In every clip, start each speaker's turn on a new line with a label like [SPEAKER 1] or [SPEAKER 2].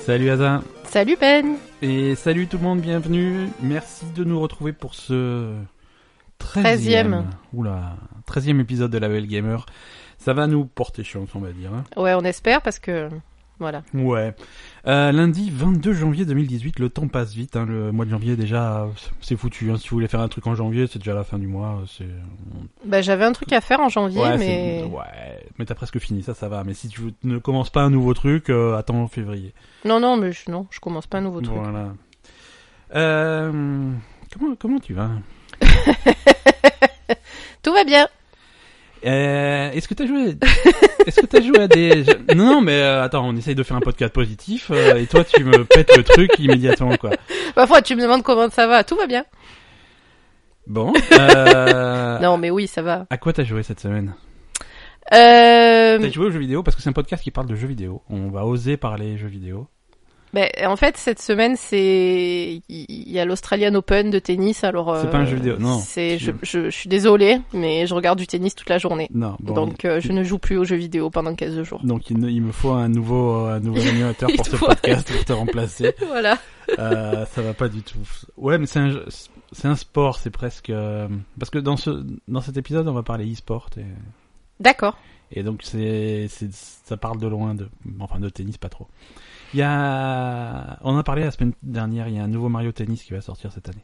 [SPEAKER 1] Salut Asa
[SPEAKER 2] Salut Ben
[SPEAKER 1] et salut tout le monde, bienvenue. Merci de nous retrouver pour ce 13e,
[SPEAKER 2] Treizième.
[SPEAKER 1] Oula, 13e épisode de la Belle Gamer. Ça va nous porter chance, on va dire. hein.
[SPEAKER 2] Ouais, on espère parce que... Voilà.
[SPEAKER 1] Ouais. Euh, lundi 22 janvier 2018, le temps passe vite. hein, Le mois de janvier déjà, euh, c'est foutu. hein. Si vous voulez faire un truc en janvier, c'est déjà la fin du mois. euh, C'est
[SPEAKER 2] Bah, j'avais un truc à faire en janvier,
[SPEAKER 1] ouais,
[SPEAKER 2] mais...
[SPEAKER 1] c'est- ouais, mais t'as presque fini, ça, ça va. Mais si tu veux- ne commences pas un nouveau truc, euh, attends février.
[SPEAKER 2] Non, non, mais je, non, je commence pas un nouveau truc.
[SPEAKER 1] Voilà. Euh, comment comment tu vas
[SPEAKER 2] Tout va bien
[SPEAKER 1] Euh, Est-ce que t'as joué Est-ce que t'as joué à des je- Non, non, mais euh, attends, on essaye de faire un podcast positif euh, et toi tu me pètes le truc immédiatement quoi.
[SPEAKER 2] Parfois, tu me demandes comment ça va. Tout va bien
[SPEAKER 1] Bon. Euh,
[SPEAKER 2] Non, mais oui, ça va.
[SPEAKER 1] À quoi t'as joué cette semaine
[SPEAKER 2] Euh...
[SPEAKER 1] T'as joué aux jeux vidéo parce que c'est un podcast qui parle de jeux vidéo. On va oser parler jeux vidéo.
[SPEAKER 2] bah, en fait, cette semaine, c'est... Il y a l'Australian Open de tennis, alors...
[SPEAKER 1] C'est
[SPEAKER 2] euh,
[SPEAKER 1] pas un jeu vidéo, non.
[SPEAKER 2] C'est... Je, je, je suis désolée, mais je regarde du tennis toute la journée.
[SPEAKER 1] Non. Bon,
[SPEAKER 2] Donc, euh, je ne joue plus aux jeux vidéo pendant 15 jours.
[SPEAKER 1] Donc il, ne- il me faut un nouveau euh, un nouvel animateur
[SPEAKER 2] Il
[SPEAKER 1] pour ce
[SPEAKER 2] faut-
[SPEAKER 1] podcast pour te remplacer.
[SPEAKER 2] voilà.
[SPEAKER 1] Euh, ça va pas du tout. Ouais, mais c'est un jeu- c'est un sport, c'est presque euh, parce que dans ce dans cet épisode on va parler e-sport et,
[SPEAKER 2] D'accord.
[SPEAKER 1] et donc c'est c'est ça parle de loin de enfin de tennis pas trop. Il y a on en a parlé la semaine dernière, il y a un nouveau Mario Tennis qui va sortir cette année.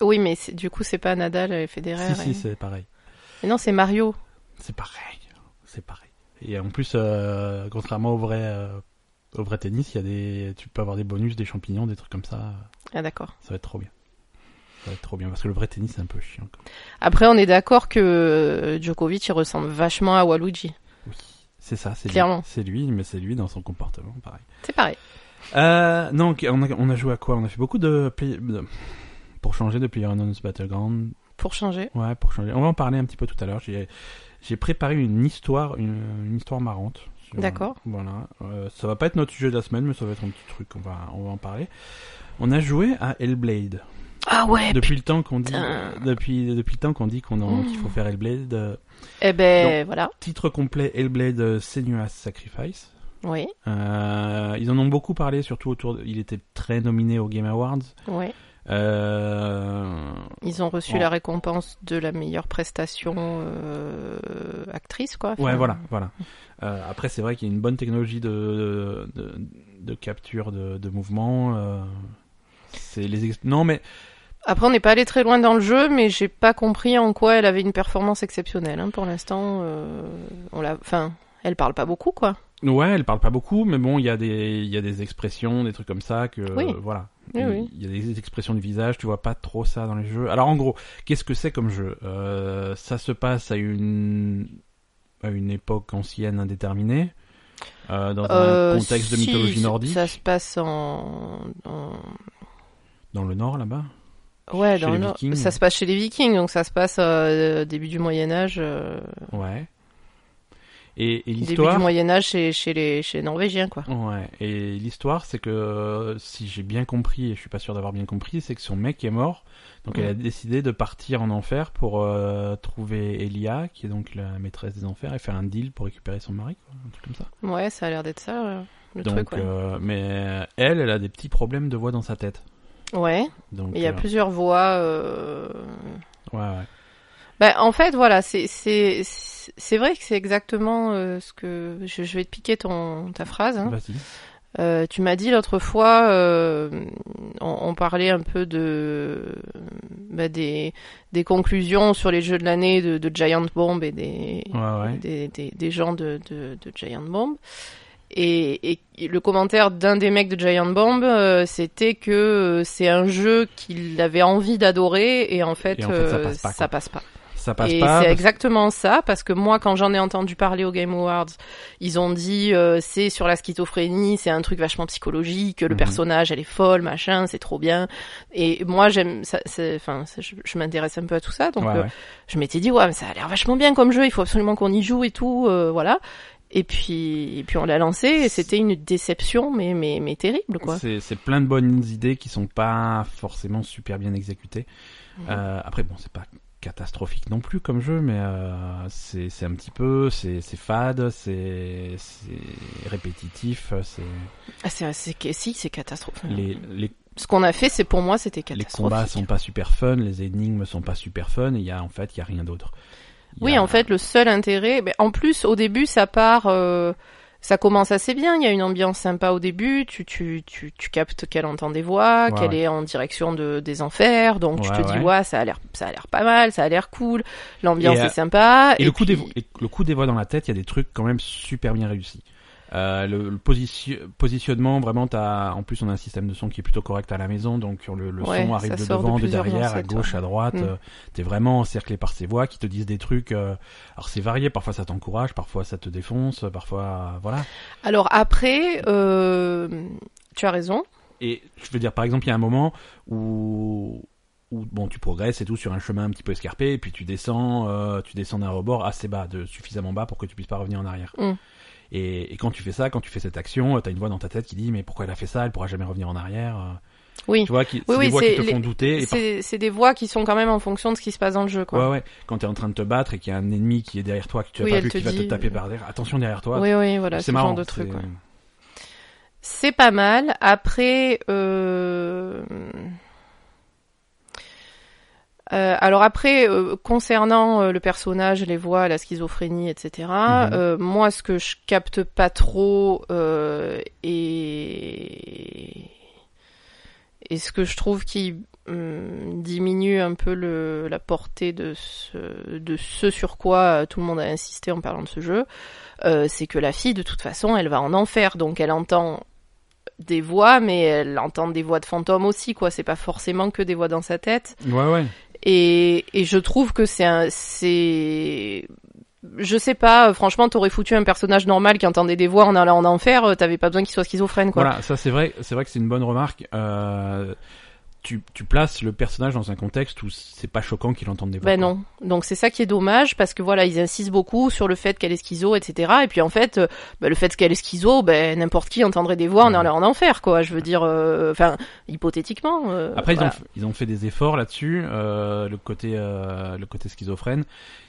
[SPEAKER 2] Oui, mais c'est- du coup, c'est pas Nadal et Federer.
[SPEAKER 1] si si,
[SPEAKER 2] et-
[SPEAKER 1] c'est pareil.
[SPEAKER 2] Mais non, c'est Mario.
[SPEAKER 1] C'est pareil. C'est pareil. Et en plus euh, contrairement au vrai euh, au vrai tennis, il y a des tu peux avoir des bonus, des champignons, des trucs comme ça.
[SPEAKER 2] Ah, d'accord.
[SPEAKER 1] Ça va être trop bien. Ça va être trop bien parce que le vrai tennis c'est un peu chiant. quoi.
[SPEAKER 2] Après, on est d'accord que euh, Djokovic, il ressemble vachement à Waluigi.
[SPEAKER 1] Oui, c'est ça, c'est lui.
[SPEAKER 2] Clairement.
[SPEAKER 1] C'est lui, mais c'est lui dans son comportement, pareil.
[SPEAKER 2] C'est pareil.
[SPEAKER 1] Euh, non, ok, on a, on a joué à quoi On a fait beaucoup de, play- de- pour changer de PlayerUnknown's Battleground.
[SPEAKER 2] Pour changer.
[SPEAKER 1] Ouais, pour changer. On va en parler un petit peu tout à l'heure. J'ai j'ai préparé une histoire, une, une histoire marrante. sur-
[SPEAKER 2] D'accord.
[SPEAKER 1] Voilà. Euh, ça va pas être notre sujet de la semaine, mais ça va être un petit truc. On va on va en parler. On a joué à Hellblade.
[SPEAKER 2] Ah ouais.
[SPEAKER 1] depuis le temps qu'on dit
[SPEAKER 2] putain.
[SPEAKER 1] depuis depuis le temps qu'on dit qu'on en- qu'il faut faire Hellblade. euh,
[SPEAKER 2] Eh ben, voilà.
[SPEAKER 1] Titre complet Hellblade euh, Senua's Sacrifice.
[SPEAKER 2] Oui,
[SPEAKER 1] Euh, ils en ont beaucoup parlé, surtout autour. de- Il était très nominé aux Game Awards.
[SPEAKER 2] oui.
[SPEAKER 1] Euh,
[SPEAKER 2] Ils ont reçu
[SPEAKER 1] Bon.
[SPEAKER 2] la récompense de la meilleure prestation euh, actrice, quoi. Enfin,
[SPEAKER 1] Ouais, voilà, voilà. Euh, après, c'est vrai qu'il y a une bonne technologie de de, de capture de, de mouvement. euh, c'est les ex- non mais
[SPEAKER 2] Après, on n'est pas allé très loin dans le jeu, mais j'ai pas compris en quoi elle avait une performance exceptionnelle. hein. Pour l'instant, euh, on l'a. Enfin, elle parle pas beaucoup, quoi.
[SPEAKER 1] ouais, elle parle pas beaucoup, mais bon, il y a des il y a des expressions, des trucs comme ça que
[SPEAKER 2] Oui.
[SPEAKER 1] voilà.
[SPEAKER 2] Oui, oui.
[SPEAKER 1] Il y a des expressions de visage, tu vois pas trop ça dans les jeux. Alors en gros, qu'est-ce que c'est comme jeu Euh, Ça se passe à une à une époque ancienne indéterminée, euh, dans
[SPEAKER 2] Euh,
[SPEAKER 1] un contexte de
[SPEAKER 2] si,
[SPEAKER 1] mythologie
[SPEAKER 2] ça-
[SPEAKER 1] nordique,
[SPEAKER 2] Ça se passe en. en-
[SPEAKER 1] dans le nord là-bas.
[SPEAKER 2] Ouais,
[SPEAKER 1] Chez
[SPEAKER 2] dans
[SPEAKER 1] les
[SPEAKER 2] le Nord.
[SPEAKER 1] Vikings.
[SPEAKER 2] Ça se passe chez les Vikings, donc ça se passe euh, début du Moyen Âge. euh,
[SPEAKER 1] Ouais. Et, et
[SPEAKER 2] Début du
[SPEAKER 1] l'histoire.
[SPEAKER 2] Moyen Âge chez, chez les chez les Norvégiens quoi.
[SPEAKER 1] Ouais. Et l'histoire, c'est que euh, si j'ai bien compris, et je suis pas sûr d'avoir bien compris, c'est que son mec est mort, donc elle a
[SPEAKER 2] Mm.
[SPEAKER 1] décidé de partir en enfer pour euh, trouver Elia, qui est donc la maîtresse des enfers, et faire un deal pour récupérer son mari, quoi, un truc comme ça.
[SPEAKER 2] Ouais, ça a l'air d'être ça euh, le
[SPEAKER 1] Donc,
[SPEAKER 2] truc. Ouais.
[SPEAKER 1] euh, mais elle, elle a des petits problèmes de voix dans sa tête.
[SPEAKER 2] Ouais,
[SPEAKER 1] Donc,
[SPEAKER 2] mais il y a
[SPEAKER 1] euh,
[SPEAKER 2] plusieurs voix. euh,
[SPEAKER 1] Ouais, ouais.
[SPEAKER 2] Bah, en fait, voilà, c'est c'est c'est c'est vrai que c'est exactement euh, ce que je, je vais te piquer ton ta phrase. hein.
[SPEAKER 1] Vas-y.
[SPEAKER 2] Euh, tu m'as dit l'autre fois, euh, on, on parlait un peu de bah, des des conclusions sur les jeux de l'année de, de Giant Bomb et des
[SPEAKER 1] Ouais, ouais.
[SPEAKER 2] des, des, des gens de, de, de Giant Bomb. Et, et le commentaire d'un des mecs de Giant Bomb, euh, c'était que euh, c'est un jeu qu'il avait envie d'adorer et en fait,
[SPEAKER 1] Et en fait, ça
[SPEAKER 2] euh,
[SPEAKER 1] passe pas, quoi.
[SPEAKER 2] passe pas.
[SPEAKER 1] Ça passe
[SPEAKER 2] et
[SPEAKER 1] pas.
[SPEAKER 2] c'est
[SPEAKER 1] parce-
[SPEAKER 2] exactement ça, parce que moi, quand j'en ai entendu parler au Game Awards, ils ont dit euh, c'est sur la schizophrénie, c'est un truc vachement psychologique, le
[SPEAKER 1] Mhm.
[SPEAKER 2] personnage, elle est folle, machin, c'est trop bien. Et moi, j'aime, ça- c'est- enfin, c'est- je, je m'intéresse un peu à tout ça, donc
[SPEAKER 1] Ouais,
[SPEAKER 2] euh,
[SPEAKER 1] ouais.
[SPEAKER 2] je m'étais dit ouais mais ça a l'air vachement bien comme jeu il faut absolument qu'on y joue et tout euh, voilà et puis et puis on l'a lancé et c'était une déception mais mais mais terrible quoi
[SPEAKER 1] C'est- C'est plein de
[SPEAKER 2] Mhm.
[SPEAKER 1] bonnes idées qui sont pas forcément super bien exécutées. Euh, après, bon, c'est pas catastrophique non plus comme jeu, mais euh, c'est c'est un petit peu, c'est c'est fade, c'est c'est répétitif, c'est
[SPEAKER 2] Ah, c'est, c'est- si, c'est catastrophique.
[SPEAKER 1] les les
[SPEAKER 2] Ce qu'on a fait, c'est pour moi, c'était
[SPEAKER 1] les
[SPEAKER 2] catastrophique.
[SPEAKER 1] combats sont pas super fun, les énigmes sont pas super fun, il y a en fait il y a rien d'autre. Il y
[SPEAKER 2] Oui,
[SPEAKER 1] a-
[SPEAKER 2] en fait, le seul intérêt, ben, en plus, au début, ça part, euh, ça commence assez bien. Il y a une ambiance sympa au début. Tu, tu, tu, tu captes qu'elle entend des voix,
[SPEAKER 1] Ouais,
[SPEAKER 2] qu'elle
[SPEAKER 1] ouais.
[SPEAKER 2] est en direction de, des enfers. Donc, tu
[SPEAKER 1] Ouais,
[SPEAKER 2] te dis,
[SPEAKER 1] ouais.
[SPEAKER 2] ouais, ça a l'air, ça a l'air pas mal, ça a l'air cool. L'ambiance
[SPEAKER 1] Et, euh,
[SPEAKER 2] est sympa.
[SPEAKER 1] Et, le, coup des
[SPEAKER 2] puis-
[SPEAKER 1] vo- et le coup des voix dans la tête, il y a des trucs quand même super bien réussis. Euh, le le position- positionnement, vraiment, t'as, en plus on a un système de son qui est plutôt correct à la maison, donc euh, le, le
[SPEAKER 2] Ouais,
[SPEAKER 1] son arrive
[SPEAKER 2] ça
[SPEAKER 1] de
[SPEAKER 2] sort de
[SPEAKER 1] devant, de,
[SPEAKER 2] plusieurs
[SPEAKER 1] derrière, à
[SPEAKER 2] enceintes,
[SPEAKER 1] gauche, à droite.
[SPEAKER 2] Mm.
[SPEAKER 1] euh, T'es vraiment encerclé par ces voix qui te disent des trucs. euh, alors c'est varié, parfois ça t'encourage, parfois ça te défonce, parfois euh, voilà.
[SPEAKER 2] Alors après, euh, tu as raison.
[SPEAKER 1] Et je veux dire, par exemple, il y a un moment où, où bon, tu progresses et tout sur un chemin un petit peu escarpé, et puis tu descends, euh, tu descends d'un rebord assez bas, de suffisamment bas pour que tu puisses pas revenir en arrière.
[SPEAKER 2] Mm.
[SPEAKER 1] Et, et quand tu fais ça, quand tu fais cette action, euh, t'as une voix dans ta tête qui dit mais pourquoi elle a fait ça Elle pourra jamais revenir en arrière. euh.
[SPEAKER 2] Oui.
[SPEAKER 1] Tu vois, qui, c'est
[SPEAKER 2] oui,
[SPEAKER 1] des voix
[SPEAKER 2] c'est
[SPEAKER 1] qui te
[SPEAKER 2] les-
[SPEAKER 1] font douter. Et par-
[SPEAKER 2] C'est c'est des voix qui sont quand même en fonction de ce qui se passe dans le jeu, quoi.
[SPEAKER 1] Ouais, ouais. Quand t'es en train de te battre et qu'il y a un ennemi qui est derrière toi que tu as
[SPEAKER 2] Oui,
[SPEAKER 1] pas
[SPEAKER 2] elle
[SPEAKER 1] vu,
[SPEAKER 2] te
[SPEAKER 1] qui va te
[SPEAKER 2] dit,
[SPEAKER 1] taper
[SPEAKER 2] euh,
[SPEAKER 1] par derrière. Attention derrière toi.
[SPEAKER 2] Oui, oui, voilà, ce
[SPEAKER 1] marrant.
[SPEAKER 2] genre de truc.
[SPEAKER 1] c'est-
[SPEAKER 2] ouais. C'est pas mal. Après, euh... euh, alors après, euh, concernant euh, le personnage, les voix, la schizophrénie, etc. euh, moi, ce que je capte pas trop euh, et et ce que je trouve qui hum, diminue un peu le, la portée de ce, de ce sur quoi euh, tout le monde a insisté en parlant de ce jeu, euh, c'est que la fille, de toute façon, elle va en enfer. Donc elle entend des voix, mais elle entend des voix de fantômes aussi, quoi. C'est pas forcément que des voix dans sa tête.
[SPEAKER 1] Ouais, ouais.
[SPEAKER 2] Et, et je trouve que c'est un, c'est, je sais pas, franchement, t'aurais foutu un personnage normal qui entendait des voix en allant en enfer, euh, t'avais pas besoin qu'il soit schizophrène, quoi.
[SPEAKER 1] Voilà, ça c'est vrai, c'est vrai que c'est une bonne remarque. Euh, tu, tu places le personnage dans un contexte où c'est pas choquant qu'il entende des voix.
[SPEAKER 2] Ben
[SPEAKER 1] quoi.
[SPEAKER 2] non. Donc c'est ça qui est dommage parce que voilà, ils insistent beaucoup sur le fait qu'elle est schizo, etc. Et puis en fait, euh, ben, le fait qu'elle est schizo, ben n'importe qui entendrait des voix en
[SPEAKER 1] Ouais.
[SPEAKER 2] allant en enfer, quoi. Je veux dire, euh, enfin, hypothétiquement. euh,
[SPEAKER 1] Après, ils, ont,
[SPEAKER 2] voilà.
[SPEAKER 1] f- ils ont fait des efforts là-dessus, euh, le côté euh, le côté schizophrène.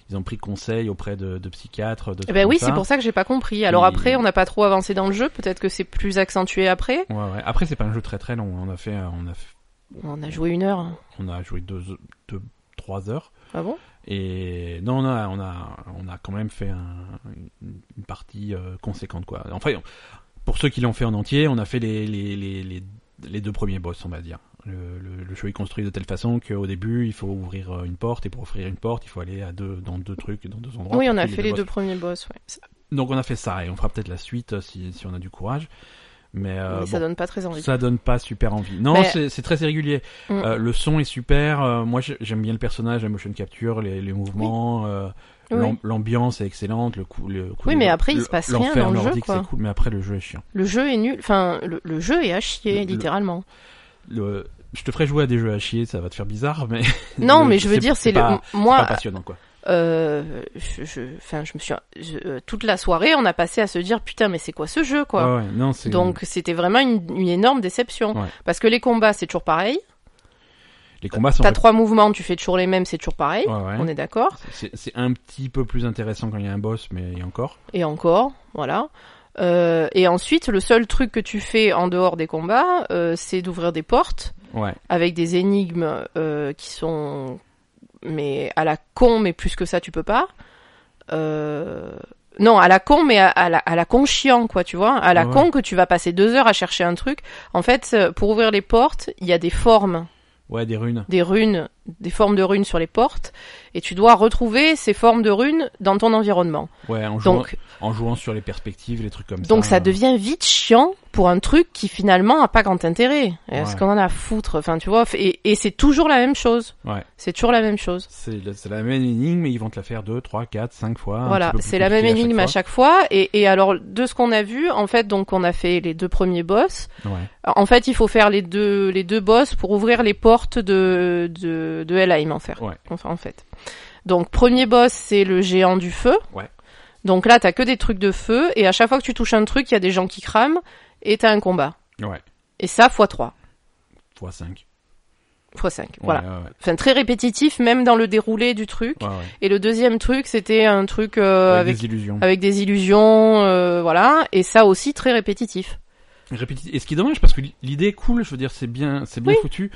[SPEAKER 1] Ils ont pris conseil auprès de, de psychiatres. De
[SPEAKER 2] Eh Ben oui, c'est pour ça que j'ai pas compris. Alors
[SPEAKER 1] Et-
[SPEAKER 2] après, on n'a pas trop avancé dans le jeu. Peut-être que c'est plus accentué après.
[SPEAKER 1] Ouais, ouais. Après, c'est pas un jeu très très long. On a fait, euh, on a, fait-
[SPEAKER 2] On a joué une heure.
[SPEAKER 1] on a joué deux, deux, trois heures.
[SPEAKER 2] Ah bon
[SPEAKER 1] Et non, on a, on a, on a quand même fait un- une- une partie euh, conséquente, quoi. Enfin, pour ceux qui l'ont fait en entier, on a fait les, les, les, les, les deux premiers boss, on va dire. Le, le, le jeu est construit de telle façon qu'au début, il faut ouvrir euh, une porte, et pour ouvrir une porte, il faut aller à deux, dans deux trucs, dans deux endroits.
[SPEAKER 2] Oui,
[SPEAKER 1] pour
[SPEAKER 2] on a
[SPEAKER 1] tuer
[SPEAKER 2] fait les
[SPEAKER 1] boss.
[SPEAKER 2] deux premiers boss. Ouais. Ça-
[SPEAKER 1] Donc on a fait ça, et on fera peut-être la suite euh, si, si on a du courage. Mais, euh,
[SPEAKER 2] mais
[SPEAKER 1] bon.
[SPEAKER 2] ça donne pas très envie.
[SPEAKER 1] Ça donne pas super envie. Non,
[SPEAKER 2] Mais-
[SPEAKER 1] c'est c'est très irrégulier.
[SPEAKER 2] Mm.
[SPEAKER 1] Euh, le son est super. euh, moi, j'ai- j'aime bien le personnage, la motion capture, les, les mouvements. euh,
[SPEAKER 2] Oui.
[SPEAKER 1] l'am- L'ambiance est excellente. Le coup, le coup
[SPEAKER 2] Oui,
[SPEAKER 1] des-
[SPEAKER 2] mais après, il
[SPEAKER 1] le-
[SPEAKER 2] se passe rien
[SPEAKER 1] l'enfer
[SPEAKER 2] dans le jeu,
[SPEAKER 1] nordique,
[SPEAKER 2] quoi.
[SPEAKER 1] c'est cool, mais après, le jeu est chiant.
[SPEAKER 2] Le jeu est nul. Enfin, le, le jeu est à chier,
[SPEAKER 1] Le- le-
[SPEAKER 2] littéralement.
[SPEAKER 1] Le, je te ferai jouer à des jeux à chier, ça va te faire bizarre, mais.
[SPEAKER 2] Non,
[SPEAKER 1] le-
[SPEAKER 2] mais je veux dire, c'est le.
[SPEAKER 1] pas-
[SPEAKER 2] Moi,
[SPEAKER 1] pas passionnant, quoi.
[SPEAKER 2] euh, je, je- enfin, je me suis, je- euh, toute la soirée, on a passé à se dire putain, mais c'est quoi ce jeu, quoi.
[SPEAKER 1] Ouais, ouais, non, c'est.
[SPEAKER 2] Donc c'était vraiment une, une énorme déception
[SPEAKER 1] Ouais.
[SPEAKER 2] parce que les combats c'est toujours pareil.
[SPEAKER 1] Les combats sont.
[SPEAKER 2] T'as trois mouvements, tu fais toujours les mêmes, c'est toujours pareil.
[SPEAKER 1] Ouais, ouais.
[SPEAKER 2] On est d'accord.
[SPEAKER 1] C'est c'est un petit peu plus intéressant quand il y a un boss, mais et encore.
[SPEAKER 2] Et encore, voilà. Euh, et ensuite, le seul truc que tu fais en dehors des combats, euh, c'est d'ouvrir des portes
[SPEAKER 1] Ouais.
[SPEAKER 2] avec des énigmes euh, qui sont mais à la con, mais plus que ça tu peux pas. Euh, Non, à la con, mais à, à la, à la con chiant, quoi, tu vois. À la
[SPEAKER 1] Ouais.
[SPEAKER 2] con que tu vas passer deux heures à chercher un truc. En fait, euh, pour ouvrir les portes, il y a des formes,
[SPEAKER 1] Ouais, des runes.
[SPEAKER 2] des runes, des formes de runes sur les portes, et tu dois retrouver ces formes de runes dans ton environnement.
[SPEAKER 1] Ouais, en jouant,
[SPEAKER 2] Donc,
[SPEAKER 1] en jouant sur les perspectives, les trucs comme ça.
[SPEAKER 2] donc ça
[SPEAKER 1] euh,
[SPEAKER 2] devient vite chiant pour un truc qui finalement a pas grand intérêt. Est-ce
[SPEAKER 1] Ouais.
[SPEAKER 2] qu'on en a à foutre Enfin, tu vois, et, et c'est toujours la même chose.
[SPEAKER 1] Ouais.
[SPEAKER 2] C'est toujours la même chose.
[SPEAKER 1] C'est la, c'est la même énigme, mais ils vont te la faire 2, 3, 4, 5 fois. Ah, un
[SPEAKER 2] voilà,
[SPEAKER 1] petit peu plus
[SPEAKER 2] c'est la même
[SPEAKER 1] compliquée
[SPEAKER 2] énigme à
[SPEAKER 1] fois.
[SPEAKER 2] chaque fois. Et, et alors, de ce qu'on a vu, en fait, donc on a fait les deux premiers boss.
[SPEAKER 1] Ouais.
[SPEAKER 2] En fait, il faut faire les deux, les deux boss pour ouvrir les portes de, de, de Helheim, en fait.
[SPEAKER 1] Ouais.
[SPEAKER 2] Enfin, en fait. Donc, premier boss, c'est le géant du feu.
[SPEAKER 1] Ouais.
[SPEAKER 2] Donc là, t'as que des trucs de feu, et à chaque fois que tu touches un truc, il y a des gens qui crament, et t'as un combat.
[SPEAKER 1] Ouais.
[SPEAKER 2] Et ça, fois 3
[SPEAKER 1] Fois 5.
[SPEAKER 2] x5, voilà. Enfin, très répétitif, même dans le déroulé du truc.
[SPEAKER 1] Ouais, ouais.
[SPEAKER 2] Et le deuxième truc, c'était un truc euh,
[SPEAKER 1] Avec,
[SPEAKER 2] avec,
[SPEAKER 1] des illusions.
[SPEAKER 2] avec des illusions, euh, voilà. Et ça aussi, très répétitif.
[SPEAKER 1] Répétit- Et ce qui est dommage, parce que l'idée est cool, je veux dire, c'est bien, c'est bien
[SPEAKER 2] Oui.
[SPEAKER 1] foutu.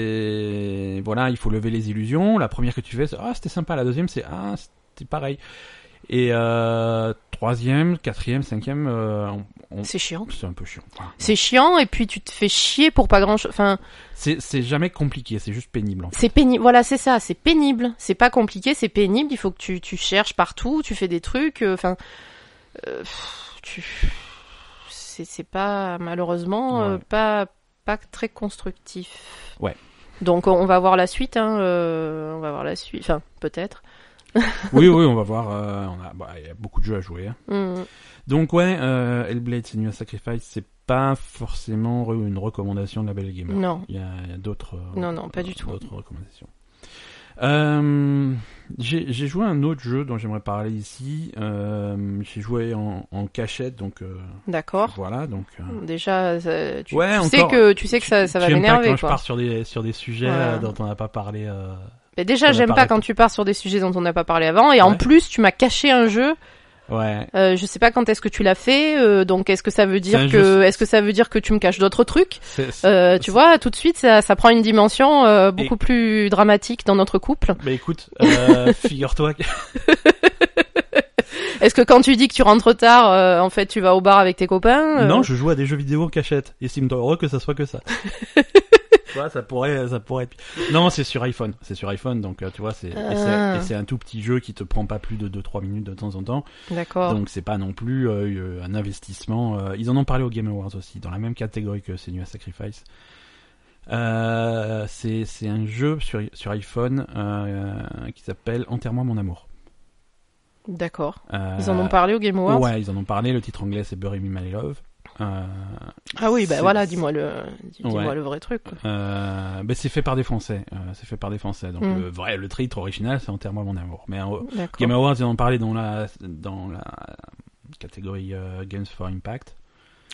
[SPEAKER 1] C'est voilà, il faut lever les illusions. La première que tu fais, c'est ah c'était sympa. La deuxième, c'est ah c'était pareil. Et euh, troisième, quatrième, cinquième, euh, on- on-
[SPEAKER 2] C'est chiant.
[SPEAKER 1] c'est un peu chiant. Ah.
[SPEAKER 2] C'est chiant, et puis tu te fais chier pour pas grand chose. Enfin,
[SPEAKER 1] C'est c'est jamais compliqué, c'est juste pénible. En fait.
[SPEAKER 2] c'est pénible. Voilà, c'est ça, c'est pénible. C'est pas compliqué, c'est pénible. Il faut que tu, tu cherches partout, tu fais des trucs. euh, Enfin, euh, pff, tu. C'est c'est pas, malheureusement, euh,
[SPEAKER 1] Ouais.
[SPEAKER 2] pas, pas très constructif.
[SPEAKER 1] Ouais.
[SPEAKER 2] Donc, on- on va voir la suite, hein. euh, on va voir la suite. Enfin, peut-être.
[SPEAKER 1] oui, oui, on va voir. euh, on a, bah, il y a beaucoup de jeux à jouer. hein.
[SPEAKER 2] Hmm.
[SPEAKER 1] Donc ouais, euh, Hellblade, c'est New Sacrifice, c'est pas forcément re- une recommandation de la Belle Gamer.
[SPEAKER 2] Non.
[SPEAKER 1] Il y a, il y a d'autres. euh,
[SPEAKER 2] Non, non, pas du tout.
[SPEAKER 1] D'autres recommandations. Euh, j'ai j'ai joué à un autre jeu dont j'aimerais parler ici. Euh, j'ai joué en, en cachette, donc euh,
[SPEAKER 2] D'accord.
[SPEAKER 1] voilà. Donc, euh,
[SPEAKER 2] Déjà, ça- tu,
[SPEAKER 1] Ouais,
[SPEAKER 2] tu sais
[SPEAKER 1] encore.
[SPEAKER 2] que tu sais que ça, ça va
[SPEAKER 1] j'aime pas
[SPEAKER 2] m'énerver.
[SPEAKER 1] quand hein, je
[SPEAKER 2] quoi.
[SPEAKER 1] pars sur des sur des sujets
[SPEAKER 2] Voilà.
[SPEAKER 1] euh, dont on n'a pas parlé. euh,
[SPEAKER 2] Mais déjà,
[SPEAKER 1] On a
[SPEAKER 2] j'aime pas
[SPEAKER 1] parlé.
[SPEAKER 2] quand tu pars sur des sujets dont on n'a pas parlé avant. Et en
[SPEAKER 1] Ouais.
[SPEAKER 2] plus, tu m'as caché un jeu.
[SPEAKER 1] Ouais.
[SPEAKER 2] Euh, je sais pas quand est-ce que tu l'as fait. euh, donc, est-ce que ça veut
[SPEAKER 1] C'est
[SPEAKER 2] dire
[SPEAKER 1] un
[SPEAKER 2] que
[SPEAKER 1] jeu-
[SPEAKER 2] est-ce que ça veut dire que tu me caches d'autres trucs
[SPEAKER 1] c'est- c'est-
[SPEAKER 2] Euh, Tu
[SPEAKER 1] c'est-
[SPEAKER 2] vois, tout de suite, ça, ça prend une dimension euh, beaucoup plus dramatique dans notre couple.
[SPEAKER 1] Bah écoute, euh, figure-toi que
[SPEAKER 2] Est-ce que quand tu dis que tu rentres tard, euh, en fait, tu vas au bar avec tes copains euh,
[SPEAKER 1] non, je joue à des jeux vidéo en cachette. Et c'est heureux que ça soit que ça. tu vois, ça pourrait, ça pourrait être. Non, c'est sur iPhone, c'est sur iPhone, donc euh, tu vois, c'est et
[SPEAKER 2] Ah.
[SPEAKER 1] c'est- et c'est un tout petit jeu qui te prend pas plus de 2-3 minutes de temps en temps.
[SPEAKER 2] D'accord.
[SPEAKER 1] Donc c'est pas non plus euh, un investissement. euh, ils en ont parlé au Game Awards aussi, dans la même catégorie que Senua Sacrifice. Euh, c'est c'est un jeu sur, sur iPhone euh, qui s'appelle Enterre-moi mon amour.
[SPEAKER 2] D'accord.
[SPEAKER 1] Euh,
[SPEAKER 2] Ils en ont parlé au Game Awards.
[SPEAKER 1] Ouais, ils en ont parlé. Le titre anglais c'est Bury Me My Love. Euh,
[SPEAKER 2] Ah oui, bah
[SPEAKER 1] C'est-
[SPEAKER 2] voilà, dis-moi le, dis-moi
[SPEAKER 1] Ouais.
[SPEAKER 2] le vrai truc. quoi.
[SPEAKER 1] euh, ben, c'est fait par des Français. euh, c'est fait par des Français. Donc
[SPEAKER 2] Mm.
[SPEAKER 1] le vrai, le titre original c'est Enterre-moi mon amour. Mais euh,
[SPEAKER 2] D'accord.
[SPEAKER 1] Game Awards ils en ont parlé dans la dans la catégorie euh, Games for Impact.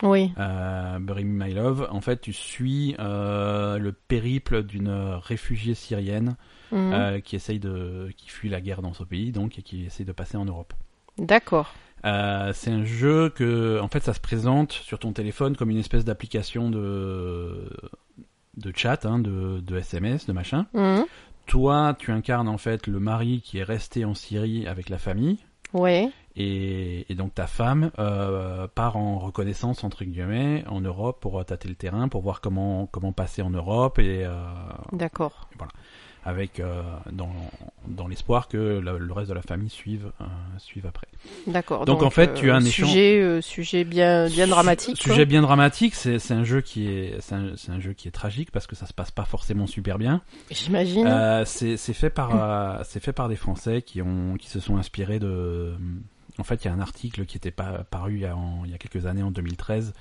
[SPEAKER 2] Oui.
[SPEAKER 1] euh, Bury Me My Love, en fait, tu suis euh, le périple d'une euh, réfugiée syrienne
[SPEAKER 2] Mhm.
[SPEAKER 1] euh, qui essaye de, qui fuit la guerre dans son pays, donc et qui essaye de passer en Europe.
[SPEAKER 2] D'accord.
[SPEAKER 1] Euh, c'est un jeu que, en fait, ça se présente sur ton téléphone comme une espèce d'application de de chat, hein, de, de SMS, de machin.
[SPEAKER 2] Mhm.
[SPEAKER 1] Toi, tu incarnes en fait le mari qui est resté en Syrie avec la famille.
[SPEAKER 2] Ouais.
[SPEAKER 1] Et, et donc ta femme euh, part en reconnaissance entre guillemets en Europe pour euh, tâter le terrain, pour voir comment comment passer en Europe et euh,
[SPEAKER 2] D'accord.
[SPEAKER 1] avec euh, dans, dans l'espoir que le, le reste de la famille suive euh, suive après.
[SPEAKER 2] D'accord.
[SPEAKER 1] Donc, en fait, tu as un échange-
[SPEAKER 2] sujet, euh, sujet bien, bien
[SPEAKER 1] Su-
[SPEAKER 2] dramatique. quoi.
[SPEAKER 1] Sujet bien dramatique, c'est c'est un jeu qui est c'est un, c'est un jeu qui est tragique parce que ça se passe pas forcément super bien.
[SPEAKER 2] J'imagine.
[SPEAKER 1] Euh, c'est c'est fait par euh, c'est fait par des Français qui ont qui se sont inspirés de. En fait, il y a un article qui était pas paru il y a, en- il y a quelques années en 2013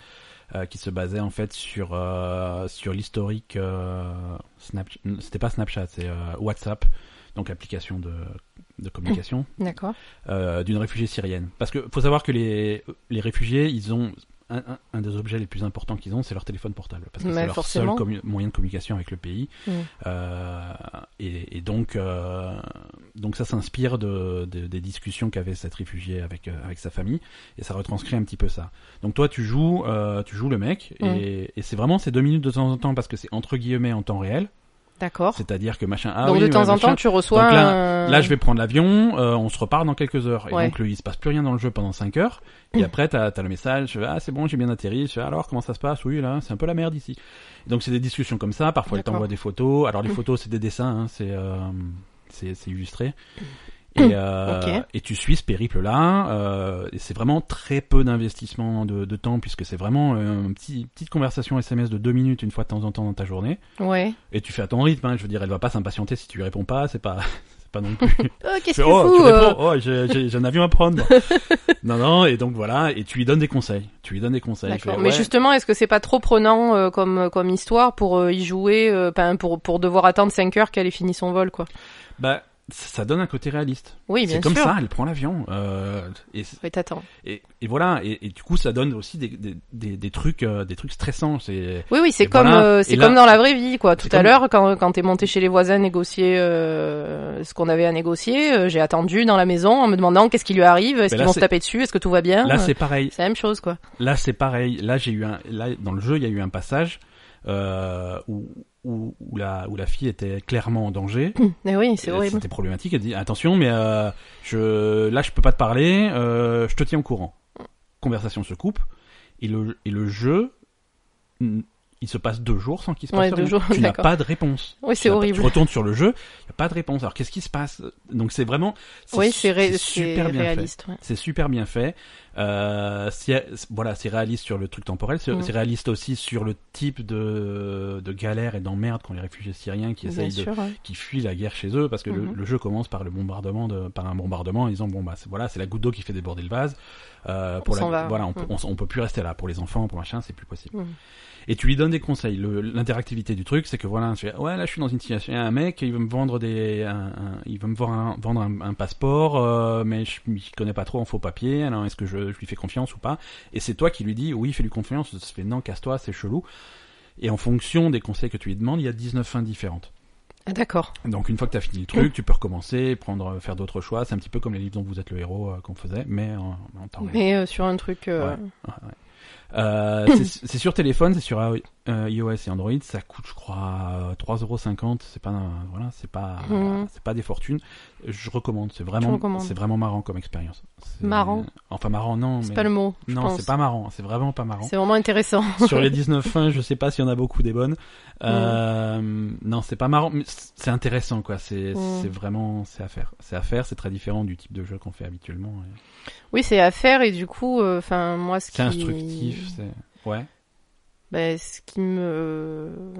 [SPEAKER 1] euh, qui se basait en fait sur euh, sur l'historique euh, Snapchat. C'était pas Snapchat, c'est euh, WhatsApp, donc application de de communication
[SPEAKER 2] D'accord.
[SPEAKER 1] euh, d'une réfugiée syrienne. Parce que faut savoir que les les réfugiés, ils ont un, un- un des objets les plus importants qu'ils ont, c'est leur téléphone portable, parce que
[SPEAKER 2] Mais
[SPEAKER 1] c'est leur
[SPEAKER 2] forcément.
[SPEAKER 1] seul commu- moyen de communication avec le pays.
[SPEAKER 2] Mm.
[SPEAKER 1] Euh, et, et donc, euh, donc ça s'inspire de, de- des discussions qu'avait cette réfugiée avec euh, avec sa famille, et ça retranscrit un petit peu ça. Donc toi, tu joues, euh, tu joues le mec,
[SPEAKER 2] Mm.
[SPEAKER 1] et, et c'est vraiment ces deux minutes de temps en temps parce que c'est entre guillemets en temps réel,
[SPEAKER 2] D'accord.
[SPEAKER 1] c'est-à-dire que machin. Ah
[SPEAKER 2] Oh. Donc
[SPEAKER 1] oui,
[SPEAKER 2] de temps en
[SPEAKER 1] machin,
[SPEAKER 2] temps, tu reçois.
[SPEAKER 1] Donc
[SPEAKER 2] un...
[SPEAKER 1] Là, je vais prendre l'avion, euh, on se repart dans quelques heures. Et
[SPEAKER 2] Ouais. Mmh.
[SPEAKER 1] donc, le, il se passe plus rien dans le jeu pendant 5 heures. Et après, t'as as le message, ah, c'est bon, j'ai bien atterri. Je fais, alors, comment ça se passe Oui, là, c'est un peu la merde ici. Donc, c'est des discussions comme ça. Parfois, ils
[SPEAKER 2] D'accord. Mmh.
[SPEAKER 1] t'envoient des photos. Alors, les photos, c'est des dessins, hein, c'est euh, c'est- c'est illustré. Et, euh,
[SPEAKER 2] Mmh. Ok.
[SPEAKER 1] et tu suis ce périple-là. euh, et c'est vraiment très peu d'investissement de, de temps, puisque c'est vraiment euh, une petit, petite conversation SMS de 2 minutes, une fois de temps en temps dans ta journée.
[SPEAKER 2] Ouais.
[SPEAKER 1] Et tu fais à ton rythme, hein, je veux dire, elle va pas s'impatienter si tu lui réponds pas, c'est pas, c'est pas non plus
[SPEAKER 2] Oh,
[SPEAKER 1] fais,
[SPEAKER 2] qu'est-ce que
[SPEAKER 1] oh,
[SPEAKER 2] vous
[SPEAKER 1] tu
[SPEAKER 2] euh,
[SPEAKER 1] réponds, oh, j'ai- j'ai j'ai un avion à prendre. moi. non, non, et donc voilà, et tu lui donnes des conseils. Tu lui donnes des conseils.
[SPEAKER 2] D'accord.
[SPEAKER 1] Je fais,
[SPEAKER 2] Mais
[SPEAKER 1] ouais,
[SPEAKER 2] justement, est-ce que c'est pas trop prenant euh, comme comme histoire pour euh, y jouer, euh, enfin, pour pour devoir attendre 5 heures qu'elle ait fini son vol, quoi
[SPEAKER 1] bah, ça donne un côté réaliste.
[SPEAKER 2] Oui, bien
[SPEAKER 1] C'est comme
[SPEAKER 2] sûr.
[SPEAKER 1] ça, elle prend l'avion. euh, et,
[SPEAKER 2] Oui, t'attends.
[SPEAKER 1] et, et voilà, et, et du coup, ça donne aussi des, des, des, des trucs, euh, des trucs stressants. C'est
[SPEAKER 2] Oui, oui, c'est
[SPEAKER 1] Et
[SPEAKER 2] comme
[SPEAKER 1] voilà.
[SPEAKER 2] euh,
[SPEAKER 1] Et
[SPEAKER 2] c'est
[SPEAKER 1] là-
[SPEAKER 2] comme dans la vraie vie, quoi. Tout
[SPEAKER 1] C'est
[SPEAKER 2] à
[SPEAKER 1] comme-
[SPEAKER 2] l'heure, quand quand t'es monté chez les voisins négocier euh, ce qu'on avait à négocier, euh, j'ai attendu dans la maison en me demandant qu'est-ce qui lui arrive, est-ce
[SPEAKER 1] Mais
[SPEAKER 2] qu'ils
[SPEAKER 1] là,
[SPEAKER 2] vont
[SPEAKER 1] c'est-
[SPEAKER 2] se taper dessus, est-ce que tout va bien.
[SPEAKER 1] là,
[SPEAKER 2] Euh,
[SPEAKER 1] c'est pareil.
[SPEAKER 2] c'est la même chose, quoi.
[SPEAKER 1] Là, c'est pareil. Là, j'ai eu un. Là, dans le jeu, il y a eu un passage euh, où, où, où la où la fille était clairement en danger.
[SPEAKER 2] Mais oui, c'est
[SPEAKER 1] Et
[SPEAKER 2] horrible.
[SPEAKER 1] C'était problématique. Elle dit attention, mais euh, je là, je peux pas te parler. euh, je te tiens au courant. Conversation se coupe et le et le jeu. mm, Il se passe deux jours sans qu'il se passe
[SPEAKER 2] Ouais, deux
[SPEAKER 1] rien.
[SPEAKER 2] jours,
[SPEAKER 1] tu n'as
[SPEAKER 2] d'accord.
[SPEAKER 1] pas de réponse.
[SPEAKER 2] Oui,
[SPEAKER 1] Tu
[SPEAKER 2] c'est
[SPEAKER 1] n'as pas-
[SPEAKER 2] horrible.
[SPEAKER 1] Tu retournes sur le jeu, il n'y a pas de réponse. Alors qu'est-ce qui se passe Donc c'est vraiment.
[SPEAKER 2] Oui, c'est ré- c'est
[SPEAKER 1] super bien fait.
[SPEAKER 2] réaliste. ouais.
[SPEAKER 1] C'est super bien fait. Euh, c'est- voilà, c'est réaliste sur le truc temporel. C'est
[SPEAKER 2] Mm.
[SPEAKER 1] c'est réaliste aussi sur le type de, de galère et d'emmerde qu'ont les réfugiés syriens qui
[SPEAKER 2] Bien
[SPEAKER 1] essayent de,
[SPEAKER 2] sûr. ouais.
[SPEAKER 1] qui fuient la guerre chez eux parce que le-
[SPEAKER 2] Mhm.
[SPEAKER 1] le, jeu commence par le bombardement de, par un bombardement en disant bon bah c'est- voilà c'est la goutte d'eau qui fait déborder le vase euh, pour
[SPEAKER 2] On
[SPEAKER 1] la-
[SPEAKER 2] s'en va.
[SPEAKER 1] voilà on, peut-
[SPEAKER 2] Mhm.
[SPEAKER 1] on s- on peut plus rester là pour les enfants pour machin c'est plus possible
[SPEAKER 2] Mhm.
[SPEAKER 1] et tu lui donnes des conseils Le- l'interactivité du truc c'est que voilà tu fais, ouais là je suis dans une situation il y a un mec il veut me vendre des un- un- il veut me vendre un, vendre un, un passeport euh, mais je m'y connais pas trop en faux papier alors est-ce que je, je lui fais confiance ou pas et c'est toi qui lui dis oui fais lui confiance ça se fait non casse-toi c'est chelou et en fonction des conseils que tu lui demandes il y a 19 fins différentes
[SPEAKER 2] Ah, D'accord.
[SPEAKER 1] donc une fois que t'as fini le
[SPEAKER 2] Mm.
[SPEAKER 1] truc, tu peux recommencer, prendre, euh, faire d'autres choix. C'est un petit peu comme les livres dont vous êtes le héros euh, qu'on faisait, mais en, en temps réel.
[SPEAKER 2] Mais euh, sur un truc. euh,
[SPEAKER 1] Euh, c'est c'est sur téléphone, c'est sur euh, iOS et Android. Ça coûte, je crois, euh, 3,50€. C'est pas, un- voilà, c'est pas,
[SPEAKER 2] Mhm.
[SPEAKER 1] c'est pas des fortunes. Je recommande. C'est
[SPEAKER 2] Tu
[SPEAKER 1] vraiment,
[SPEAKER 2] recommandes.
[SPEAKER 1] c'est vraiment marrant comme expérience. C'est-
[SPEAKER 2] Marrant.
[SPEAKER 1] Enfin marrant, non.
[SPEAKER 2] C'est
[SPEAKER 1] mais-
[SPEAKER 2] pas le mot. je
[SPEAKER 1] non,
[SPEAKER 2] pense.
[SPEAKER 1] c'est pas marrant. C'est vraiment pas marrant.
[SPEAKER 2] C'est vraiment intéressant.
[SPEAKER 1] sur les 19 fins, je sais pas s'il y en a beaucoup des bonnes. Euh, Non, c'est pas marrant, mais c- c'est intéressant quoi. C'est
[SPEAKER 2] Mm.
[SPEAKER 1] c'est vraiment c'est à faire. C'est à faire. C'est très différent du type de jeu qu'on fait habituellement. Et
[SPEAKER 2] Oui, c'est à faire et du coup, euh, enfin moi ce qui.
[SPEAKER 1] C'est instructif. C'est ouais.
[SPEAKER 2] Ben, ce qui me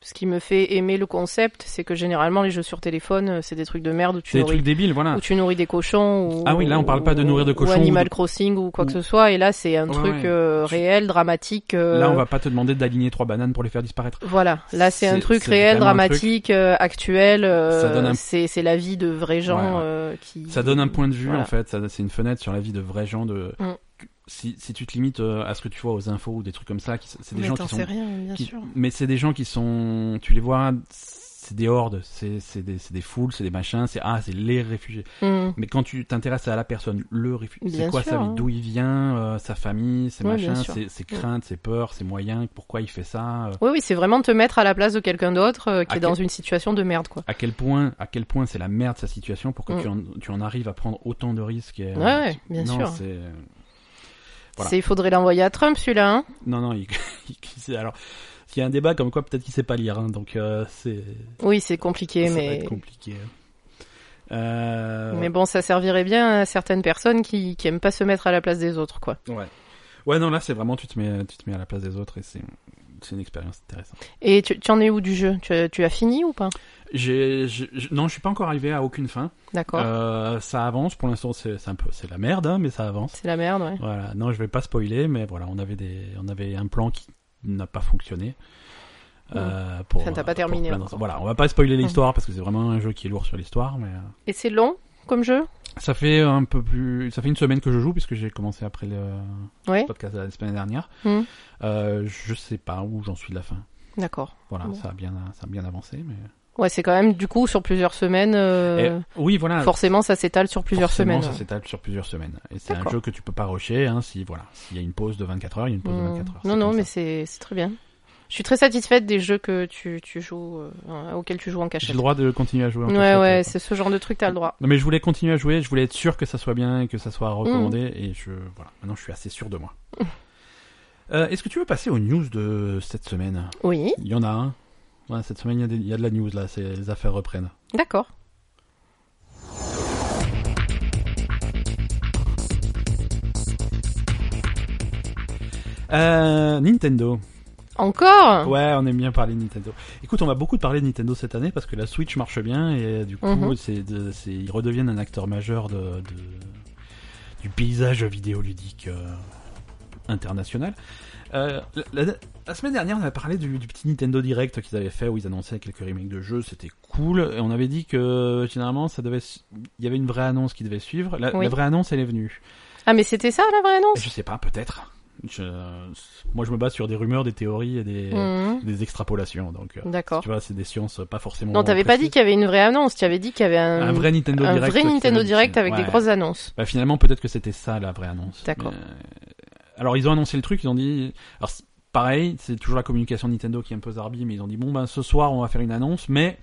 [SPEAKER 2] ce qui me fait aimer le concept, c'est que généralement les jeux sur téléphone, euh, c'est des trucs de merde où tu
[SPEAKER 1] C'est des
[SPEAKER 2] nourris
[SPEAKER 1] trucs débiles, voilà.
[SPEAKER 2] où tu nourris des cochons ou
[SPEAKER 1] Ah oui, là, on parle pas de nourrir de
[SPEAKER 2] ou
[SPEAKER 1] cochons,
[SPEAKER 2] Animal
[SPEAKER 1] ou de-
[SPEAKER 2] Crossing ou quoi que
[SPEAKER 1] ou-
[SPEAKER 2] ce soit et là c'est un
[SPEAKER 1] Ouais,
[SPEAKER 2] truc
[SPEAKER 1] ouais.
[SPEAKER 2] euh,
[SPEAKER 1] Tu-
[SPEAKER 2] réel, dramatique euh,
[SPEAKER 1] Là, on va pas te demander d'aligner trois bananes pour les faire disparaître.
[SPEAKER 2] Voilà, là c'est un
[SPEAKER 1] C'est-
[SPEAKER 2] truc
[SPEAKER 1] c'est
[SPEAKER 2] réel,
[SPEAKER 1] vraiment un truc-
[SPEAKER 2] dramatique, euh, actuel, euh,
[SPEAKER 1] Ça donne un-
[SPEAKER 2] c'est c'est la vie de vrais gens
[SPEAKER 1] Ouais, ouais.
[SPEAKER 2] euh, qui
[SPEAKER 1] Ça donne un point de vue
[SPEAKER 2] Voilà.
[SPEAKER 1] en fait. Ça- C'est une fenêtre sur la vie de vrais gens. De
[SPEAKER 2] Mm.
[SPEAKER 1] si si tu te limites euh, à ce que tu vois aux infos ou des trucs comme ça, qui s- c'est des
[SPEAKER 2] Mais
[SPEAKER 1] gens
[SPEAKER 2] t'en
[SPEAKER 1] qui sont
[SPEAKER 2] sais rien, bien
[SPEAKER 1] qui-
[SPEAKER 2] sûr.
[SPEAKER 1] Mais c'est des gens qui sont, tu les vois, c'est des hordes, c'est c'est des, c'est des foules, c'est des machins, c'est ah, c'est les réfugiés.
[SPEAKER 2] Mm.
[SPEAKER 1] Mais quand tu t'intéresses à la personne, le réfugié, c'est
[SPEAKER 2] Bien
[SPEAKER 1] quoi
[SPEAKER 2] sûr,
[SPEAKER 1] sa vie,
[SPEAKER 2] hein.
[SPEAKER 1] d'où il vient, euh, sa famille, ses
[SPEAKER 2] Ouais, bien
[SPEAKER 1] machins,
[SPEAKER 2] sûr. Mm.
[SPEAKER 1] ses, ses craintes, ses peurs, ses moyens, pourquoi il fait ça, euh,
[SPEAKER 2] Oui, oui, c'est vraiment te mettre à la place de quelqu'un d'autre euh, qui
[SPEAKER 1] À
[SPEAKER 2] est dans
[SPEAKER 1] quel-
[SPEAKER 2] une situation de merde, quoi.
[SPEAKER 1] à quel point, à quel point c'est la merde sa situation pour que
[SPEAKER 2] Mm.
[SPEAKER 1] tu, en, tu en arrives à prendre autant de risques. Et, euh,
[SPEAKER 2] Ouais, ouais, bien
[SPEAKER 1] non,
[SPEAKER 2] sûr.
[SPEAKER 1] c'est- Voilà.
[SPEAKER 2] C'est, il faudrait l'envoyer à Trump, celui-là. Hein
[SPEAKER 1] Non, non, il, il- c'est- alors, il y a un débat comme quoi peut-être qu'il sait pas lire, hein, donc euh, c'est,
[SPEAKER 2] oui, c'est compliqué,
[SPEAKER 1] ça va
[SPEAKER 2] mais
[SPEAKER 1] être compliqué. hein. Euh,
[SPEAKER 2] mais bon, ça servirait bien à certaines personnes qui qui aiment pas se mettre à la place des autres, quoi.
[SPEAKER 1] Ouais. Ouais, non, là, c'est vraiment, tu te mets, tu te mets à la place des autres et c'est, c'est une expérience intéressante.
[SPEAKER 2] Et tu, tu en es où du jeu tu, as- tu as fini ou pas
[SPEAKER 1] J'ai, j'ai- j'ai- non, je suis pas encore arrivé à aucune fin.
[SPEAKER 2] D'accord.
[SPEAKER 1] Euh, ça avance. Pour l'instant, c'est, c'est un peu, c'est la merde, hein, mais ça avance.
[SPEAKER 2] C'est la merde, ouais.
[SPEAKER 1] Voilà. Non, je vais pas spoiler, mais voilà, on avait des, on avait un plan qui n'a pas fonctionné.
[SPEAKER 2] Hmm.
[SPEAKER 1] Euh, pour,
[SPEAKER 2] Enfin, t'as pas
[SPEAKER 1] pour
[SPEAKER 2] terminé
[SPEAKER 1] plein de-
[SPEAKER 2] encore. Hmm.
[SPEAKER 1] Voilà, on va pas spoiler l'histoire parce que c'est vraiment un jeu qui est lourd sur l'histoire, mais euh,
[SPEAKER 2] Et c'est long comme jeu
[SPEAKER 1] ça fait un peu plus, ça fait une semaine que je joue puisque j'ai commencé après le
[SPEAKER 2] Ouais.
[SPEAKER 1] podcast de la semaine dernière.
[SPEAKER 2] Mm.
[SPEAKER 1] Euh, je sais pas où j'en suis de la fin.
[SPEAKER 2] D'accord.
[SPEAKER 1] Voilà,
[SPEAKER 2] Bon.
[SPEAKER 1] ça, a bien, ça a bien avancé. Mais...
[SPEAKER 2] Ouais, c'est quand même du coup sur plusieurs semaines. euh,
[SPEAKER 1] Eh, oui, voilà.
[SPEAKER 2] forcément, ça s'étale sur plusieurs
[SPEAKER 1] forcément,
[SPEAKER 2] semaines.
[SPEAKER 1] Ça
[SPEAKER 2] ouais.
[SPEAKER 1] s'étale sur plusieurs semaines. Et c'est un
[SPEAKER 2] D'accord.
[SPEAKER 1] jeu que tu peux pas rusher. Hein, si, voilà, s'il y a une pause de 24 heures, il y a une pause de
[SPEAKER 2] Mm.
[SPEAKER 1] 24 heures.
[SPEAKER 2] Non,
[SPEAKER 1] c'est
[SPEAKER 2] non,
[SPEAKER 1] comme
[SPEAKER 2] mais
[SPEAKER 1] ça.
[SPEAKER 2] c'est c'est très bien. Je suis très satisfaite des jeux que tu, tu joues, euh, auxquels tu joues en
[SPEAKER 1] J'ai
[SPEAKER 2] cachette.
[SPEAKER 1] le droit de continuer à jouer. en
[SPEAKER 2] ouais,
[SPEAKER 1] cachette,
[SPEAKER 2] ouais,
[SPEAKER 1] euh,
[SPEAKER 2] c'est ce genre de truc, t'as le droit.
[SPEAKER 1] Non, mais je voulais continuer à jouer. Je voulais être sûr que ça soit bien et que ça soit recommandé.
[SPEAKER 2] Mmh.
[SPEAKER 1] Et je, voilà, maintenant je suis assez sûr de moi. Euh, Est-ce que tu veux passer aux news de cette semaine
[SPEAKER 2] Oui,
[SPEAKER 1] Il y en a un. Ouais, cette semaine, il y a des- il y, a de la news là. c'est- Les affaires reprennent.
[SPEAKER 2] d'accord.
[SPEAKER 1] Euh, Nintendo.
[SPEAKER 2] Encore
[SPEAKER 1] Ouais, on aime bien parler de Nintendo. Écoute, on va beaucoup parler de Nintendo cette année parce que la Switch marche bien et euh, du coup,
[SPEAKER 2] Mhm.
[SPEAKER 1] c'est de- c'est- ils redeviennent un acteur majeur de, de- du paysage vidéoludique euh, international. Euh, la, la- la semaine dernière, on avait parlé du, du petit Nintendo Direct qu'ils avaient fait où ils annonçaient quelques remakes de jeux, c'était cool. Et on avait dit que généralement, ça devait, s- il y avait une vraie annonce qui devait suivre. La,
[SPEAKER 2] Oui.
[SPEAKER 1] la vraie annonce, elle est venue.
[SPEAKER 2] Ah, mais c'était ça la vraie annonce
[SPEAKER 1] Je sais pas, peut-être. Je- Moi, je me base sur des rumeurs, des théories et des,
[SPEAKER 2] Mhm.
[SPEAKER 1] des extrapolations. Donc, euh,
[SPEAKER 2] D'accord.
[SPEAKER 1] tu vois, c'est des sciences pas forcément.
[SPEAKER 2] Non, t'avais pas dit
[SPEAKER 1] précises.
[SPEAKER 2] qu'il y avait une vraie annonce, tu avais dit qu'il y avait un,
[SPEAKER 1] un vrai Nintendo
[SPEAKER 2] un
[SPEAKER 1] Direct.
[SPEAKER 2] vrai
[SPEAKER 1] qui avait
[SPEAKER 2] Nintendo
[SPEAKER 1] dit-
[SPEAKER 2] Direct avec
[SPEAKER 1] Ouais.
[SPEAKER 2] des grosses annonces.
[SPEAKER 1] Bah, finalement, peut-être que c'était ça la vraie annonce.
[SPEAKER 2] D'accord.
[SPEAKER 1] Mais, euh, Alors, ils ont annoncé le truc, ils ont dit. Alors, c'est- pareil, c'est toujours la communication de Nintendo qui est un peu zarbi, mais ils ont dit bon, ben ce soir, on va faire une annonce, mais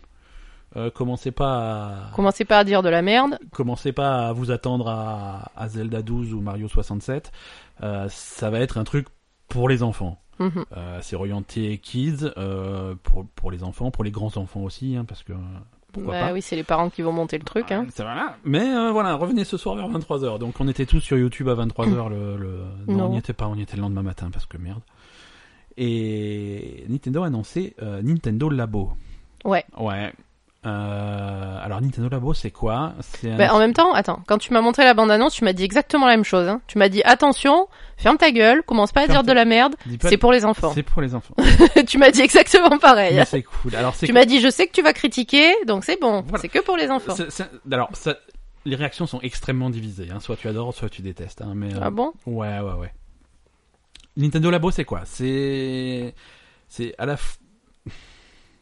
[SPEAKER 1] euh, commencez pas à...
[SPEAKER 2] Commencez pas à dire de la merde.
[SPEAKER 1] commencez pas à vous attendre à, à Zelda 12 ou Mario 67. Euh, ça va être un truc pour les enfants.
[SPEAKER 2] Mhm.
[SPEAKER 1] Euh, c'est orienté kids euh, pour, pour les enfants, pour les grands enfants aussi, hein, parce que euh, pourquoi
[SPEAKER 2] Bah
[SPEAKER 1] pas.
[SPEAKER 2] oui, c'est les parents qui vont monter le truc. Hein.
[SPEAKER 1] Ouais, Ah, ça va là. Mais euh, voilà, revenez ce soir vers 23h. Donc on était tous sur YouTube à 23h le, le... Non,
[SPEAKER 2] Non.
[SPEAKER 1] on n'y était pas, on y était le lendemain matin parce que merde. Et Nintendo a annoncé euh, Nintendo Labo.
[SPEAKER 2] Ouais.
[SPEAKER 1] Ouais. Euh, alors Nintendo Labo, c'est quoi C'est un-
[SPEAKER 2] Bah, en même temps, attends, quand tu m'as montré la bande-annonce, tu m'as dit exactement la même chose. hein. Tu m'as dit attention, ferme ta gueule, commence pas à
[SPEAKER 1] Ferme
[SPEAKER 2] dire
[SPEAKER 1] ta-
[SPEAKER 2] de la merde,
[SPEAKER 1] dis pas-
[SPEAKER 2] c'est pour les enfants.
[SPEAKER 1] c'est pour les enfants.
[SPEAKER 2] tu m'as dit exactement pareil.
[SPEAKER 1] Mais c'est cool. Alors c'est
[SPEAKER 2] Tu m'as dit je sais que tu vas critiquer, donc c'est bon,
[SPEAKER 1] Voilà.
[SPEAKER 2] c'est que pour les enfants.
[SPEAKER 1] c'est- c'est- alors ça- les réactions sont extrêmement divisées. hein. Soit tu adores, soit tu détestes. hein, Mais euh,
[SPEAKER 2] Ah bon
[SPEAKER 1] Ouais, ouais, ouais. Nintendo Labo, c'est quoi C'est. C'est à la. f-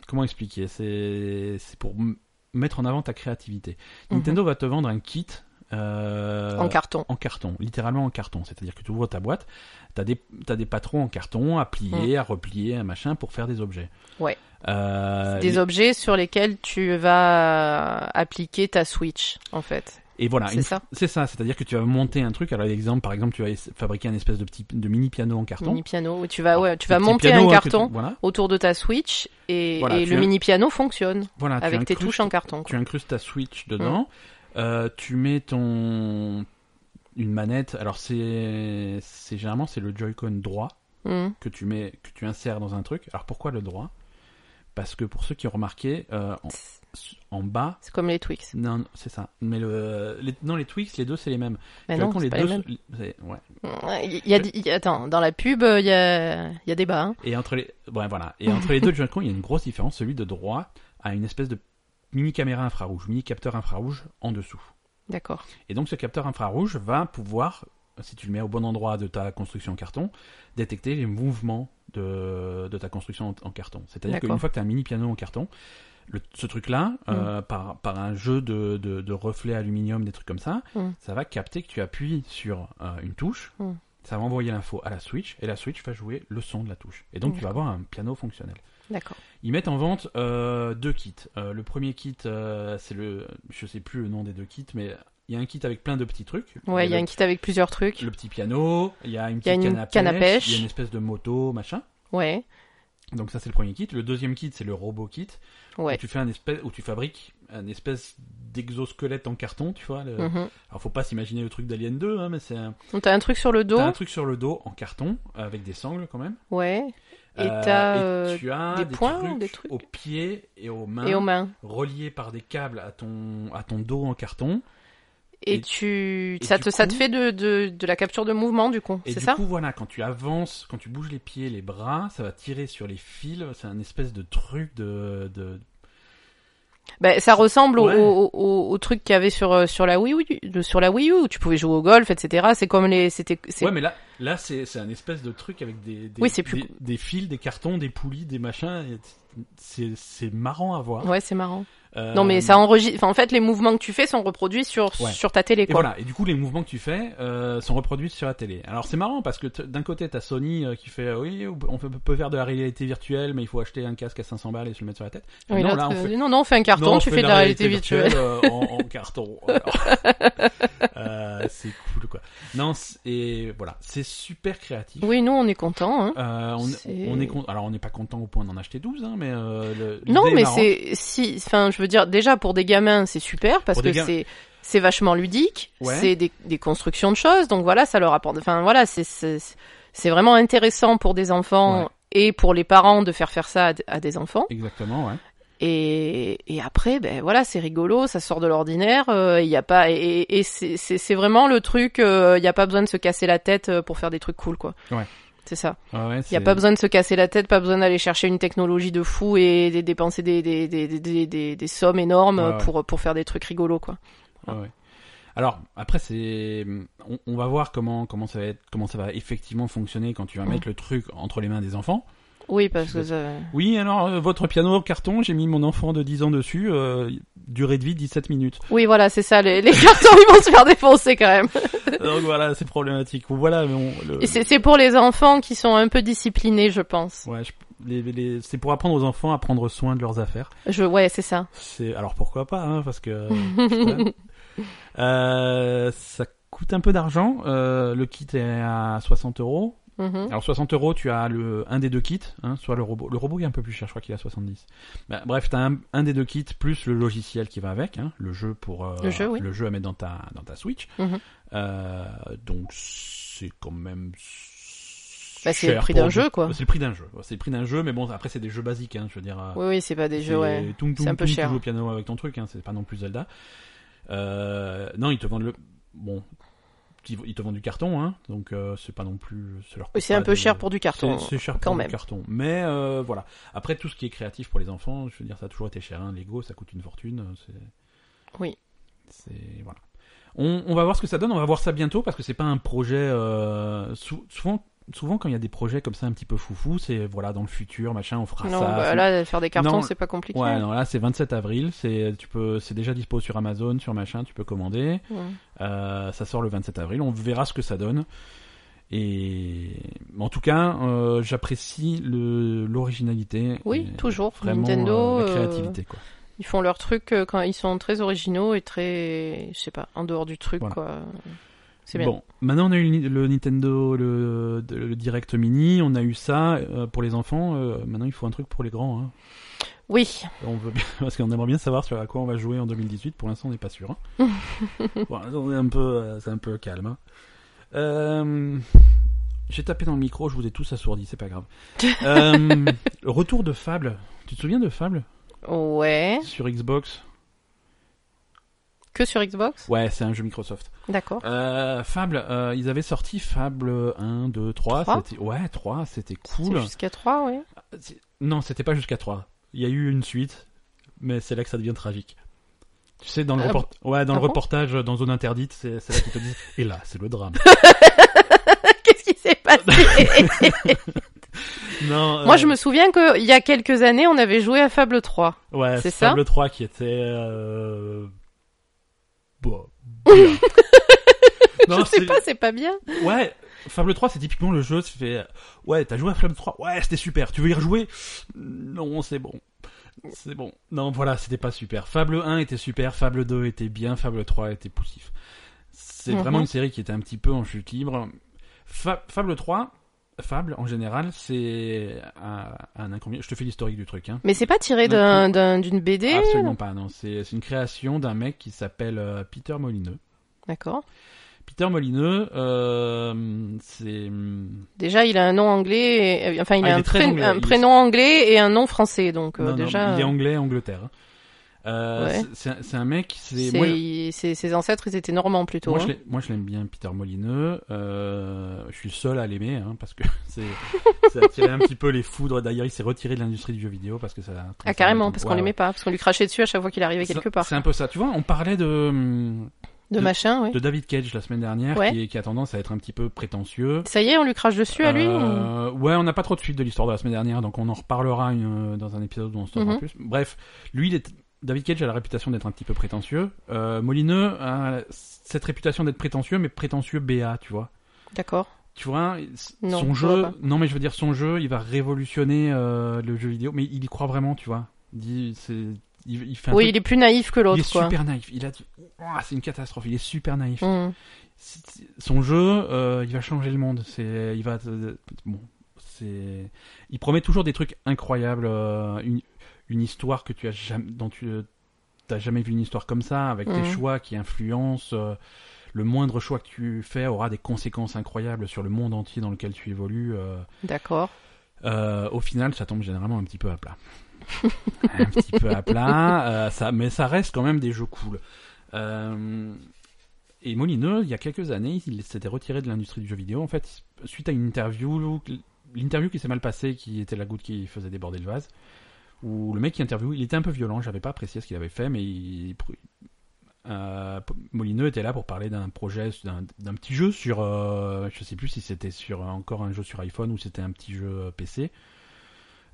[SPEAKER 1] Comment expliquer C'est c'est pour m- mettre en avant ta créativité.
[SPEAKER 2] Mhm.
[SPEAKER 1] Nintendo va te vendre un kit. euh,
[SPEAKER 2] En carton.
[SPEAKER 1] en carton, littéralement en carton. C'est-à-dire que tu ouvres ta boîte, t'as des, t'as des patrons en carton à plier, à replier, un machin pour faire des objets.
[SPEAKER 2] Mhm. Ouais.
[SPEAKER 1] Euh,
[SPEAKER 2] Des objets sur lesquels tu vas euh, appliquer ta Switch, en fait.
[SPEAKER 1] et voilà,
[SPEAKER 2] c'est
[SPEAKER 1] Ah, une-
[SPEAKER 2] ça.
[SPEAKER 1] c'est ça. C'est-à-dire que tu vas monter un truc. Alors, exemple, par exemple, tu vas es- fabriquer un espèce de petit de mini piano en carton.
[SPEAKER 2] Mini piano. où Tu vas, ouais, tu
[SPEAKER 1] Petit
[SPEAKER 2] vas monter
[SPEAKER 1] piano,
[SPEAKER 2] un
[SPEAKER 1] hein, que tu-
[SPEAKER 2] carton
[SPEAKER 1] voilà.
[SPEAKER 2] autour de ta Switch et,
[SPEAKER 1] Voilà,
[SPEAKER 2] et
[SPEAKER 1] tu
[SPEAKER 2] le
[SPEAKER 1] as-
[SPEAKER 2] mini piano fonctionne
[SPEAKER 1] Voilà, tu
[SPEAKER 2] avec tes
[SPEAKER 1] incrustes-
[SPEAKER 2] touches en carton.
[SPEAKER 1] Tu incrustes ta Switch dedans. Euh, tu mets ton une manette. Alors c'est c'est généralement c'est le Joy-Con droit
[SPEAKER 2] Mhm.
[SPEAKER 1] que tu mets que tu insères dans un truc. Alors pourquoi le droit Parce que pour ceux qui ont remarqué euh, en, en bas
[SPEAKER 2] C'est comme les Twix.
[SPEAKER 1] non, non, c'est ça. Mais le les, non les Twix les deux c'est les mêmes.
[SPEAKER 2] Mais
[SPEAKER 1] Joy-Con,
[SPEAKER 2] non, c'est
[SPEAKER 1] les
[SPEAKER 2] pas
[SPEAKER 1] deux
[SPEAKER 2] les mêmes.
[SPEAKER 1] sont- c'est- ouais.
[SPEAKER 2] Il y a, il y a- attends, dans la pub, il y a, il y a débat. Hein.
[SPEAKER 1] Et entre les ouais, voilà et entre les deux Joy-Con il y a une grosse différence. Celui de droit a une espèce de mini caméra infrarouge, mini capteur infrarouge en dessous.
[SPEAKER 2] D'accord.
[SPEAKER 1] Et donc ce capteur infrarouge va pouvoir, si tu le mets au bon endroit de ta construction en carton, détecter les mouvements de, de ta construction en, en carton. C'est-à-dire
[SPEAKER 2] D'accord. Mm.
[SPEAKER 1] qu'une fois que tu as un mini piano en carton, le- ce truc-là, euh, par, par un jeu de, de, de reflets aluminium, des trucs comme ça,
[SPEAKER 2] Mm.
[SPEAKER 1] ça va capter que tu appuies sur euh, une touche,
[SPEAKER 2] Mm.
[SPEAKER 1] ça va envoyer l'info à la Switch, et la Switch va jouer le son de la touche. Et
[SPEAKER 2] Mm.
[SPEAKER 1] donc tu vas avoir un piano fonctionnel.
[SPEAKER 2] D'accord.
[SPEAKER 1] Ils mettent en vente euh, deux kits. Euh, le premier kit, euh, c'est le, je sais plus le nom des deux kits, mais il y a un kit avec plein de petits trucs.
[SPEAKER 2] Ouais, il y a
[SPEAKER 1] le,
[SPEAKER 2] un kit avec plusieurs trucs.
[SPEAKER 1] le petit piano, il y a une
[SPEAKER 2] Il y a
[SPEAKER 1] petite
[SPEAKER 2] une
[SPEAKER 1] canne à
[SPEAKER 2] canne à
[SPEAKER 1] pêche,
[SPEAKER 2] pêche.
[SPEAKER 1] il y a une espèce de moto, machin.
[SPEAKER 2] Ouais,
[SPEAKER 1] Donc ça c'est le premier kit. Le deuxième kit, c'est le robot kit où
[SPEAKER 2] ouais.
[SPEAKER 1] tu fais un espèce, où tu fabriques un espèce d'exosquelette en carton, tu vois. le-
[SPEAKER 2] Mhm.
[SPEAKER 1] Alors faut pas s'imaginer le truc d'Alien 2, hein, mais c'est un...
[SPEAKER 2] Donc t'as un truc sur le dos.
[SPEAKER 1] t'as un truc sur le dos en carton avec des sangles quand même.
[SPEAKER 2] Ouais. Et
[SPEAKER 1] Euh,
[SPEAKER 2] t'as,
[SPEAKER 1] et
[SPEAKER 2] euh,
[SPEAKER 1] tu as
[SPEAKER 2] des poings ou
[SPEAKER 1] trucs
[SPEAKER 2] des trucs
[SPEAKER 1] aux pieds et aux mains.
[SPEAKER 2] Et aux mains.
[SPEAKER 1] relié par des câbles à ton, à ton dos en carton.
[SPEAKER 2] Et,
[SPEAKER 1] Et-
[SPEAKER 2] tu,
[SPEAKER 1] et
[SPEAKER 2] ça
[SPEAKER 1] du
[SPEAKER 2] te, ça
[SPEAKER 1] coup-
[SPEAKER 2] te fait de, de, de la capture de mouvement du coup,
[SPEAKER 1] Et
[SPEAKER 2] c'est
[SPEAKER 1] du
[SPEAKER 2] ça
[SPEAKER 1] coup, voilà, quand tu avances, quand tu bouges les pieds, les bras, ça va tirer sur les fils. C'est un espèce de truc de. de...
[SPEAKER 2] Ben, ça ressemble au-
[SPEAKER 1] Ouais.
[SPEAKER 2] au, au, au truc qu'il y avait sur euh, sur la Wii U, de- sur la Wii U. où Tu pouvais jouer au golf, etc. C'est comme les, c'était, c'est
[SPEAKER 1] Ouais, mais là, là c'est c'est un espèce de truc avec des, des,
[SPEAKER 2] Oui, c'est plus-
[SPEAKER 1] des, des fils, des cartons, des poulies, des machins. et C'est c'est marrant à voir.
[SPEAKER 2] ouais, c'est marrant.
[SPEAKER 1] Euh,
[SPEAKER 2] Non, mais ça enregistre. Enfin, en fait, les mouvements que tu fais sont reproduits sur
[SPEAKER 1] Ouais.
[SPEAKER 2] sur ta télé,
[SPEAKER 1] Et
[SPEAKER 2] quoi.
[SPEAKER 1] voilà, et du coup les mouvements que tu fais euh, sont reproduits sur la télé. Alors c'est marrant parce que t- d'un côté t'as Sony euh, qui fait euh, oui on peut, peut faire de la réalité virtuelle mais il faut acheter un casque à 500 balles et se le mettre sur la tête.
[SPEAKER 2] Oui,
[SPEAKER 1] non,
[SPEAKER 2] l'autre,
[SPEAKER 1] là on
[SPEAKER 2] euh,
[SPEAKER 1] fait,
[SPEAKER 2] non, non, on fait un carton,
[SPEAKER 1] Non, on
[SPEAKER 2] tu
[SPEAKER 1] fait
[SPEAKER 2] fais de la réalité virtuelle.
[SPEAKER 1] euh, en, en carton. Alors, euh, c'est cool quoi. Non, c'est- et voilà, c'est super créatif.
[SPEAKER 2] Oui, nous, on est content. Hein.
[SPEAKER 1] Euh, on,
[SPEAKER 2] C'est-
[SPEAKER 1] on est con- alors on n'est pas content au point d'en acheter 12 hein, mais euh, le- l'idée
[SPEAKER 2] Non,
[SPEAKER 1] est
[SPEAKER 2] mais
[SPEAKER 1] marrante.
[SPEAKER 2] c'est si, enfin, je veux dire, déjà pour des gamins, c'est super parce
[SPEAKER 1] Pour
[SPEAKER 2] que
[SPEAKER 1] des gam-
[SPEAKER 2] c'est c'est vachement ludique,
[SPEAKER 1] Ouais.
[SPEAKER 2] c'est des, des constructions de choses, donc voilà, ça leur apporte. Enfin, voilà, c'est c'est c'est vraiment intéressant pour des enfants
[SPEAKER 1] Ouais.
[SPEAKER 2] et pour les parents de faire faire ça à, d- à des enfants.
[SPEAKER 1] exactement ouais.
[SPEAKER 2] Et, et après, ben voilà, c'est rigolo, ça sort de l'ordinaire. euh, Il y a pas et, et c'est- c'est c'est vraiment le truc. euh, Il n'y a pas besoin de se casser la tête euh, pour faire des trucs cool, quoi.
[SPEAKER 1] Ouais.
[SPEAKER 2] C'est ça.
[SPEAKER 1] Ah ouais,
[SPEAKER 2] Il n'y
[SPEAKER 1] c'est-
[SPEAKER 2] a pas besoin de se casser la tête, pas besoin d'aller chercher une technologie de fou et de dépenser des, des, des, des, des, des- des sommes énormes
[SPEAKER 1] Ouais, ouais.
[SPEAKER 2] Pour, pour faire des trucs rigolos, quoi.
[SPEAKER 1] Ouais, ouais. Alors après c'est, on, on va voir comment comment ça va être, comment ça va effectivement fonctionner quand tu vas
[SPEAKER 2] Mhm.
[SPEAKER 1] mettre le truc entre les mains des enfants.
[SPEAKER 2] Oui, parce que ça...
[SPEAKER 1] Oui, alors euh, votre piano carton, j'ai mis mon enfant de 10 ans dessus, euh, durée de vie 17 minutes.
[SPEAKER 2] Oui, voilà, c'est ça, les, les cartons, ils vont se faire défoncer quand même.
[SPEAKER 1] Donc voilà, c'est problématique. Voilà, mais on- le-
[SPEAKER 2] Et c'est c'est pour les enfants qui sont un peu disciplinés, je pense.
[SPEAKER 1] ouais, je- les- les- c'est pour apprendre aux enfants à prendre soin de leurs affaires.
[SPEAKER 2] Je, ouais, c'est ça.
[SPEAKER 1] C'est alors pourquoi pas, hein, parce que putain. Euh, ça coûte un peu d'argent. Euh, le kit est à 60 euros.
[SPEAKER 2] Mhm.
[SPEAKER 1] Alors 60 euros, tu as le un des deux kits, hein, soit le robot. Le robot est un peu plus cher, je crois qu'il est à 70. Bah, bref, tu as un, un des deux kits plus le logiciel qui va avec, hein, le jeu pour euh,
[SPEAKER 2] Le jeu, oui.
[SPEAKER 1] à mettre dans ta dans ta Switch.
[SPEAKER 2] Mhm.
[SPEAKER 1] Euh, donc c'est quand même
[SPEAKER 2] Bah, c'est le
[SPEAKER 1] cher
[SPEAKER 2] prix
[SPEAKER 1] pour
[SPEAKER 2] d'un
[SPEAKER 1] du-
[SPEAKER 2] jeu, quoi.
[SPEAKER 1] C'est le prix d'un jeu. C'est le prix d'un jeu, mais bon après c'est des jeux basiques, hein, je veux dire. euh,
[SPEAKER 2] Oui, oui, c'est pas des jeux, ouais.
[SPEAKER 1] c'est toum, toum,
[SPEAKER 2] C'est un peu
[SPEAKER 1] toum, tu
[SPEAKER 2] cher.
[SPEAKER 1] joues au piano avec ton truc, hein, c'est pas non plus Zelda. Euh, non, ils te vendent le. Bon. Ils ils te vendent du carton, hein, donc euh, c'est pas non plus. ça leur
[SPEAKER 2] Oui,
[SPEAKER 1] coûte
[SPEAKER 2] C'est
[SPEAKER 1] pas
[SPEAKER 2] un peu
[SPEAKER 1] de-
[SPEAKER 2] cher pour du carton.
[SPEAKER 1] C'est c'est cher
[SPEAKER 2] quand
[SPEAKER 1] pour
[SPEAKER 2] même.
[SPEAKER 1] du carton. Mais euh, voilà. Après, tout ce qui est créatif pour les enfants, je veux dire, ça a toujours été cher. Hein. Lego, ça coûte une fortune. euh, c'est-
[SPEAKER 2] Oui.
[SPEAKER 1] C'est. Voilà. On, on va voir ce que ça donne, on va voir ça bientôt parce que c'est pas un projet. euh, sou- souvent, souvent, quand il y a des projets comme ça un petit peu foufou, c'est voilà, dans le futur, machin, on fera
[SPEAKER 2] non,
[SPEAKER 1] ça.
[SPEAKER 2] bah,
[SPEAKER 1] ça-
[SPEAKER 2] là, faire des cartons,
[SPEAKER 1] Non,
[SPEAKER 2] c'est pas compliqué.
[SPEAKER 1] Ouais, non, là c'est 27 avril, c'est tu peux c'est déjà dispo sur Amazon, sur machin, tu peux commander.
[SPEAKER 2] Ouais.
[SPEAKER 1] Euh, ça sort le 27 avril, on verra ce que ça donne. Et mais en tout cas, euh, j'apprécie le l'originalité.
[SPEAKER 2] Oui,
[SPEAKER 1] Et
[SPEAKER 2] toujours.
[SPEAKER 1] Vraiment euh,
[SPEAKER 2] Nintendo,
[SPEAKER 1] la
[SPEAKER 2] euh,
[SPEAKER 1] créativité quoi.
[SPEAKER 2] Ils font leur truc euh, quand ils sont très originaux et très, je sais pas, en dehors du truc,
[SPEAKER 1] Voilà.
[SPEAKER 2] quoi. C'est bien.
[SPEAKER 1] Bon, maintenant on a eu le, le Nintendo le, de- le Direct Mini, on a eu ça euh, pour les enfants, euh, maintenant il faut un truc pour les grands hein.
[SPEAKER 2] Oui,
[SPEAKER 1] On veut bien- parce qu'on aimerait bien savoir sur à quoi on va jouer en 2018. Pour l'instant, on n'est pas sûr. hein. Pour l'instant, on est un peu, euh, c'est un peu calme. hein. Euh, J'ai tapé dans le micro, je vous ai tous assourdis, c'est pas grave. Euh, retour de Fable. Tu te souviens de Fable
[SPEAKER 2] ouais.
[SPEAKER 1] sur Xbox
[SPEAKER 2] Que sur Xbox
[SPEAKER 1] Ouais, c'est un jeu Microsoft.
[SPEAKER 2] D'accord.
[SPEAKER 1] Euh, Fable, euh, ils avaient sorti Fable 1, 2, 3.
[SPEAKER 2] Trois
[SPEAKER 1] c'était- Ouais, 3, c'était
[SPEAKER 2] C'est
[SPEAKER 1] cool.
[SPEAKER 2] jusqu'à 3, oui.
[SPEAKER 1] C'est- Non, c'était pas jusqu'à 3. Il y a eu une suite, mais c'est là que ça devient tragique. Tu sais, dans le,
[SPEAKER 2] Ah
[SPEAKER 1] report- ouais, dans
[SPEAKER 2] Ah
[SPEAKER 1] le
[SPEAKER 2] bon
[SPEAKER 1] reportage euh, dans Zone Interdite, c'est c'est là qu'ils te disent « Et là, c'est le drame
[SPEAKER 2] Qu'est-ce qui s'est passé ».
[SPEAKER 1] Non, euh,
[SPEAKER 2] Moi, je me souviens qu'il y a quelques années, on avait joué à Fable 3.
[SPEAKER 1] euh, Ouais,
[SPEAKER 2] c'est
[SPEAKER 1] c'est
[SPEAKER 2] ça
[SPEAKER 1] Fable 3 qui était... Euh... Bon, bien.
[SPEAKER 2] je sais
[SPEAKER 1] c'est-
[SPEAKER 2] pas, c'est pas bien.
[SPEAKER 1] Ouais, Fable 3, c'est typiquement le jeu, tu fais... Ouais, t'as joué à Fable 3 Ouais, c'était super. Tu veux y rejouer Non, c'est bon. C'est bon. Non, voilà, c'était pas super. Fable 1 était super, Fable 2 était bien, Fable 3 était poussif. C'est
[SPEAKER 2] Mhm.
[SPEAKER 1] vraiment une série qui était un petit peu en chute libre. Fa- Fable 3, Fable en général, c'est un, un inconvénient. Je te fais l'historique du truc. Hein.
[SPEAKER 2] Mais c'est pas tiré d'un- d'un- d'une BD
[SPEAKER 1] Absolument pas, non. C'est c'est une création d'un mec qui s'appelle euh, Peter Molineux.
[SPEAKER 2] D'accord.
[SPEAKER 1] Peter Molineux, euh, c'est...
[SPEAKER 2] Déjà, il a un nom anglais, et- enfin, il
[SPEAKER 1] Ah,
[SPEAKER 2] a
[SPEAKER 1] il
[SPEAKER 2] un,
[SPEAKER 1] est très
[SPEAKER 2] pré-
[SPEAKER 1] anglais,
[SPEAKER 2] un
[SPEAKER 1] il-
[SPEAKER 2] prénom anglais et un nom français, donc euh,
[SPEAKER 1] Non, non,
[SPEAKER 2] déjà,
[SPEAKER 1] il est anglais, Angleterre. hein. Euh,
[SPEAKER 2] Ouais.
[SPEAKER 1] c'est- c'est un- C'est un mec, c'est.
[SPEAKER 2] c'est-
[SPEAKER 1] Moi,
[SPEAKER 2] il- c'est- ses ancêtres, ils étaient normands plutôt.
[SPEAKER 1] moi, je
[SPEAKER 2] hein.
[SPEAKER 1] l'ai- moi, je l'aime bien, Peter Molineux. Euh, je suis le seul à l'aimer, hein, parce que c'est ça a attiré un petit peu les foudres. D'ailleurs, il s'est retiré de l'industrie du jeu vidéo parce que ça.
[SPEAKER 2] Ah, carrément, parce qu'on
[SPEAKER 1] Ouais,
[SPEAKER 2] l'aimait
[SPEAKER 1] ouais.
[SPEAKER 2] pas, parce qu'on lui crachait dessus à chaque fois qu'il arrivait
[SPEAKER 1] C'est-
[SPEAKER 2] quelque part.
[SPEAKER 1] C'est un peu ça. Tu vois, on parlait de, hum,
[SPEAKER 2] De
[SPEAKER 1] de-
[SPEAKER 2] machin, oui.
[SPEAKER 1] de David Cage la semaine dernière,
[SPEAKER 2] Ouais.
[SPEAKER 1] qui, est- qui a tendance à être un petit peu prétentieux.
[SPEAKER 2] Ça y est, on lui crache dessus à lui ou-
[SPEAKER 1] Euh, Ouais, on n'a pas trop de suite de l'histoire de la semaine dernière, donc on en reparlera une- euh, dans un épisode où on se saura
[SPEAKER 2] Mhm.
[SPEAKER 1] plus. Bref, lui, il est... David Cage a la réputation d'être un petit peu prétentieux. Euh, Molineux a cette réputation d'être prétentieux, mais prétentieux BA, tu vois.
[SPEAKER 2] D'accord.
[SPEAKER 1] Tu vois, hein, s-
[SPEAKER 2] Non,
[SPEAKER 1] son
[SPEAKER 2] je vois
[SPEAKER 1] jeu,
[SPEAKER 2] pas.
[SPEAKER 1] non mais je veux dire son jeu, il va révolutionner euh, le jeu vidéo, mais il y croit vraiment, tu vois. Il, dit- c'est- il- il fait un
[SPEAKER 2] Oui,
[SPEAKER 1] truc-
[SPEAKER 2] il est plus naïf que
[SPEAKER 1] il
[SPEAKER 2] l'autre,
[SPEAKER 1] est
[SPEAKER 2] quoi.
[SPEAKER 1] super naïf. Il a, Ouah, c'est une catastrophe. Il est super naïf
[SPEAKER 2] Mm.
[SPEAKER 1] si- si- son jeu, euh, il va changer le monde. C'est, il va, euh, bon, c'est, il promet toujours des trucs incroyables, euh, une, une histoire que tu as jamais, dont tu euh, t'as jamais vu une histoire comme ça, avec
[SPEAKER 2] Mhm.
[SPEAKER 1] des choix qui influencent. euh, le moindre choix que tu fais aura des conséquences incroyables sur le monde entier dans lequel tu évolues. euh,
[SPEAKER 2] D'accord.
[SPEAKER 1] euh, au final, ça tombe généralement un petit peu à plat. un petit peu à plat, euh, ça, mais ça reste quand même des jeux cool. Euh, et Molineux, il y a quelques années, il s'était retiré de l'industrie du jeu vidéo. En fait, suite à une interview, l'interview qui s'est mal passée, qui était la goutte qui faisait déborder le vase, où le mec qui interviewe, il était un peu violent. J'avais pas apprécié ce qu'il avait fait, mais il, euh, Molineux était là pour parler d'un projet, d'un petit jeu sur, euh, je sais plus si c'était sur encore un jeu sur iPhone ou c'était un petit jeu PC.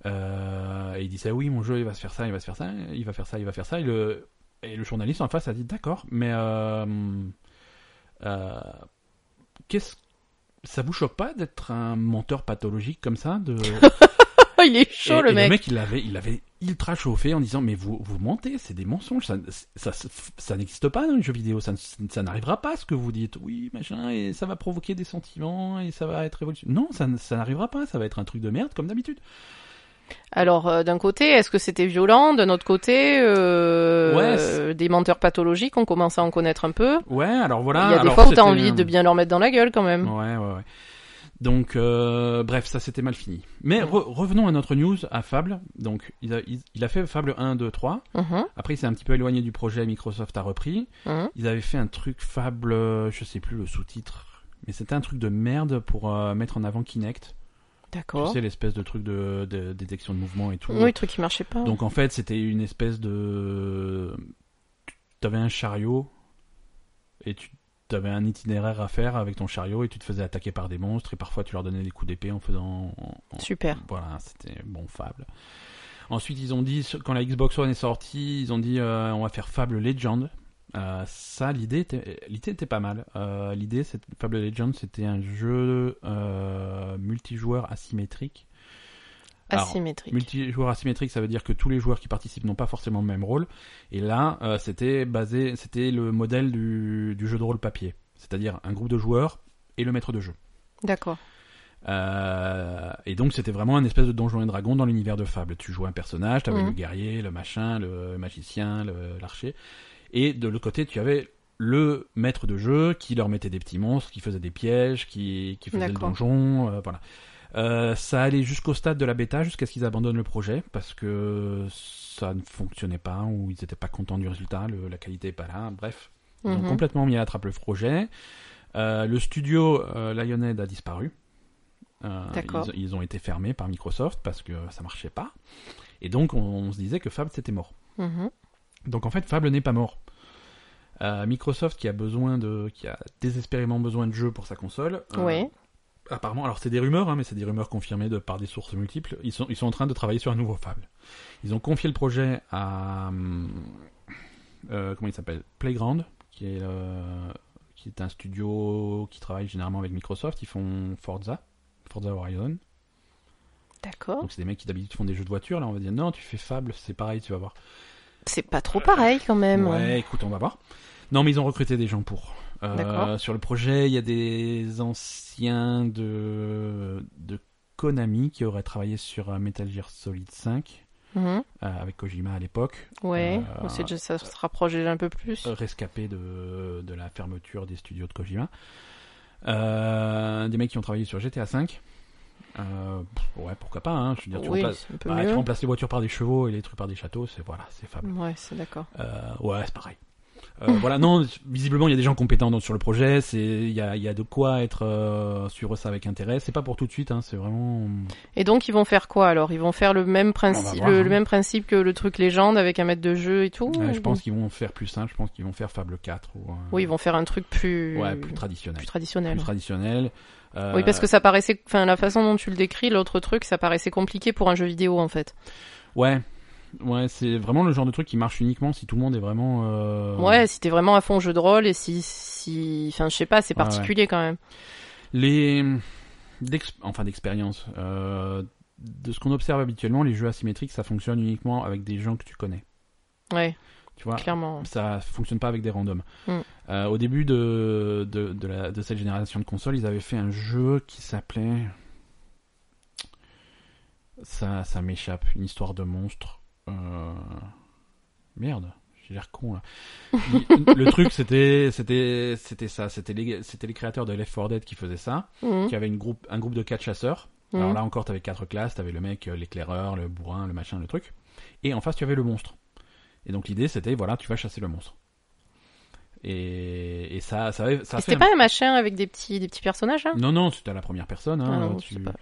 [SPEAKER 1] Euh, et il disait oui, mon jeu, il va se faire ça, il va se faire ça, il va faire ça, il va faire ça. Et le, et le journaliste en face a dit d'accord, mais euh, qu'est-ce ça vous choque pas d'être un menteur pathologique comme ça de...
[SPEAKER 2] il est chaud
[SPEAKER 1] et,
[SPEAKER 2] le
[SPEAKER 1] et
[SPEAKER 2] mec.
[SPEAKER 1] Le mec, il avait, il avait ultra chauffé en disant mais vous vous mentez, c'est des mensonges, ça ça, ça, ça n'existe pas dans les jeux vidéo, ça, ça n'arrivera pas ce que vous dites. Oui machin et ça va provoquer des sentiments et ça va être révolutionnaire. Non, ça ça n'arrivera pas, ça va être un truc de merde comme d'habitude.
[SPEAKER 2] Alors euh, d'un côté, est-ce que c'était violent D'un autre côté, euh,
[SPEAKER 1] Ouais,
[SPEAKER 2] euh, des menteurs pathologiques, on commence à en connaître un peu.
[SPEAKER 1] Ouais, alors voilà.
[SPEAKER 2] Il y a des
[SPEAKER 1] alors
[SPEAKER 2] fois où
[SPEAKER 1] c'était-
[SPEAKER 2] t'as envie de bien leur mettre dans la gueule quand même.
[SPEAKER 1] Ouais, ouais, ouais. Donc, euh, bref, ça c'était mal fini. Mais re- revenons à notre news, à Fable. Donc, il a, il- il a fait Fable 1, 2, 3.
[SPEAKER 2] Mhm,
[SPEAKER 1] Après, il s'est un petit peu éloigné du projet, Microsoft a repris.
[SPEAKER 2] mhm.
[SPEAKER 1] Ils avaient fait un truc Fable, euh, je sais plus le sous-titre, mais c'était un truc de merde pour euh, mettre en avant Kinect.
[SPEAKER 2] D'accord.
[SPEAKER 1] Tu sais, l'espèce de truc de, de détection de mouvement et tout.
[SPEAKER 2] Oui, le truc qui marchait pas.
[SPEAKER 1] Donc en fait, c'était une espèce de. T'avais un chariot et tu avais un itinéraire à faire avec ton chariot et tu te faisais attaquer par des monstres et parfois tu leur donnais des coups d'épée en faisant. en- en-
[SPEAKER 2] Super.
[SPEAKER 1] Voilà, c'était bon Fable. Ensuite, ils ont dit quand la Xbox One est sortie, ils ont dit euh, on va faire Fable Legend. Euh, ça, l'idée était, l'idée était pas mal. Euh, l'idée, c'est Fable Legend, c'était un jeu euh, multijoueur asymétrique. Alors,
[SPEAKER 2] Asymétrique.
[SPEAKER 1] Multijoueur asymétrique, ça veut dire que tous les joueurs qui participent n'ont pas forcément le même rôle. Et là, euh, c'était basé, c'était le modèle du, du jeu de rôle papier, c'est-à-dire un groupe de joueurs et le maître de jeu.
[SPEAKER 2] D'accord.
[SPEAKER 1] Euh, et donc, c'était vraiment un espèce de donjon et dragon dans l'univers de Fable. Tu jouais un personnage, t'avais
[SPEAKER 2] Mhm.
[SPEAKER 1] le guerrier, le machin, le magicien, le- l'archer, et de l'autre côté, tu avais le maître de jeu qui leur mettait des petits monstres, qui faisait des pièges, qui, qui faisait le
[SPEAKER 2] D'accord.
[SPEAKER 1] donjon, euh, voilà. Euh, ça allait jusqu'au stade de la bêta, jusqu'à ce qu'ils abandonnent le projet, parce que ça ne fonctionnait pas, ou ils n'étaient pas contents du résultat, le- la qualité n'est pas là, bref. Ils ont
[SPEAKER 2] Mhm.
[SPEAKER 1] complètement mis à la trappe le projet. Euh, le studio euh, Lionhead a disparu. Euh,
[SPEAKER 2] D'accord.
[SPEAKER 1] ils, ils ont été fermés par Microsoft parce que ça marchait pas. Et donc on, on se disait que Fable c'était mort.
[SPEAKER 2] Mhm.
[SPEAKER 1] Donc en fait, Fable n'est pas mort. Euh, Microsoft qui a besoin de, qui a désespérément besoin de jeux pour sa console. euh,
[SPEAKER 2] Oui.
[SPEAKER 1] apparemment, alors c'est des rumeurs, hein, mais c'est des rumeurs confirmées de, par des sources multiples. Ils sont, ils sont en train de travailler sur un nouveau Fable. Ils ont confié le projet à hum, euh, comment il s'appelle Playground, qui est euh, qui est un studio qui travaille généralement avec Microsoft. Ils font Forza, Forza Horizon.
[SPEAKER 2] D'accord.
[SPEAKER 1] Donc c'est des mecs qui d'habitude font des jeux de voiture. Là, on va dire non, tu fais Fable, c'est pareil, tu vas voir.
[SPEAKER 2] C'est pas trop pareil quand même.
[SPEAKER 1] Ouais, écoute, on va voir. Non, mais ils ont recruté des gens pour. Euh,
[SPEAKER 2] D'accord.
[SPEAKER 1] sur le projet, il y a des anciens de, de Konami qui auraient travaillé sur euh, Metal Gear Solid 5
[SPEAKER 2] Mhm.
[SPEAKER 1] euh, avec Kojima à l'époque,
[SPEAKER 2] Ouais.
[SPEAKER 1] Euh,
[SPEAKER 2] On sait déjà, ça se rapproche déjà un peu plus.
[SPEAKER 1] euh, rescapé de, de la fermeture des studios de Kojima. Euh, des mecs qui ont travaillé sur GTA 5. Euh, pff, ouais, pourquoi pas. Hein. Je veux dire, tu,
[SPEAKER 2] oui,
[SPEAKER 1] remplaces,
[SPEAKER 2] c'est un peu
[SPEAKER 1] bah, tu
[SPEAKER 2] mieux.
[SPEAKER 1] remplaces les voitures par des chevaux et les trucs par des châteaux, c'est voilà, c'est fable.
[SPEAKER 2] Ouais, c'est d'accord.
[SPEAKER 1] Euh, ouais, c'est pareil.
[SPEAKER 2] Hmm.
[SPEAKER 1] Euh, voilà, non, visiblement, il y a des gens compétents dans- sur le projet. C'est, il y a, il y a de quoi être euh, suivre ça avec intérêt. C'est pas pour tout de suite, hein, c'est vraiment.
[SPEAKER 2] Et donc ils vont faire quoi alors Ils vont faire le même
[SPEAKER 1] On va
[SPEAKER 2] principe,
[SPEAKER 1] voir,
[SPEAKER 2] le,
[SPEAKER 1] hein.
[SPEAKER 2] le même principe que le truc légende avec un maître de jeu et tout.
[SPEAKER 1] Ouais,
[SPEAKER 2] ou-
[SPEAKER 1] je pense qu'ils vont faire plus simple. Je pense qu'ils vont faire Fable 4 ou. euh,
[SPEAKER 2] Oui, ils vont faire un truc plus,
[SPEAKER 1] Ouais, plus
[SPEAKER 2] plus
[SPEAKER 1] traditionnel.
[SPEAKER 2] traditionnel.
[SPEAKER 1] Plus traditionnel. Euh,
[SPEAKER 2] Oui, parce que ça paraissait, enfin la façon dont tu le décris, l'autre truc, ça paraissait compliqué pour un jeu vidéo en fait.
[SPEAKER 1] Ouais. Ouais, c'est vraiment le genre de truc qui marche uniquement si tout le monde est vraiment. euh,
[SPEAKER 2] Ouais, si t'es vraiment à fond jeu de rôle et si, si, enfin je sais pas, c'est
[SPEAKER 1] Ouais,
[SPEAKER 2] particulier quand même.
[SPEAKER 1] Les. d'ex- Enfin, d'expérience. euh, De ce qu'on observe habituellement, les jeux asymétriques, ça fonctionne uniquement avec des gens que tu connais.
[SPEAKER 2] Ouais,
[SPEAKER 1] Tu vois,
[SPEAKER 2] clairement.
[SPEAKER 1] ça fonctionne pas avec des randoms.
[SPEAKER 2] Mm.
[SPEAKER 1] Euh, au début de, de, de la- de cette génération de consoles, ils avaient fait un jeu qui s'appelait. Ça, ça m'échappe, une histoire de monstre. Euh, Merde, j'ai l'air con là. Il- le truc, c'était, c'était, c'était ça. C'était les, c'était les créateurs de Left 4 Dead qui faisaient ça,
[SPEAKER 2] Mhm,
[SPEAKER 1] qui avaient une groupe, un groupe de quatre chasseurs.
[SPEAKER 2] mhm.
[SPEAKER 1] Alors là encore, t'avais quatre classes, t'avais le mec, euh, l'éclaireur, le bourrin, le machin, le truc. Et en face, tu avais le monstre. Et donc l'idée, c'était voilà, tu vas chasser le monstre. Et, et ça, ça, avait- ça a
[SPEAKER 2] Et
[SPEAKER 1] fait
[SPEAKER 2] C'était
[SPEAKER 1] un-
[SPEAKER 2] pas un machin avec des petits, des petits personnages, hein là
[SPEAKER 1] Non, non, c'était à la première personne. Hein,
[SPEAKER 2] Ah non,
[SPEAKER 1] tu-
[SPEAKER 2] je sais pas.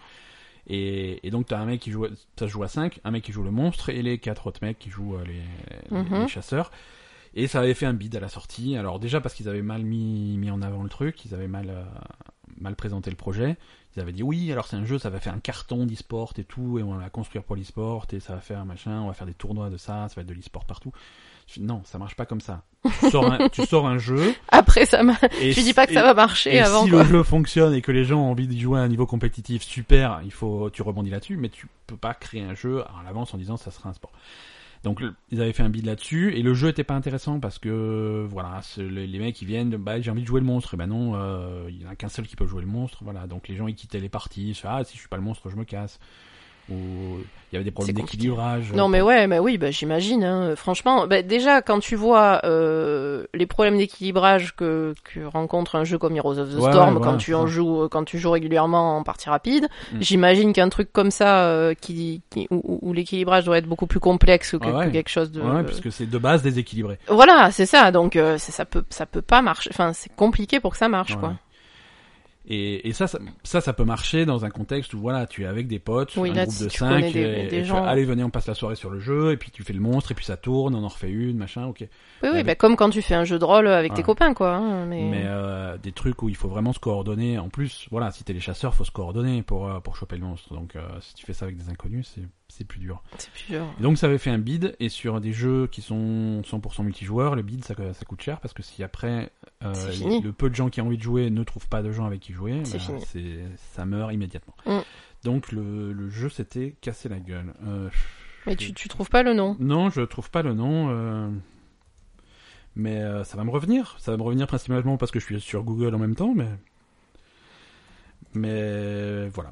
[SPEAKER 1] Et, et donc t'as un mec qui joue, à- ça se joue à 5, un mec qui joue le monstre et les quatre autres mecs qui jouent euh, les, les-
[SPEAKER 2] Mhm.
[SPEAKER 1] les chasseurs. Et ça avait fait un bid à la sortie. Alors déjà parce qu'ils avaient mal mis, mis en avant le truc, ils avaient mal, euh, mal présenté le projet. Ils avaient dit oui, alors c'est un jeu, ça va faire un carton d'e-sport et tout, et on va la construire pour l'e-sport, et ça va faire un machin, on va faire des tournois de ça, ça va être de l'e-sport partout. Je fais, non, ça marche pas comme ça. Tu sors un, tu sors un jeu.
[SPEAKER 2] Après, ça m'a...
[SPEAKER 1] Et
[SPEAKER 2] Tu dis pas que ça
[SPEAKER 1] et-
[SPEAKER 2] va marcher
[SPEAKER 1] et
[SPEAKER 2] avant,
[SPEAKER 1] si
[SPEAKER 2] quoi.
[SPEAKER 1] le jeu fonctionne et que les gens ont envie d'y jouer à un niveau compétitif, super, il faut, tu rebondis là-dessus, mais tu peux pas créer un jeu à l'avance en disant ça sera un sport. Donc le- ils avaient fait un bid là-dessus et le jeu était pas intéressant parce que voilà c'est- les, les mecs ils viennent de, bah j'ai envie de jouer le monstre et ben non euh, il y en a qu'un seul qui peut jouer le monstre voilà donc les gens ils quittaient les parties ils se faisaient, ah si je suis pas le monstre je me casse ou il y avait des problèmes
[SPEAKER 2] C'est compliqué.
[SPEAKER 1] d'équilibrage
[SPEAKER 2] Non mais ouais, mais oui, bah, j'imagine. hein. Franchement, bah, déjà quand tu vois euh, les problèmes d'équilibrage que, que rencontre un jeu comme Heroes of the
[SPEAKER 1] Ouais, ouais,
[SPEAKER 2] Storm
[SPEAKER 1] voilà,
[SPEAKER 2] quand tu en
[SPEAKER 1] ça.
[SPEAKER 2] joues, euh, quand tu joues régulièrement en partie rapide,
[SPEAKER 1] Mm.
[SPEAKER 2] j'imagine qu'un truc comme ça, euh, qui, qui- où, où- où l'équilibrage doit être beaucoup plus complexe que,
[SPEAKER 1] Ah ouais.
[SPEAKER 2] que quelque chose de.
[SPEAKER 1] Ouais, puisque c'est de base déséquilibré
[SPEAKER 2] Voilà, c'est ça. Donc euh, ça, ça peut, ça peut pas marcher. Enfin, c'est compliqué pour que ça marche,
[SPEAKER 1] Ouais.
[SPEAKER 2] quoi.
[SPEAKER 1] Et, et ça, ça, ça, ça peut marcher dans un contexte où voilà, tu es avec des potes,
[SPEAKER 2] Oui,
[SPEAKER 1] un
[SPEAKER 2] là,
[SPEAKER 1] groupe
[SPEAKER 2] si
[SPEAKER 1] de
[SPEAKER 2] tu
[SPEAKER 1] 5,
[SPEAKER 2] connais des-
[SPEAKER 1] et,
[SPEAKER 2] des
[SPEAKER 1] et tu
[SPEAKER 2] gens.
[SPEAKER 1] fais, allez, venez, on passe la soirée sur le jeu, et puis tu fais le monstre, et puis ça tourne, on en refait une, machin, ok.
[SPEAKER 2] Oui, oui,
[SPEAKER 1] Avec-
[SPEAKER 2] bah, comme quand tu fais un jeu de rôle avec tes
[SPEAKER 1] Ouais.
[SPEAKER 2] copains, quoi. hein, mais...
[SPEAKER 1] Mais euh, des trucs où il faut vraiment se coordonner. En plus, voilà, si t'es les chasseurs, faut se coordonner pour euh, pour choper le monstre. Donc euh, si tu fais ça avec des inconnus, c'est c'est plus dur.
[SPEAKER 2] c'est plus dur.
[SPEAKER 1] Et donc ça avait fait un bid, et sur des jeux qui sont 100% multijoueurs, le bid ça, ça coûte cher parce que si après euh,
[SPEAKER 2] C'est fini.
[SPEAKER 1] le peu de gens qui ont envie de jouer ne trouvent pas de gens avec qui jouer, ben,
[SPEAKER 2] C'est fini.
[SPEAKER 1] c'est- ça meurt immédiatement.
[SPEAKER 2] Mm.
[SPEAKER 1] Donc le, le jeu s'était cassé la gueule. Euh,
[SPEAKER 2] Mais tu, tu trouves pas le nom
[SPEAKER 1] Non, je trouve pas le nom. euh, Mais euh, ça va me revenir. Ça va me revenir principalement parce que je suis sur Google en même temps, mais. Mais voilà.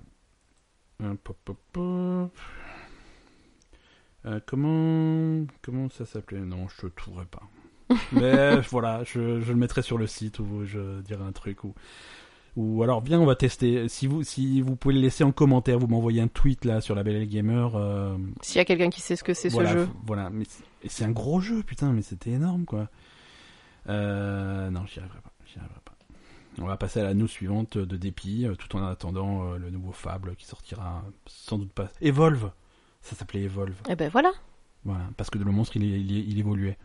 [SPEAKER 1] Euh, pop, pop, pop. Euh, comment comment ça s'appelait Non, je ne trouverai pas. Mais euh, voilà, je, je le mettrai sur le site où je dirai un truc ou ou alors bien on va tester. Si vous si vous pouvez le laisser en commentaire, vous m'envoyez un tweet là sur la Belle Gamer. euh,
[SPEAKER 2] S'il y a quelqu'un qui sait ce que c'est
[SPEAKER 1] voilà,
[SPEAKER 2] ce jeu.
[SPEAKER 1] f- Voilà, mais c'est- et c'est un gros jeu, putain, mais c'était énorme, quoi. Euh, non, j'y arriverai pas, j'y arriverai pas. On va passer à la news suivante de dépit, euh, tout en attendant euh, le nouveau Fable qui sortira euh, sans doute pas. Evolve Ça s'appelait Evolve.
[SPEAKER 2] Eh ben voilà.
[SPEAKER 1] Voilà, parce que le monstre, il, est- il, est- il évoluait.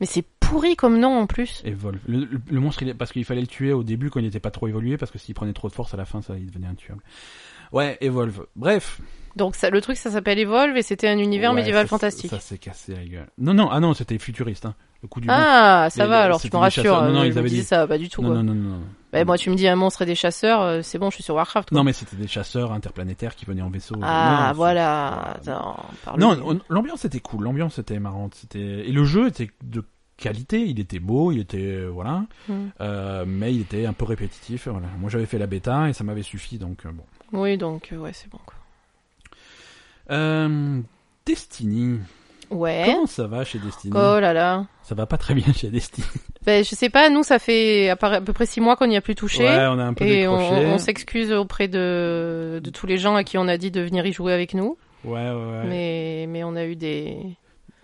[SPEAKER 2] Mais c'est pourri comme nom en plus.
[SPEAKER 1] Evolve. Le, le- le monstre, il est- parce qu'il fallait le tuer au début quand il n'était pas trop évolué, parce que s'il prenait trop de force, à la fin, ça, il devenait intuable. Ouais, Evolve. Bref,
[SPEAKER 2] Donc ça, le truc, ça s'appelle Evolve et c'était un univers
[SPEAKER 1] Ouais,
[SPEAKER 2] médiéval
[SPEAKER 1] ça-
[SPEAKER 2] fantastique.
[SPEAKER 1] Ça s'est cassé la gueule. Non, non, ah non, c'était futuriste. hein. Le coup du monstre.
[SPEAKER 2] ah, ça
[SPEAKER 1] Les-
[SPEAKER 2] va, alors tu
[SPEAKER 1] c'était
[SPEAKER 2] me
[SPEAKER 1] des
[SPEAKER 2] rassures.
[SPEAKER 1] chasseurs. Non, non,
[SPEAKER 2] euh,
[SPEAKER 1] ils
[SPEAKER 2] je me
[SPEAKER 1] avaient
[SPEAKER 2] disais
[SPEAKER 1] dit-
[SPEAKER 2] ça va pas du tout.
[SPEAKER 1] non,
[SPEAKER 2] quoi.
[SPEAKER 1] non, non, non, non.
[SPEAKER 2] Bah, moi, tu me dis un monstre et des chasseurs, euh, c'est bon, je suis sur Warcraft. quoi.
[SPEAKER 1] Non, mais c'était des chasseurs interplanétaires qui venaient en vaisseau.
[SPEAKER 2] ah,
[SPEAKER 1] Non, c'est-
[SPEAKER 2] voilà.
[SPEAKER 1] c'est-
[SPEAKER 2] Attends, parle-
[SPEAKER 1] Non, on- l'ambiance était cool, l'ambiance était marrante, c'était et le jeu était de qualité, il était beau, il était voilà,
[SPEAKER 2] Mm.
[SPEAKER 1] Euh, mais il était un peu répétitif. Voilà. Moi, j'avais fait la bêta et ça m'avait suffi, donc euh, bon.
[SPEAKER 2] Oui, donc euh, ouais, c'est bon. Quoi.
[SPEAKER 1] Euh, Destiny,
[SPEAKER 2] Ouais.
[SPEAKER 1] comment ça va chez Destiny
[SPEAKER 2] Oh là là.
[SPEAKER 1] Ça va pas très bien chez Destiny.
[SPEAKER 2] Ben, je sais pas, nous, ça fait à, part- à peu près six mois qu'on n'y a plus touché.
[SPEAKER 1] Ouais, on a un peu
[SPEAKER 2] Et on,
[SPEAKER 1] décroché.
[SPEAKER 2] on s'excuse auprès de, de tous les gens à qui on a dit de venir y jouer avec nous,
[SPEAKER 1] Ouais, ouais, ouais.
[SPEAKER 2] mais, mais on a eu des,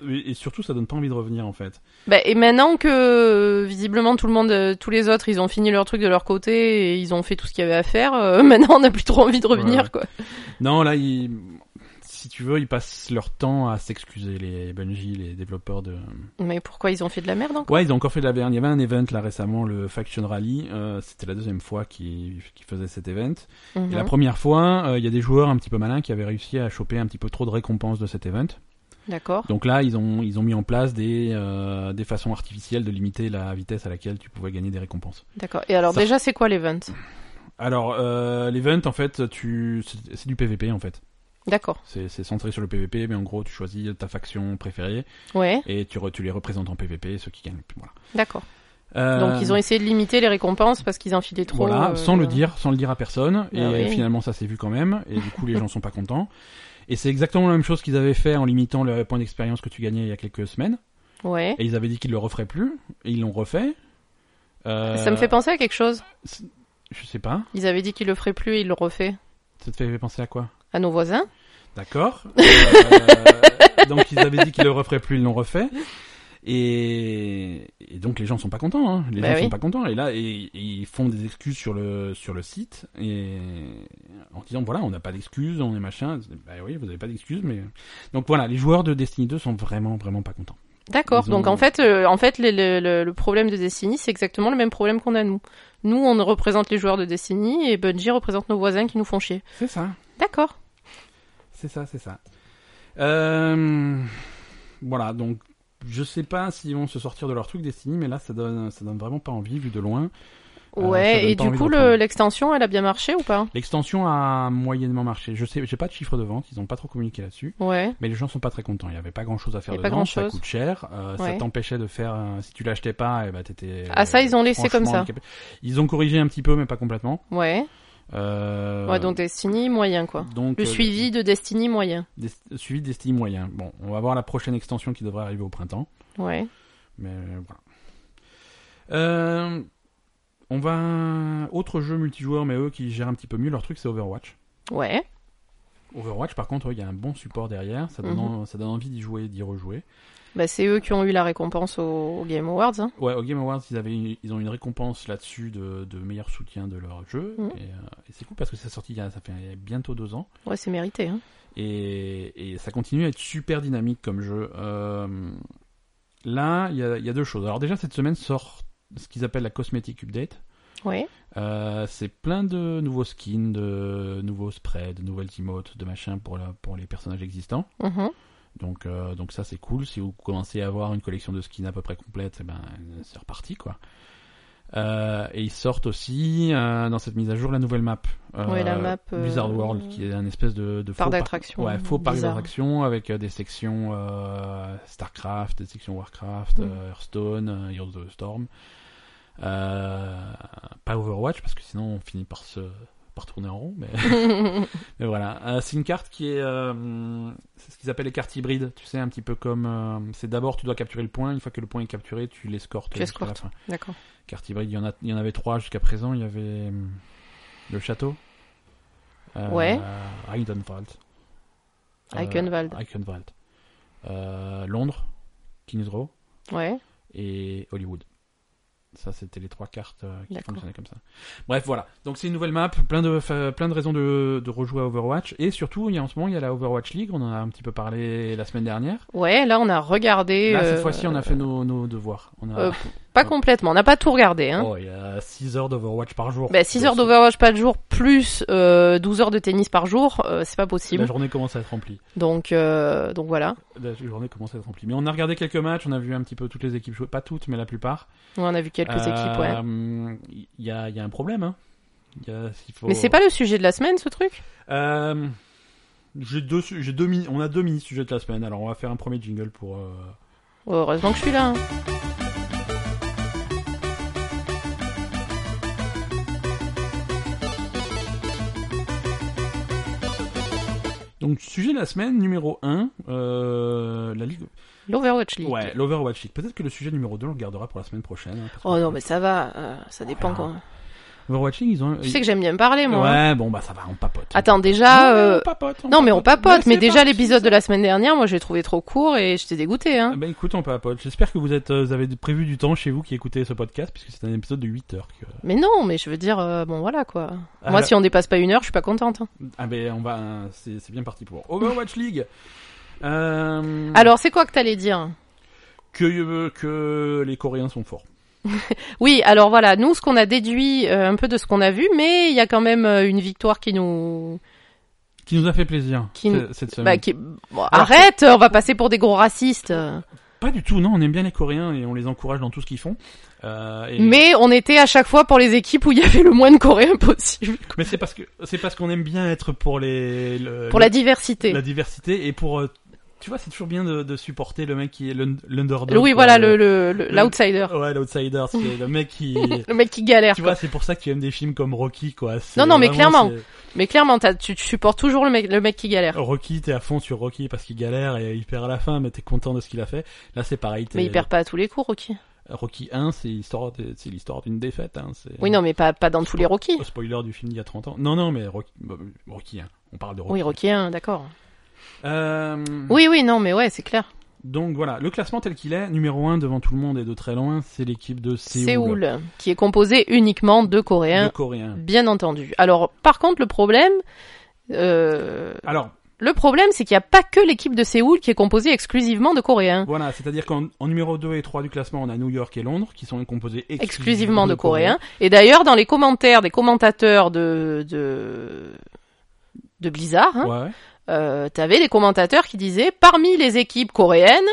[SPEAKER 1] Et et surtout, ça donne pas envie de revenir en fait.
[SPEAKER 2] Bah, et maintenant que euh, visiblement tout le monde, euh, tous les autres, ils ont fini leur truc de leur côté et ils ont fait tout ce qu'il y avait à faire, euh, maintenant on n'a plus trop envie de revenir
[SPEAKER 1] Ouais.
[SPEAKER 2] quoi.
[SPEAKER 1] Non, là, ils- si tu veux, ils passent leur temps à s'excuser, les Bungie, les développeurs de...
[SPEAKER 2] Mais pourquoi ils ont fait de la merde hein encore
[SPEAKER 1] Ouais, ils ont encore fait de la merde. Il y avait un event là récemment, le Faction Rally. euh, C'était la deuxième fois qu'ils qu'ils faisaient cet event.
[SPEAKER 2] Mhm.
[SPEAKER 1] Et la première fois, euh, il y a des joueurs un petit peu malins qui avaient réussi à choper un petit peu trop de récompenses de cet event.
[SPEAKER 2] D'accord.
[SPEAKER 1] Donc là, ils ont, ils ont mis en place des, euh, des façons artificielles de limiter la vitesse à laquelle tu pouvais gagner des récompenses.
[SPEAKER 2] D'accord. Et alors
[SPEAKER 1] Ça-
[SPEAKER 2] déjà c'est quoi l'event
[SPEAKER 1] Alors, euh, l'event, en fait, tu... c'est c'est du PVP, en fait.
[SPEAKER 2] D'accord.
[SPEAKER 1] C'est c'est centré sur le PVP, mais en gros, tu choisis ta faction préférée
[SPEAKER 2] Ouais.
[SPEAKER 1] et tu, re- tu les représentes en PVP, ceux qui gagnent. Voilà.
[SPEAKER 2] D'accord.
[SPEAKER 1] Euh,
[SPEAKER 2] Donc ils ont essayé de limiter les récompenses parce qu'ils enfilaient trop.
[SPEAKER 1] voilà,
[SPEAKER 2] euh,
[SPEAKER 1] sans le
[SPEAKER 2] de-
[SPEAKER 1] dire, sans le dire à personne, et
[SPEAKER 2] Ah oui.
[SPEAKER 1] finalement ça s'est vu quand même, et du coup les gens sont pas contents. Et c'est exactement la même chose qu'ils avaient fait en limitant le point d'expérience que tu gagnais il y a quelques semaines,
[SPEAKER 2] Ouais.
[SPEAKER 1] et ils avaient dit qu'ils le referaient plus, et ils l'ont refait. Euh,
[SPEAKER 2] Ça me fait penser à quelque chose.
[SPEAKER 1] c'est- Je sais pas,
[SPEAKER 2] Ils avaient dit qu'ils le feraient plus et ils le refait.
[SPEAKER 1] ça te fait penser à quoi
[SPEAKER 2] À nos voisins
[SPEAKER 1] D'accord. Euh, donc ils avaient dit qu'ils le referaient plus, ils l'ont refait. Et, et donc les gens sont pas contents. Hein. Les
[SPEAKER 2] Bah
[SPEAKER 1] gens
[SPEAKER 2] oui.
[SPEAKER 1] sont pas contents. Et là, et- et ils font des excuses sur le sur le site et en disant voilà, on n'a pas d'excuses, on est machin. Bah oui, vous avez pas d'excuses, mais donc voilà, les joueurs de Destiny 2 sont vraiment vraiment pas contents.
[SPEAKER 2] D'accord.
[SPEAKER 1] Ils ont-
[SPEAKER 2] Donc en fait, euh, en fait, le, le- le- le problème de Destiny, c'est exactement le même problème qu'on a nous. Nous, on représente les joueurs de Destiny et Bungie représente nos voisins qui nous font chier.
[SPEAKER 1] C'est ça.
[SPEAKER 2] D'accord.
[SPEAKER 1] C'est ça, c'est ça. Euh, voilà, donc je sais pas s'ils vont se sortir de leur truc Destiny, mais là ça donne, ça donne vraiment pas envie vu de loin. Euh, ça
[SPEAKER 2] Ouais.
[SPEAKER 1] donne
[SPEAKER 2] et
[SPEAKER 1] pas
[SPEAKER 2] du
[SPEAKER 1] envie
[SPEAKER 2] coup,
[SPEAKER 1] de
[SPEAKER 2] le-
[SPEAKER 1] reprendre.
[SPEAKER 2] l'extension, elle a bien marché ou pas
[SPEAKER 1] L'extension a moyennement marché. Je sais, j'ai pas de chiffre de vente, ils ont pas trop communiqué là-dessus,
[SPEAKER 2] Ouais.
[SPEAKER 1] mais les gens sont pas très contents. Il y avait pas grand chose à faire
[SPEAKER 2] Il y a pas
[SPEAKER 1] dedans, ça
[SPEAKER 2] grand-chose.
[SPEAKER 1] coûte cher, euh, ça
[SPEAKER 2] Ouais.
[SPEAKER 1] t'empêchait de faire. euh, si tu l'achetais pas, et bah t'étais.
[SPEAKER 2] Ah, ça, ils ont laissé
[SPEAKER 1] franchement
[SPEAKER 2] comme ça.
[SPEAKER 1] handicapé. Ils ont corrigé un petit peu, mais pas complètement.
[SPEAKER 2] Ouais.
[SPEAKER 1] Euh,
[SPEAKER 2] Ouais. Donc Destiny moyen quoi.
[SPEAKER 1] donc,
[SPEAKER 2] Le
[SPEAKER 1] euh,
[SPEAKER 2] suivi de Destiny moyen.
[SPEAKER 1] des- suivi Destiny moyen. Bon, on va voir la prochaine extension qui devrait arriver au printemps.
[SPEAKER 2] Ouais.
[SPEAKER 1] Mais euh, voilà. Euh, on va. Autre jeu multijoueur, mais eux qui gèrent un petit peu mieux leur truc, c'est Overwatch.
[SPEAKER 2] Ouais.
[SPEAKER 1] Overwatch, par contre, eux, il y a un bon support derrière. Ça donne, en- ça donne envie d'y jouer, d'y rejouer.
[SPEAKER 2] Bah, c'est eux qui ont eu la récompense au, au Game Awards. Hein.
[SPEAKER 1] Ouais, au Game Awards, ils, avaient une- ils ont une récompense là-dessus de, de meilleur soutien de leur jeu.
[SPEAKER 2] Mhm.
[SPEAKER 1] Et, euh, et c'est cool parce que c'est sorti il y a, ça fait il y a bientôt deux ans.
[SPEAKER 2] Ouais, c'est mérité. Hein.
[SPEAKER 1] Et, et ça continue à être super dynamique comme jeu. Euh, là, il y a- il y a deux choses. Alors, déjà, cette semaine sort ce qu'ils appellent la Cosmetic Update.
[SPEAKER 2] Ouais.
[SPEAKER 1] Euh, c'est plein de nouveaux skins, de nouveaux sprays, de nouvelles emotes, de machins pour, la- pour les personnages existants.
[SPEAKER 2] Mhm.
[SPEAKER 1] Donc, euh, donc ça c'est cool. Si vous commencez à avoir une collection de skins à peu près complète, eh ben euh, c'est reparti quoi. Euh, et ils sortent aussi euh, dans cette mise à jour la nouvelle map. Euh,
[SPEAKER 2] Ouais, la map, euh,
[SPEAKER 1] Blizzard World qui est un espèce de, de
[SPEAKER 2] Parc
[SPEAKER 1] faux
[SPEAKER 2] d'attractions,
[SPEAKER 1] Ouais, faux parc
[SPEAKER 2] bizarre.
[SPEAKER 1] d'attractions avec euh, des sections euh, Starcraft, des sections Warcraft,
[SPEAKER 2] Mm.
[SPEAKER 1] euh, Hearthstone, euh, Heroes of the Storm. Euh, pas Overwatch parce que sinon on finit par se par tourner en rond, mais mais voilà, Euh, c'est une carte qui est, euh, c'est ce qu'ils appellent les cartes hybrides. Tu sais, un petit peu comme, euh, c'est d'abord tu dois capturer le point. Une fois que le point est capturé, tu l'escortes.
[SPEAKER 2] Tu
[SPEAKER 1] jusqu'à la
[SPEAKER 2] escortes.
[SPEAKER 1] fin.
[SPEAKER 2] D'accord.
[SPEAKER 1] Carte hybride, il y en a, il y en avait trois jusqu'à présent. Il y avait euh, le château. Euh,
[SPEAKER 2] Ouais.
[SPEAKER 1] Eichenwald. Euh,
[SPEAKER 2] Eichenwald.
[SPEAKER 1] Eichenwald. Euh, Londres, Kings Row
[SPEAKER 2] Ouais.
[SPEAKER 1] et Hollywood. Ça, c'était les trois cartes euh, qui
[SPEAKER 2] D'accord.
[SPEAKER 1] fonctionnaient comme ça. Bref, voilà. Donc c'est une nouvelle map, plein de fa- plein de raisons de, de rejouer à Overwatch. Et surtout, il y a en ce moment, il y a la Overwatch League. On en a un petit peu parlé la semaine dernière.
[SPEAKER 2] Ouais. Là, on a regardé.
[SPEAKER 1] Là, cette
[SPEAKER 2] euh,
[SPEAKER 1] fois-ci, on a fait nos, nos devoirs. On a,
[SPEAKER 2] euh, Pas complètement. On n'a pas tout regardé. Hein.
[SPEAKER 1] oh, il y a 6 heures d'Overwatch par jour.
[SPEAKER 2] Bah, 6
[SPEAKER 1] Donc,
[SPEAKER 2] heures
[SPEAKER 1] c'est-
[SPEAKER 2] d'Overwatch par jour plus euh, 12 heures de tennis par jour, euh, c'est pas
[SPEAKER 1] La
[SPEAKER 2] possible.
[SPEAKER 1] journée commence à être remplie.
[SPEAKER 2] Donc, euh, donc voilà.
[SPEAKER 1] La journée commence à être remplie. Mais on a regardé quelques matchs, on a vu un petit peu toutes les équipes jouer. Pas toutes, mais la plupart.
[SPEAKER 2] Ouais, On a vu quelques équipes, ouais.
[SPEAKER 1] Euh, Il y, a, il y a un problème. Hein. Il y a- il faut-
[SPEAKER 2] Mais c'est pas le sujet de la semaine, ce truc
[SPEAKER 1] Euh, j'ai deux, su- j'ai deux mini- on a deux mini sujets de la semaine. Alors on va faire un premier jingle pour. euh,
[SPEAKER 2] Heureusement que je suis là. hein.
[SPEAKER 1] Donc sujet de la semaine numéro 1 la ligue.
[SPEAKER 2] L'Overwatch League.
[SPEAKER 1] Ouais, l'Overwatch League. Peut-être que le sujet numéro 2 on le gardera pour la semaine prochaine. hein, parce que-
[SPEAKER 2] Oh non, mais ça va, euh, ça dépend
[SPEAKER 1] Ouais.
[SPEAKER 2] quoi.
[SPEAKER 1] Overwatch League, ils ont.
[SPEAKER 2] Tu sais que j'aime bien parler, moi. hein.
[SPEAKER 1] Ouais, bon bah ça va, on papote.
[SPEAKER 2] Attends,
[SPEAKER 1] Non,
[SPEAKER 2] déjà.
[SPEAKER 1] mais
[SPEAKER 2] euh,
[SPEAKER 1] on papote, on
[SPEAKER 2] Non, mais on papote, mais
[SPEAKER 1] c'est
[SPEAKER 2] déjà
[SPEAKER 1] parti,
[SPEAKER 2] l'épisode
[SPEAKER 1] ça.
[SPEAKER 2] de la semaine dernière, moi, je l'ai trouvé trop court et j'étais dégoûté, hein.
[SPEAKER 1] Ah Bah écoute, on papote. J'espère que vous êtes, euh, vous avez prévu du temps chez vous qui écoutez ce podcast, puisque c'est un épisode de 8 heures. que-
[SPEAKER 2] Mais non, mais je veux dire, euh, bon, voilà, quoi.
[SPEAKER 1] Ah,
[SPEAKER 2] moi,
[SPEAKER 1] là-
[SPEAKER 2] si on dépasse pas une heure, je suis pas contente. hein.
[SPEAKER 1] Ah ben on va, c'est c'est bien parti pour Overwatch League. Euh,
[SPEAKER 2] Alors, c'est quoi que t'allais dire
[SPEAKER 1] que, euh, que les Coréens sont forts.
[SPEAKER 2] Oui, alors voilà, nous, ce qu'on a déduit euh, un peu de ce qu'on a vu, mais il y a quand même euh, une victoire qui nous...
[SPEAKER 1] Qui nous a fait plaisir
[SPEAKER 2] Qui
[SPEAKER 1] ce-
[SPEAKER 2] nous-
[SPEAKER 1] cette
[SPEAKER 2] Bah,
[SPEAKER 1] semaine.
[SPEAKER 2] qui... Bon, arrête, on va passer pour des gros racistes.
[SPEAKER 1] Pas du tout, non, on aime bien les Coréens et on les encourage dans tout ce qu'ils font. Euh, et-
[SPEAKER 2] Mais on était à chaque fois pour les équipes où il y avait le moins de Coréens possible.
[SPEAKER 1] mais c'est parce que c'est parce qu'on aime bien être pour les le-
[SPEAKER 2] Pour
[SPEAKER 1] le-
[SPEAKER 2] la diversité.
[SPEAKER 1] la diversité et pour euh, tu vois c'est toujours bien de, de supporter le mec qui est l'un- l'underdog.
[SPEAKER 2] Le- oui,
[SPEAKER 1] quoi,
[SPEAKER 2] voilà, le le- le-
[SPEAKER 1] le-
[SPEAKER 2] l'outsider.
[SPEAKER 1] ouais l'outsider, c'est le mec qui
[SPEAKER 2] Le mec qui galère.
[SPEAKER 1] tu
[SPEAKER 2] quoi.
[SPEAKER 1] vois c'est pour ça que tu aimes des films comme Rocky quoi. C'est
[SPEAKER 2] Non, non, mais
[SPEAKER 1] vraiment,
[SPEAKER 2] clairement.
[SPEAKER 1] c'est-
[SPEAKER 2] Mais clairement, t'as- tu, tu supportes toujours le mec, le mec qui galère.
[SPEAKER 1] Rocky t'es à fond sur Rocky parce qu'il galère et il perd à la fin mais t'es content de ce qu'il a fait. Là c'est pareil. t'es-
[SPEAKER 2] Mais il perd pas à tous les coups, Rocky.
[SPEAKER 1] Rocky 1 c'est l'histoire de- c'est l'histoire d'une défaite. Hein, c'est- Oh,
[SPEAKER 2] Oui, non, mais pas, pas dans tous les Rocky.
[SPEAKER 1] Spoiler du film d'il y a 30 ans. Non, non, mais Rocky, bah, Rocky, hein. on parle de Rocky.
[SPEAKER 2] Oui, Rocky 1, d'accord.
[SPEAKER 1] Euh,
[SPEAKER 2] Oui, oui, non, mais ouais, c'est clair.
[SPEAKER 1] Donc voilà, le classement tel qu'il est, numéro 1 devant tout le monde et de très loin, c'est l'équipe de Séoul.
[SPEAKER 2] Séoul, hein. qui est composé uniquement de
[SPEAKER 1] Le
[SPEAKER 2] Coréens,
[SPEAKER 1] coréen.
[SPEAKER 2] bien entendu. Alors, par contre, le problème, euh,
[SPEAKER 1] Alors,
[SPEAKER 2] le problème, c'est qu'il n'y a pas que l'équipe de Séoul qui est composée exclusivement de Coréens.
[SPEAKER 1] voilà, c'est-à-dire qu'en en numéro 2 et 3 du classement, on a New York et Londres, qui sont composés exclusivement,
[SPEAKER 2] exclusivement de Coréens. Et d'ailleurs, dans les commentaires des commentateurs de de, de Blizzard, hein,
[SPEAKER 1] Ouais,
[SPEAKER 2] euh, t'avais des commentateurs qui disaient parmi les équipes coréennes,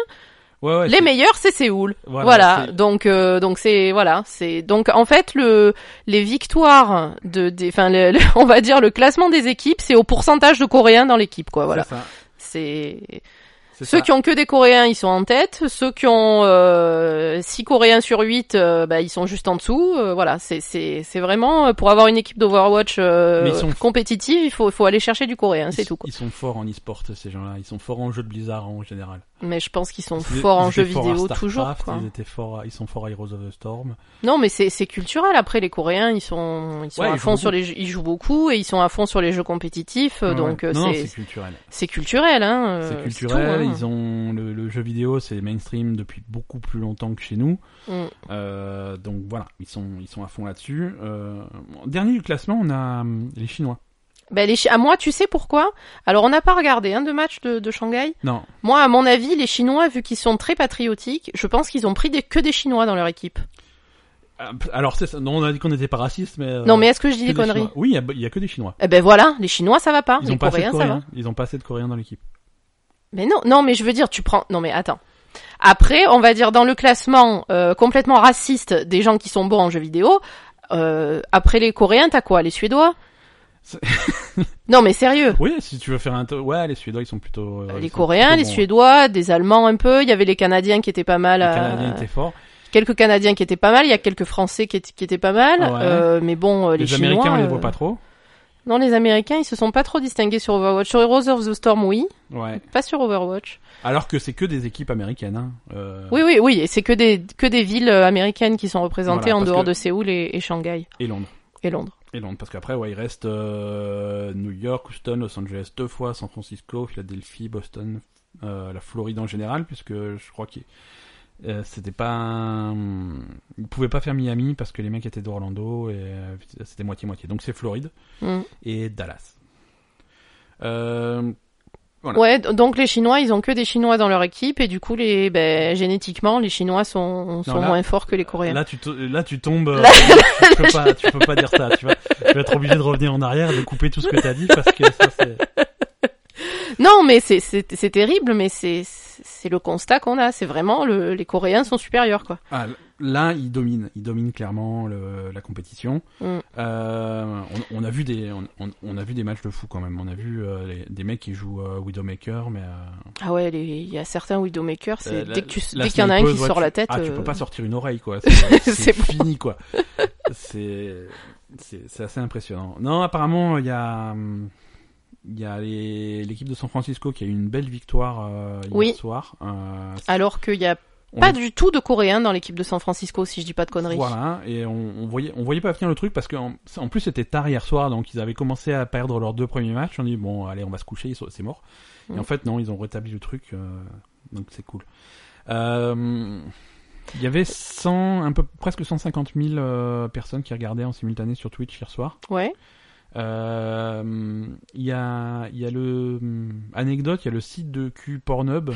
[SPEAKER 1] ouais, ouais.
[SPEAKER 2] les
[SPEAKER 1] c'est-
[SPEAKER 2] meilleures c'est Séoul. Voilà,
[SPEAKER 1] c'est-
[SPEAKER 2] donc euh, donc c'est voilà, c'est donc en fait le les victoires de des enfin le- le- on va dire le classement des équipes, c'est au pourcentage de coréens dans l'équipe quoi, voilà.
[SPEAKER 1] C'est ça.
[SPEAKER 2] C'est
[SPEAKER 1] c'est
[SPEAKER 2] ceux
[SPEAKER 1] ça.
[SPEAKER 2] qui ont que des coréens, ils sont en tête, ceux qui ont euh, 6 coréens sur 8, bah ils sont juste en dessous, euh, voilà, c'est c'est c'est vraiment euh, pour avoir une équipe d'Overwatch euh,
[SPEAKER 1] Mais ils sont-
[SPEAKER 2] compétitive, il faut faut aller chercher du coréen,
[SPEAKER 1] Ils-
[SPEAKER 2] c'est tout quoi.
[SPEAKER 1] Ils sont forts en e-sport, ces gens-là. Ils sont forts en jeu de Blizzard en général.
[SPEAKER 2] Mais je pense qu'ils sont
[SPEAKER 1] Ils-
[SPEAKER 2] forts
[SPEAKER 1] ils
[SPEAKER 2] en
[SPEAKER 1] étaient
[SPEAKER 2] jeux
[SPEAKER 1] forts à
[SPEAKER 2] vidéo
[SPEAKER 1] Starcraft,
[SPEAKER 2] toujours quoi.
[SPEAKER 1] Ils étaient forts, à- ils sont forts à Heroes of the Storm.
[SPEAKER 2] Non, mais c'est c'est culturel. Après, les Coréens, ils sont ils sont
[SPEAKER 1] Ouais,
[SPEAKER 2] à
[SPEAKER 1] ils
[SPEAKER 2] fond
[SPEAKER 1] jouent
[SPEAKER 2] sur les jeux- ils jouent beaucoup et ils sont à fond sur les jeux compétitifs. euh,
[SPEAKER 1] Ouais,
[SPEAKER 2] donc
[SPEAKER 1] ouais.
[SPEAKER 2] euh,
[SPEAKER 1] non, non,
[SPEAKER 2] c'est
[SPEAKER 1] c'est culturel.
[SPEAKER 2] c'est culturel, hein. euh,
[SPEAKER 1] C'est
[SPEAKER 2] tout,
[SPEAKER 1] culturel.
[SPEAKER 2] hein.
[SPEAKER 1] Ils ont le, le jeu vidéo, c'est mainstream depuis beaucoup plus longtemps que chez nous.
[SPEAKER 2] Mm.
[SPEAKER 1] Euh, donc voilà, ils sont ils sont à fond là-dessus. Euh, dernier du classement, on a hum, les Chinois.
[SPEAKER 2] Ben, les Chi- à moi, tu sais pourquoi Alors, on n'a pas regardé hein, de match de, de Shanghai.
[SPEAKER 1] Non,
[SPEAKER 2] Moi, à mon avis, les Chinois, vu qu'ils sont très patriotiques, je pense qu'ils ont pris des, que des Chinois dans leur équipe.
[SPEAKER 1] Euh, alors c'est ça. Non, on a dit qu'on n'était pas raciste, mais euh,
[SPEAKER 2] non, mais est-ce que je
[SPEAKER 1] que
[SPEAKER 2] dis des conneries
[SPEAKER 1] Chinois. Oui, il y a- il y, a que des Chinois.
[SPEAKER 2] Eh ben voilà, les Chinois, ça va pas.
[SPEAKER 1] Ils
[SPEAKER 2] les
[SPEAKER 1] ont pas assez de
[SPEAKER 2] Coréens, ça va.
[SPEAKER 1] Coréens. Ils ont pas assez de Coréens dans l'équipe.
[SPEAKER 2] Mais non, non, mais je veux dire, tu prends. Non, mais attends. Après, on va dire dans le classement euh, complètement raciste des gens qui sont bons en jeux vidéo. euh, après les Coréens, t'as quoi Les Suédois
[SPEAKER 1] C'est-
[SPEAKER 2] Non, mais sérieux.
[SPEAKER 1] Oui, si tu veux faire un, to- ouais, les Suédois ils sont plutôt. euh,
[SPEAKER 2] Les
[SPEAKER 1] ils sont
[SPEAKER 2] Coréens,
[SPEAKER 1] plutôt
[SPEAKER 2] les
[SPEAKER 1] bons, ouais.
[SPEAKER 2] Suédois, des Allemands un peu. Il y avait les Canadiens qui étaient pas mal.
[SPEAKER 1] Les
[SPEAKER 2] à-
[SPEAKER 1] Canadiens étaient forts.
[SPEAKER 2] Quelques Canadiens qui étaient pas mal. Il y a quelques Français qui étaient, qui étaient pas mal.
[SPEAKER 1] Ouais.
[SPEAKER 2] euh, mais bon, euh, les,
[SPEAKER 1] Les,
[SPEAKER 2] Chinois.
[SPEAKER 1] Américains, on les voit
[SPEAKER 2] euh,
[SPEAKER 1] pas trop.
[SPEAKER 2] Non, les Américains, ils se sont pas trop distingués sur Overwatch. Sur Heroes of the Storm, oui.
[SPEAKER 1] Ouais.
[SPEAKER 2] Pas sur Overwatch.
[SPEAKER 1] Alors que c'est que des équipes américaines. Hein. Euh,
[SPEAKER 2] Oui, oui, oui, et c'est que des, que des villes euh, américaines qui sont représentées
[SPEAKER 1] Voilà,
[SPEAKER 2] en
[SPEAKER 1] parce
[SPEAKER 2] dehors
[SPEAKER 1] que-
[SPEAKER 2] de Séoul et, et Shanghai
[SPEAKER 1] Et Londres.
[SPEAKER 2] et Londres.
[SPEAKER 1] Et Londres. Parce qu'après, ouais, il reste euh, New York, Houston, Los Angeles deux fois, San Francisco, Philadelphie, Boston, euh, la Floride en général, puisque je crois que euh, c'était pas. un- Ils pouvaient pas faire Miami parce que les mecs étaient d'Orlando et euh, c'était moitié-moitié. Donc c'est Floride
[SPEAKER 2] Mm.
[SPEAKER 1] et Dallas. Euh, Voilà.
[SPEAKER 2] Ouais, d- donc les Chinois, ils ont que des Chinois dans leur équipe et du coup, les, ben, génétiquement, les Chinois sont, sont
[SPEAKER 1] là-
[SPEAKER 2] moins forts que les Coréens.
[SPEAKER 1] Là tu, te- là, tu tombes. euh, tu, peux pas, tu peux pas dire ça. Tu vas, tu vas être obligé de revenir en arrière, de couper tout ce que t'as dit parce que ça, c'est.
[SPEAKER 2] Non, mais c'est- c'est c'est terrible, mais c'est c'est le constat qu'on a. C'est vraiment le, les Coréens sont supérieurs, quoi.
[SPEAKER 1] Ah, là, il domine. Il domine clairement le- la compétition.
[SPEAKER 2] Mm.
[SPEAKER 1] Euh, on, on a vu des, on, on- on a vu des matchs de fou quand même. On a vu euh, les- des mecs qui jouent euh, Widowmaker, mais euh,
[SPEAKER 2] Ah ouais, les- il y a certains Widowmakers, c'est
[SPEAKER 1] euh, la-
[SPEAKER 2] dès que tu-
[SPEAKER 1] la
[SPEAKER 2] dès qu'il y en a un qui
[SPEAKER 1] snipeuse, ouais,
[SPEAKER 2] sort
[SPEAKER 1] tu-
[SPEAKER 2] la tête.
[SPEAKER 1] Ah, tu
[SPEAKER 2] euh,
[SPEAKER 1] peux pas sortir une oreille, quoi. C'est c'est
[SPEAKER 2] C'est bon.
[SPEAKER 1] fini, quoi. C'est c'est c'est assez impressionnant. Non, apparemment, il y a hum, il y a les- l'équipe de San Francisco qui a eu une belle victoire euh, hier
[SPEAKER 2] Oui.
[SPEAKER 1] soir. Euh,
[SPEAKER 2] Alors qu'il y a
[SPEAKER 1] on
[SPEAKER 2] pas
[SPEAKER 1] est-
[SPEAKER 2] du tout de Coréens dans l'équipe de San Francisco, si je dis pas de conneries.
[SPEAKER 1] Voilà, et on, on voyait, on voyait pas venir le truc parce qu'en en, plus c'était tard hier soir, donc ils avaient commencé à perdre leurs deux premiers matchs. On dit bon, allez, on va se coucher, ils sont- c'est mort. Et
[SPEAKER 2] Mm.
[SPEAKER 1] en fait, non, ils ont rétabli le truc, euh, donc c'est cool. Euh, Il y avait 100, un peu, presque 150 000 euh, personnes qui regardaient en simultané sur Twitch hier soir.
[SPEAKER 2] Ouais.
[SPEAKER 1] Euh, Il y a, il y a le hum, anecdote, il y a le site de cul Pornhub.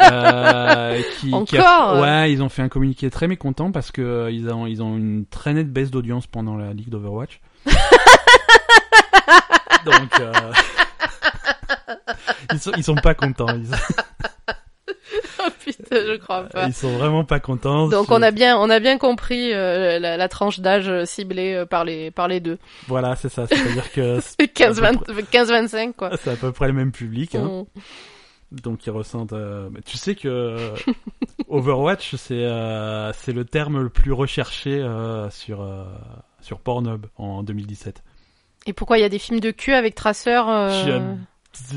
[SPEAKER 1] euh, qui, qui a-
[SPEAKER 2] Encore
[SPEAKER 1] ouais, ils ont fait un communiqué très mécontent parce que euh, ils ont ils ont une très nette baisse d'audience pendant la ligue d'Overwatch. Donc euh, ils sont ils sont pas contents. Ils, sont-
[SPEAKER 2] Oh, putain, je crois pas.
[SPEAKER 1] ils sont vraiment pas contents.
[SPEAKER 2] Donc
[SPEAKER 1] Je-
[SPEAKER 2] on a bien, on a bien compris euh, la, la tranche d'âge euh, ciblée euh, par les, par les deux.
[SPEAKER 1] voilà, c'est ça. C'est-à-dire que c'est
[SPEAKER 2] 15-25 quoi.
[SPEAKER 1] c'est à peu près le même public. hein.
[SPEAKER 2] On-
[SPEAKER 1] Donc ils ressentent. euh, mais Tu sais que euh, Overwatch c'est euh, c'est le terme le plus recherché euh, sur euh, sur Pornhub en 2017.
[SPEAKER 2] Et pourquoi il y a des films de cul avec traceurs euh,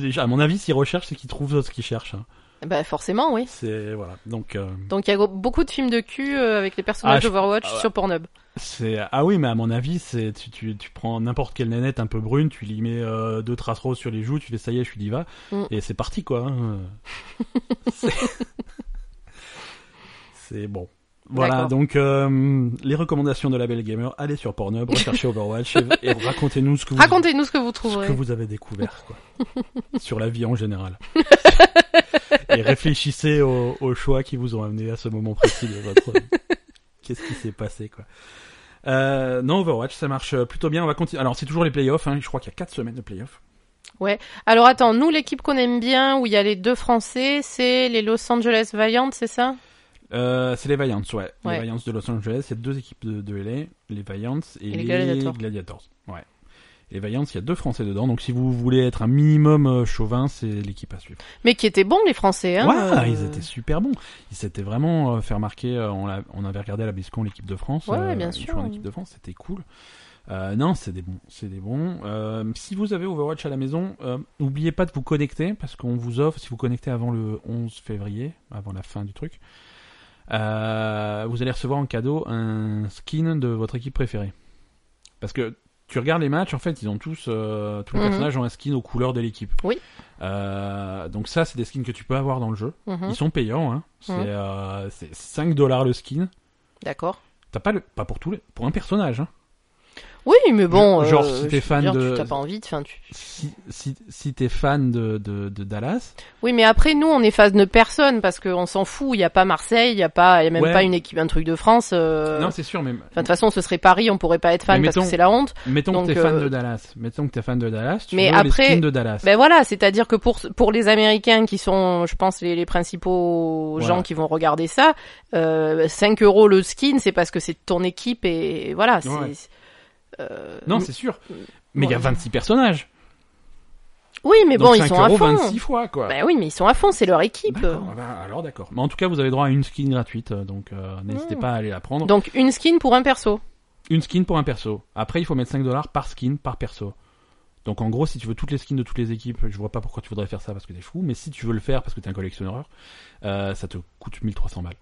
[SPEAKER 1] Je- À mon avis, s'ils recherchent, c'est qu'ils trouvent ce qu'ils cherchent. hein.
[SPEAKER 2] Bah forcément, oui.
[SPEAKER 1] C'est voilà. Donc euh,
[SPEAKER 2] Donc il y a beaucoup de films de cul euh, avec les personnages
[SPEAKER 1] Ah, je-
[SPEAKER 2] d'Overwatch
[SPEAKER 1] ah ouais.
[SPEAKER 2] sur Pornhub.
[SPEAKER 1] c'est ah oui, mais à mon avis, c'est tu, tu, tu prends n'importe quelle nénette un peu brune, tu lui mets euh, deux traces roses sur les joues, tu fais ça y est, je suis diva
[SPEAKER 2] Mm.
[SPEAKER 1] et c'est parti quoi. hein. C'est- c'est bon. Voilà,
[SPEAKER 2] D'accord.
[SPEAKER 1] donc euh, les recommandations de la belle gamer, allez sur Pornhub, recherchez Overwatch et, et racontez-nous ce que vous
[SPEAKER 2] Racontez-nous ce que vous
[SPEAKER 1] ce
[SPEAKER 2] trouverez.
[SPEAKER 1] que vous avez découvert quoi. sur la vie en général. et réfléchissez aux, aux choix qui vous ont amené à ce moment précis de votre. Qu'est-ce qui s'est passé quoi. Euh, non Overwatch ça marche plutôt bien. On va continuer. Alors c'est toujours les playoffs. Hein. Je crois qu'il y a quatre semaines de playoffs.
[SPEAKER 2] Alors attends, nous l'équipe qu'on aime bien où il y a les deux Français, c'est les Los Angeles Valiant, c'est ça
[SPEAKER 1] Euh, c'est les Vaillants, ouais. Les
[SPEAKER 2] Ouais.
[SPEAKER 1] Vaillants de Los Angeles. Il y a deux équipes de, de LA. Les Vaillants et,
[SPEAKER 2] Et les Gladiators.
[SPEAKER 1] Gladiators. Ouais. Les Vaillants, il y a deux Français dedans. Donc si vous voulez être un minimum euh, chauvin, c'est l'équipe à suivre.
[SPEAKER 2] Mais qui étaient bons les Français. Hein,
[SPEAKER 1] Ouais,
[SPEAKER 2] euh,
[SPEAKER 1] ils étaient super bons. Ils s'étaient vraiment euh, fait remarquer. euh, on, l'a- on avait regardé à la BlizzCon l'équipe de France.
[SPEAKER 2] Ouais, ouais, bien
[SPEAKER 1] ils
[SPEAKER 2] sûr,
[SPEAKER 1] jouaient en
[SPEAKER 2] oui.
[SPEAKER 1] équipe de France, c'était cool. Euh, non, c'est des bons, c'est des bons. Euh, si vous avez Overwatch à la maison, euh, n'oubliez pas de vous connecter parce qu'on vous offre, si vous connectez avant le 11 février, avant la fin du truc, euh, vous allez recevoir en cadeau un skin de votre équipe préférée. Parce que tu regardes les matchs, en fait, ils ont tous, euh, tous les
[SPEAKER 2] Mhm.
[SPEAKER 1] personnages ont un skin aux couleurs de l'équipe.
[SPEAKER 2] Oui.
[SPEAKER 1] Euh, donc ça, c'est des skins que tu peux avoir dans le jeu.
[SPEAKER 2] mhm,
[SPEAKER 1] Ils sont payants, hein. C'est
[SPEAKER 2] Mhm.
[SPEAKER 1] euh, c'est 5 dollars le skin.
[SPEAKER 2] D'accord.
[SPEAKER 1] T'as pas le, pas pour tous les, pour un personnage. Hein.
[SPEAKER 2] Oui, mais bon.
[SPEAKER 1] Genre,
[SPEAKER 2] euh,
[SPEAKER 1] si
[SPEAKER 2] je
[SPEAKER 1] t'es
[SPEAKER 2] veux
[SPEAKER 1] fan
[SPEAKER 2] dire,
[SPEAKER 1] de-
[SPEAKER 2] Tu t'as pas envie de. Enfin, tu...
[SPEAKER 1] Si, si, si t'es fan de, de, de Dallas,
[SPEAKER 2] Oui, mais après nous, on est face de personne parce qu'on s'en fout. Il y a pas Marseille, il y a pas, il y a même
[SPEAKER 1] Ouais.
[SPEAKER 2] pas une équipe, un truc de France. euh,
[SPEAKER 1] non c'est sûr, mais
[SPEAKER 2] Enfin, de toute façon, ce serait Paris, on pourrait pas être fan
[SPEAKER 1] Mais
[SPEAKER 2] parce que
[SPEAKER 1] mettons-
[SPEAKER 2] c'est la honte.
[SPEAKER 1] mettons
[SPEAKER 2] donc,
[SPEAKER 1] que t'es fan
[SPEAKER 2] euh,
[SPEAKER 1] de Dallas, mettons que t'es fan de Dallas, tu
[SPEAKER 2] mais
[SPEAKER 1] veux les
[SPEAKER 2] après-
[SPEAKER 1] skins de Dallas.
[SPEAKER 2] Ben voilà, c'est-à-dire que pour pour les Américains qui sont, je pense, les, les principaux
[SPEAKER 1] Ouais.
[SPEAKER 2] gens qui vont regarder ça, euh, 5 euros le skin, c'est parce que c'est ton équipe et, et voilà. c'est-
[SPEAKER 1] Ouais.
[SPEAKER 2] euh,
[SPEAKER 1] non c'est sûr,
[SPEAKER 2] euh,
[SPEAKER 1] mais il y a
[SPEAKER 2] ouais.
[SPEAKER 1] 26 personnages.
[SPEAKER 2] oui, mais
[SPEAKER 1] Donc
[SPEAKER 2] bon,
[SPEAKER 1] 5
[SPEAKER 2] ils sont à
[SPEAKER 1] euros
[SPEAKER 2] fond.
[SPEAKER 1] 26 fois quoi.
[SPEAKER 2] Ben oui, mais ils sont à fond, c'est leur équipe.
[SPEAKER 1] D'accord, bah, alors d'accord. Mais en tout cas, vous avez droit à une skin gratuite, euh, donc euh, n'hésitez
[SPEAKER 2] Mm.
[SPEAKER 1] pas à aller la prendre.
[SPEAKER 2] Donc une skin pour un perso.
[SPEAKER 1] Une skin pour un perso. Après, il faut mettre 5 dollars par skin, par perso. Donc en gros, si tu veux toutes les skins de toutes les équipes, je vois pas pourquoi tu voudrais faire ça parce que t'es fou, mais si tu veux le faire parce que t'es un collectionneur, euh, ça te coûte 1300 balles.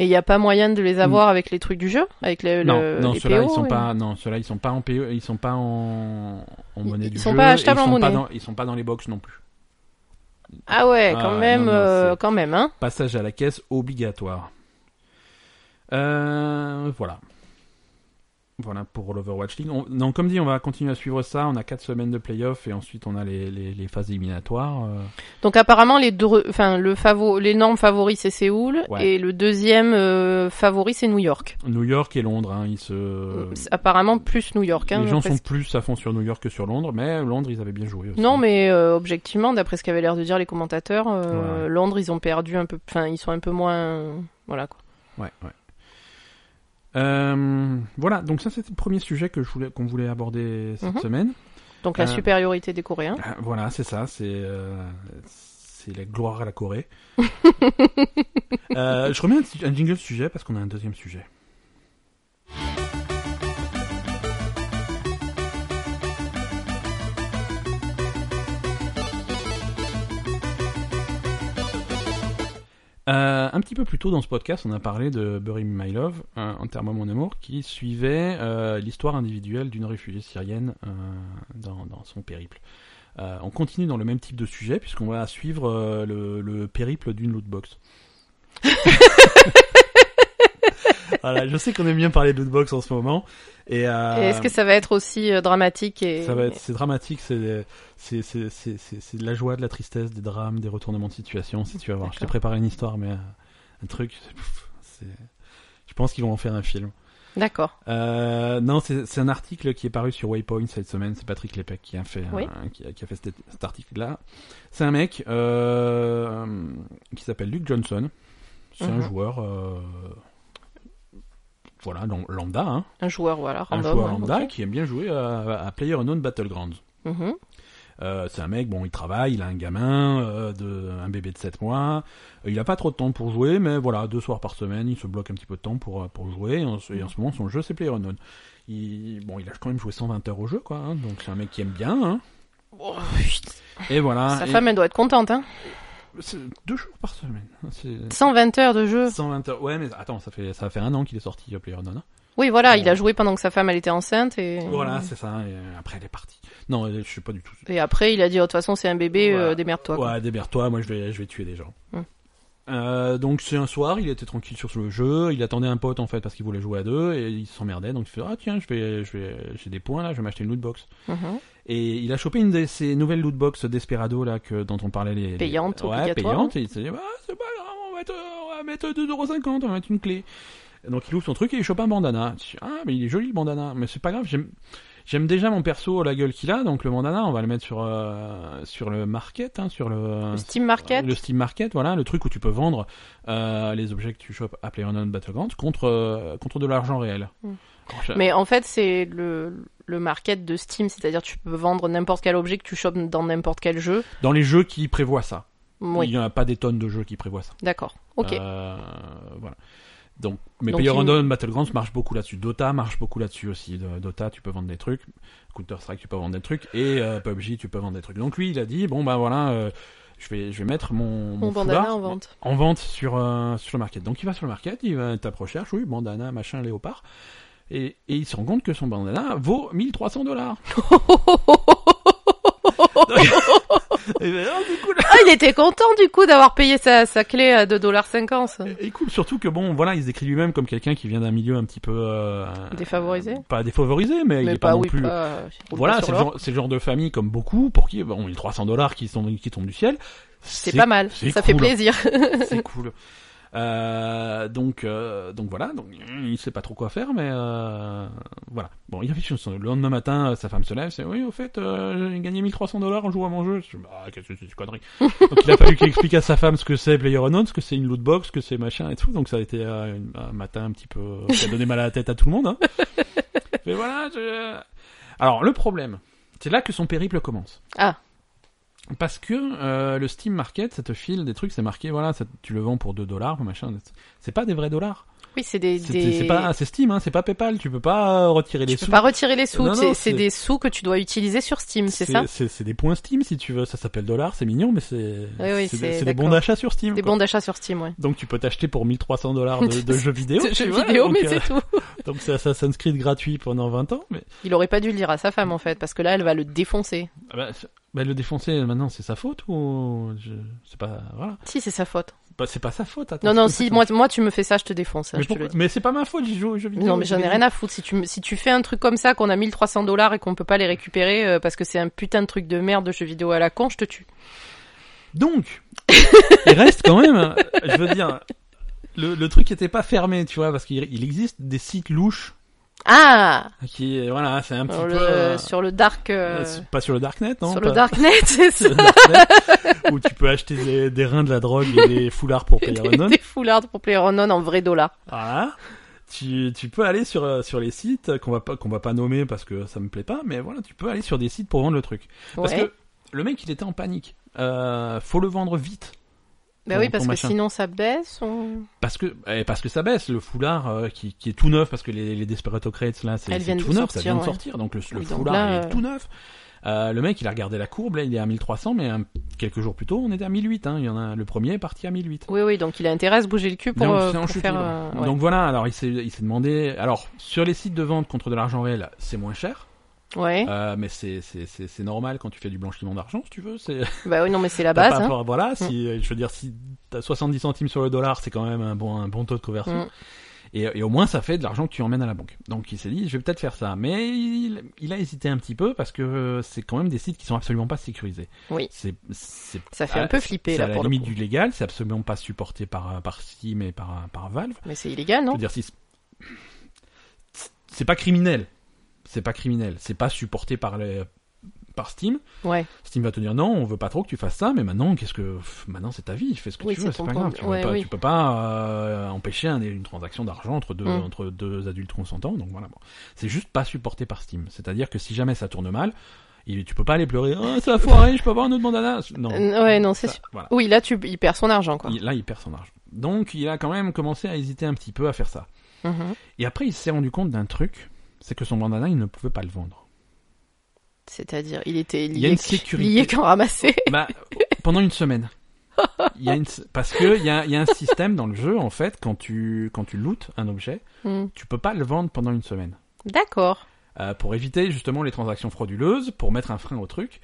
[SPEAKER 2] Et il y a pas moyen de les avoir avec les trucs du jeu, avec le,
[SPEAKER 1] Mm. non,
[SPEAKER 2] le-
[SPEAKER 1] non,
[SPEAKER 2] les
[SPEAKER 1] ceux-là ils
[SPEAKER 2] PO,
[SPEAKER 1] sont
[SPEAKER 2] oui.
[SPEAKER 1] pas, non, ceux-là ils sont pas en PE, ils sont pas en, en
[SPEAKER 2] Ils-
[SPEAKER 1] monnaie
[SPEAKER 2] ils
[SPEAKER 1] du
[SPEAKER 2] sont
[SPEAKER 1] jeu,
[SPEAKER 2] pas
[SPEAKER 1] et
[SPEAKER 2] achetables
[SPEAKER 1] ils
[SPEAKER 2] en
[SPEAKER 1] sont pas
[SPEAKER 2] monnaie.
[SPEAKER 1] dans- ils sont pas dans les box non plus.
[SPEAKER 2] Ah ouais,
[SPEAKER 1] Ah
[SPEAKER 2] quand
[SPEAKER 1] ouais, non,
[SPEAKER 2] même,
[SPEAKER 1] non,
[SPEAKER 2] euh,
[SPEAKER 1] c'est-
[SPEAKER 2] quand même, hein.
[SPEAKER 1] Passage à la caisse obligatoire. Euh, voilà. Voilà pour l'Overwatch League. On- non, comme dit, on va continuer à suivre ça. On a 4 semaines de playoff et ensuite on a les, les, les phases éliminatoires. euh.
[SPEAKER 2] Donc apparemment les deux, enfin le favo, l'énorme favori c'est Séoul
[SPEAKER 1] Ouais.
[SPEAKER 2] et le deuxième euh, favori c'est New York.
[SPEAKER 1] New York et Londres, hein, ils se...
[SPEAKER 2] C'est apparemment plus New York. Hein,
[SPEAKER 1] les gens
[SPEAKER 2] d'après
[SPEAKER 1] sont
[SPEAKER 2] ce-
[SPEAKER 1] plus à fond sur New York que sur Londres, mais Londres, ils avaient bien joué aussi.
[SPEAKER 2] Non mais euh, objectivement, d'après ce qu'avaient l'air de dire les commentateurs, euh,
[SPEAKER 1] Ouais, ouais.
[SPEAKER 2] Londres ils ont perdu un peu, enfin ils sont un peu moins, voilà quoi.
[SPEAKER 1] Ouais, ouais. Euh, voilà, donc ça c'était le premier sujet que je voulais qu'on voulait aborder cette
[SPEAKER 2] Mhm.
[SPEAKER 1] semaine.
[SPEAKER 2] Donc la
[SPEAKER 1] Euh,
[SPEAKER 2] supériorité des Coréens.
[SPEAKER 1] Ah, Voilà, c'est ça, c'est euh, c'est la gloire à la Corée. Euh, je remets un, petit- un jingle sujet parce qu'on a un deuxième sujet. Euh, un petit peu plus tôt dans ce podcast, on a parlé de Bury Me My Love, euh, Enterre-moi mon amour, qui suivait euh, l'histoire individuelle d'une réfugiée syrienne euh, dans, dans son périple. Euh, on continue dans le même type de sujet puisqu'on va suivre euh, le, le périple d'une lootbox. voilà, je sais qu'on aime bien parler de lootbox en ce moment. Et, euh,
[SPEAKER 2] Et Est-ce que ça va être aussi euh, dramatique et
[SPEAKER 1] ça va être, c'est dramatique, c'est, c'est, c'est, c'est, c'est, c'est de la joie, de la tristesse, des drames, des retournements de situation. Si tu vas voir, je t'ai
[SPEAKER 2] D'accord.
[SPEAKER 1] préparé une histoire, mais euh, un truc, c'est- pff, c'est, je pense qu'ils vont en faire un film.
[SPEAKER 2] D'accord.
[SPEAKER 1] Euh, non, c'est c'est un article qui est paru sur Waypoint cette semaine. C'est Patrick Lepec qui a fait, un-
[SPEAKER 2] Oui.
[SPEAKER 1] qui, a, qui a fait cet, cet article-là. C'est un mec euh, qui s'appelle Luke Johnson. C'est un
[SPEAKER 2] Mhm.
[SPEAKER 1] joueur, euh, voilà, lam- lambda, hein.
[SPEAKER 2] Un joueur voilà.
[SPEAKER 1] un
[SPEAKER 2] Random,
[SPEAKER 1] joueur
[SPEAKER 2] hein,
[SPEAKER 1] lambda
[SPEAKER 2] ok.
[SPEAKER 1] qui aime bien jouer à, à PlayerUnknown Battlegrounds.
[SPEAKER 2] Mhm.
[SPEAKER 1] Euh, c'est un mec, bon, il travaille, il a un gamin, euh, de, un bébé de 7 mois. Euh, Il a pas trop de temps pour jouer, mais voilà, deux soirs par semaine, il se bloque un petit peu de temps pour, euh, pour jouer. Et en, ce- et en ce moment, son jeu, c'est PlayerUnknown. Il, bon, il a quand même joué 120 heures au jeu, quoi. hein. donc c'est un mec qui aime bien. hein.
[SPEAKER 2] Oh, putain.
[SPEAKER 1] Et voilà.
[SPEAKER 2] Sa
[SPEAKER 1] et-
[SPEAKER 2] femme elle doit être contente hein.
[SPEAKER 1] c'est deux jours par semaine. C'est
[SPEAKER 2] 120 heures de jeu.
[SPEAKER 1] 120 heures. Ouais, mais attends, ça fait, ça fait un an qu'il est sorti, euh, Player Unknown.
[SPEAKER 2] Oui, voilà,
[SPEAKER 1] Ouais.
[SPEAKER 2] il a joué pendant que sa femme elle était enceinte et
[SPEAKER 1] Voilà, c'est ça. Et euh, après, elle est partie. Non, euh, je suis pas du tout.
[SPEAKER 2] et après il a dit oh, de toute façon c'est un bébé,
[SPEAKER 1] Voilà.
[SPEAKER 2] euh, démerde-toi. quoi.
[SPEAKER 1] Ouais, démerde-toi, moi je vais, je vais tuer des gens.
[SPEAKER 2] Hmm.
[SPEAKER 1] Euh, donc c'est un soir, il était tranquille sur le jeu, il attendait un pote en fait parce qu'il voulait jouer à deux et il s'emmerdait donc il fait ah tiens je vais je vais j'ai des points là je vais m'acheter une loot box
[SPEAKER 2] Mhm.
[SPEAKER 1] et il a chopé une de ces nouvelles loot box Desperado là que dont on parlait les les-
[SPEAKER 2] Payantes,
[SPEAKER 1] ouais,
[SPEAKER 2] obligatoires,
[SPEAKER 1] payantes et il s'est dit bah c'est pas grave on va mettre euh, on va mettre 2,50 on va mettre une clé donc il ouvre son truc et il chope un bandana Je dis, ah mais il est joli le bandana mais c'est pas grave j'aime J'aime déjà mon perso, la gueule qu'il a, donc le bandana, on va le mettre sur euh, sur le market, hein, sur le euh,
[SPEAKER 2] Le Steam Market.
[SPEAKER 1] le Steam Market, voilà, le truc où tu peux vendre euh, les objets que tu chopes à PlayerUnknown's Battlegrounds contre euh, contre de l'argent réel.
[SPEAKER 2] Mm.
[SPEAKER 1] Alors, je-
[SPEAKER 2] Mais en fait, c'est le, le market de Steam, c'est-à-dire tu peux vendre n'importe quel objet que tu chopes dans n'importe quel jeu.
[SPEAKER 1] Dans les jeux qui prévoient ça, il
[SPEAKER 2] Oui,
[SPEAKER 1] n'y en a pas des tonnes de jeux qui prévoient ça.
[SPEAKER 2] d'accord. Ok.
[SPEAKER 1] Euh, voilà. Donc, mais
[SPEAKER 2] Donc,
[SPEAKER 1] PlayerUnknown's Battlegrounds marche beaucoup là-dessus. Dota marche beaucoup là-dessus aussi. De- Dota, tu peux vendre des trucs. Counter Strike, tu peux vendre des trucs. Et euh, PUBG, tu peux vendre des trucs. Donc lui, il a dit bon bah voilà, euh, je vais je vais mettre mon
[SPEAKER 2] Mon
[SPEAKER 1] foulard
[SPEAKER 2] bandana en vente.
[SPEAKER 1] en vente sur, euh, sur le market. Donc il va sur le market, il va tape recherche, oui, bandana, machin, léopard. Et, et il se rend compte que son bandana vaut 1300 dollars. Et ben, oh, c'est cool.
[SPEAKER 2] Ah, il était content du coup d'avoir payé sa, sa clé euh, à 2,50$.
[SPEAKER 1] Et cool, surtout que bon, voilà, il se décrit lui-même comme quelqu'un qui vient d'un milieu un petit peu... euh,
[SPEAKER 2] Défavorisé
[SPEAKER 1] Pas défavorisé, mais, il
[SPEAKER 2] Mais
[SPEAKER 1] est pas,
[SPEAKER 2] pas,
[SPEAKER 1] non
[SPEAKER 2] oui,
[SPEAKER 1] plus...
[SPEAKER 2] pas. il Euh, roule
[SPEAKER 1] Voilà,
[SPEAKER 2] pas sur
[SPEAKER 1] c'est le,
[SPEAKER 2] l'or.
[SPEAKER 1] genre, c'est le genre de famille comme beaucoup pour qui bon, 1300 dollars qui, sont- qui tombent du ciel.
[SPEAKER 2] C'est pas mal,
[SPEAKER 1] c'est
[SPEAKER 2] ça fait
[SPEAKER 1] cool.
[SPEAKER 2] plaisir.
[SPEAKER 1] c'est cool. Euh, donc, euh, donc voilà, donc il sait pas trop quoi faire, mais euh, voilà. Bon, il affiche son- le lendemain matin, euh, sa femme se lève, c'est oui, au fait, euh, j'ai gagné 1300 dollars en jouant à mon jeu. Je dis, bah, qu'est-ce que c'est cette connerie Donc il a fallu qu'il explique à sa femme ce que c'est PlayerUnknown, ce que c'est une loot box, ce que c'est machin et tout. Donc ça a été euh, une- un matin un petit peu qui a donné mal à la tête à tout le monde. Hein. mais voilà. je- Alors le problème, c'est là que son périple commence.
[SPEAKER 2] Ah.
[SPEAKER 1] Parce que euh, le Steam Market, ça te file des trucs, c'est marqué, voilà, ça- tu le vends pour 2 dollars, machin. C'est pas des vrais dollars.
[SPEAKER 2] Oui, c'est des.
[SPEAKER 1] C'est
[SPEAKER 2] des-
[SPEAKER 1] c'est- c'est pas, c'est Steam, hein, c'est pas PayPal. Tu peux pas euh, retirer les
[SPEAKER 2] Tu peux
[SPEAKER 1] sous.
[SPEAKER 2] pas retirer les sous,
[SPEAKER 1] Non, non,
[SPEAKER 2] c'est-
[SPEAKER 1] c'est-
[SPEAKER 2] c'est des sous que tu dois utiliser sur Steam, c'est ça
[SPEAKER 1] C'est c'est des points Steam si tu veux. Ça s'appelle dollars, c'est mignon, mais c'est
[SPEAKER 2] Oui, oui,
[SPEAKER 1] c'est
[SPEAKER 2] c'est-
[SPEAKER 1] des- c'est des bons
[SPEAKER 2] d'accord.
[SPEAKER 1] d'achat sur Steam.
[SPEAKER 2] Des
[SPEAKER 1] quoi.
[SPEAKER 2] bons d'achat sur Steam, ouais.
[SPEAKER 1] Donc tu peux t'acheter pour 1300 dollars de, de jeux vidéo.
[SPEAKER 2] De jeux
[SPEAKER 1] tu vois,
[SPEAKER 2] vidéo,
[SPEAKER 1] donc,
[SPEAKER 2] mais
[SPEAKER 1] euh,
[SPEAKER 2] c'est tout.
[SPEAKER 1] Donc c'est Assassin's Creed gratuit pendant 20 ans. Mais
[SPEAKER 2] Il aurait pas dû le dire à sa femme en fait, parce que là elle va le défoncer.
[SPEAKER 1] ah bah, c'est- bah, le défoncer maintenant, c'est sa faute ou je... c'est pas voilà.
[SPEAKER 2] Si, c'est sa faute.
[SPEAKER 1] C'est pas- C'est pas sa faute. attends.
[SPEAKER 2] Non, non, si, moi, moi tu me fais ça, je te défonce, hein,
[SPEAKER 1] Mais,
[SPEAKER 2] je te
[SPEAKER 1] pourquoi-
[SPEAKER 2] le dis.
[SPEAKER 1] mais c'est pas ma faute, j'y joue aux jeux vidéo.
[SPEAKER 2] Non, mais j'en ai rien à foutre. Si tu, me- si tu fais un truc comme ça, qu'on a 1300 dollars et qu'on peut pas les récupérer euh, parce que c'est un putain de truc de merde de jeu vidéo à la con, je te tue.
[SPEAKER 1] Donc, il reste quand même, hein, je veux dire, le, le truc était pas fermé, tu vois, parce qu'il il existe des sites louches
[SPEAKER 2] Ah
[SPEAKER 1] qui, voilà, c'est un petit
[SPEAKER 2] sur,
[SPEAKER 1] peu...
[SPEAKER 2] le,
[SPEAKER 1] euh,
[SPEAKER 2] sur le dark. euh,
[SPEAKER 1] euh, c'est pas sur le Darknet, non
[SPEAKER 2] sur le
[SPEAKER 1] pas-
[SPEAKER 2] darknet, c'est ça.
[SPEAKER 1] sur le Darknet, où tu peux acheter des, des reins de la drogue et des foulards pour payer
[SPEAKER 2] Des,
[SPEAKER 1] un
[SPEAKER 2] des foulards pour PlayerUnknown en vrai dollar.
[SPEAKER 1] Voilà. Tu, tu peux aller sur, euh, sur les sites euh, qu'on va pas qu'on va pas nommer parce que ça me plaît pas, mais voilà, tu peux aller sur des sites pour vendre le truc. Parce
[SPEAKER 2] Ouais.
[SPEAKER 1] que le mec, il était en panique. Euh, faut le vendre vite.
[SPEAKER 2] Bah
[SPEAKER 1] ton-
[SPEAKER 2] oui,
[SPEAKER 1] ton
[SPEAKER 2] parce que
[SPEAKER 1] machin.
[SPEAKER 2] sinon ça baisse. on-
[SPEAKER 1] Parce que eh, parce que ça baisse le foulard euh, qui, qui est tout neuf parce que les, les Desperate Crates là c'est
[SPEAKER 2] Elles
[SPEAKER 1] c'est
[SPEAKER 2] viennent
[SPEAKER 1] tout
[SPEAKER 2] de
[SPEAKER 1] neuf ça
[SPEAKER 2] sortir,
[SPEAKER 1] vient de
[SPEAKER 2] ouais.
[SPEAKER 1] sortir donc le, le
[SPEAKER 2] Oui, donc
[SPEAKER 1] foulard
[SPEAKER 2] là,
[SPEAKER 1] il est
[SPEAKER 2] euh,
[SPEAKER 1] tout neuf Euh, le mec il a regardé la courbe là il est à 1300 mais euh, quelques jours plus tôt on était à 1008 hein. il y en a le premier est parti à 1008
[SPEAKER 2] Oui, oui, donc il a intérêt à se bouger le cul pour,
[SPEAKER 1] Non,
[SPEAKER 2] euh,
[SPEAKER 1] c'est en
[SPEAKER 2] pour
[SPEAKER 1] chute
[SPEAKER 2] faire.
[SPEAKER 1] libre.
[SPEAKER 2] euh, ouais.
[SPEAKER 1] donc voilà alors il s'est il s'est demandé alors sur les sites de vente contre de l'argent réel c'est moins cher
[SPEAKER 2] Ouais.
[SPEAKER 1] euh, mais c'est c'est c'est c'est normal quand tu fais du blanchiment d'argent si tu veux c'est
[SPEAKER 2] Bah oui, non, mais c'est la
[SPEAKER 1] T'as
[SPEAKER 2] base.
[SPEAKER 1] pas
[SPEAKER 2] hein.
[SPEAKER 1] peur- voilà, si, euh, je veux dire, si t'as 70 centimes sur le dollar, c'est quand même un bon, un bon taux de conversion.
[SPEAKER 2] Mm.
[SPEAKER 1] Et, et au moins, ça fait de l'argent que tu emmènes à la banque. Donc, il s'est dit, je vais peut-être faire ça. Mais il, il a hésité un petit peu parce que euh, c'est quand même des sites qui sont absolument pas sécurisés.
[SPEAKER 2] Oui.
[SPEAKER 1] C'est, c'est
[SPEAKER 2] Ça fait un
[SPEAKER 1] Ah,
[SPEAKER 2] peu flipper
[SPEAKER 1] c'est
[SPEAKER 2] là
[SPEAKER 1] à la
[SPEAKER 2] pour le
[SPEAKER 1] limite
[SPEAKER 2] coup.
[SPEAKER 1] du légal, c'est absolument pas supporté par, euh, par Steam et par, euh, par Valve.
[SPEAKER 2] Mais c'est illégal,
[SPEAKER 1] Je
[SPEAKER 2] non
[SPEAKER 1] veux dire, si c'est- c'est pas criminel. C'est pas criminel. C'est pas supporté par les, par Steam.
[SPEAKER 2] Ouais.
[SPEAKER 1] Steam va te dire non, on veut pas trop que tu fasses ça, mais maintenant, qu'est-ce que pff, maintenant c'est ta vie, fais ce que
[SPEAKER 2] Oui,
[SPEAKER 1] tu
[SPEAKER 2] c'est
[SPEAKER 1] veux, c'est
[SPEAKER 2] ton
[SPEAKER 1] pas
[SPEAKER 2] compte.
[SPEAKER 1] grave, tu,
[SPEAKER 2] Ouais,
[SPEAKER 1] peux pas,
[SPEAKER 2] oui.
[SPEAKER 1] tu peux pas euh, empêcher un- une transaction d'argent entre deux
[SPEAKER 2] Mm.
[SPEAKER 1] entre deux adultes consentants, donc voilà. Bon. C'est juste pas supporté par Steam, c'est-à-dire que si jamais ça tourne mal, il, tu peux pas aller pleurer, ah ça a foiré, je peux avoir un autre bandana. Non,
[SPEAKER 2] Euh, ouais, non, c'est
[SPEAKER 1] ça-
[SPEAKER 2] sûr.
[SPEAKER 1] voilà.
[SPEAKER 2] Oui, là, tu, il perd son argent, quoi.
[SPEAKER 1] Il- là il perd son argent. Donc il a quand même commencé à hésiter un petit peu à faire ça.
[SPEAKER 2] Mhm.
[SPEAKER 1] Et après il s'est rendu compte d'un truc, c'est que son bandana il ne pouvait pas le vendre.
[SPEAKER 2] C'est-à-dire, il était
[SPEAKER 1] y a
[SPEAKER 2] lié,
[SPEAKER 1] une sécurité.
[SPEAKER 2] lié qu'en ramassé.
[SPEAKER 1] Bah, pendant une semaine. Il y a une... Parce que il y a, il y a un système dans le jeu, en fait, quand tu, quand tu lootes un objet,
[SPEAKER 2] Hmm.
[SPEAKER 1] tu peux pas le vendre pendant une semaine.
[SPEAKER 2] D'accord.
[SPEAKER 1] Euh, pour éviter justement les transactions frauduleuses, pour mettre un frein au truc.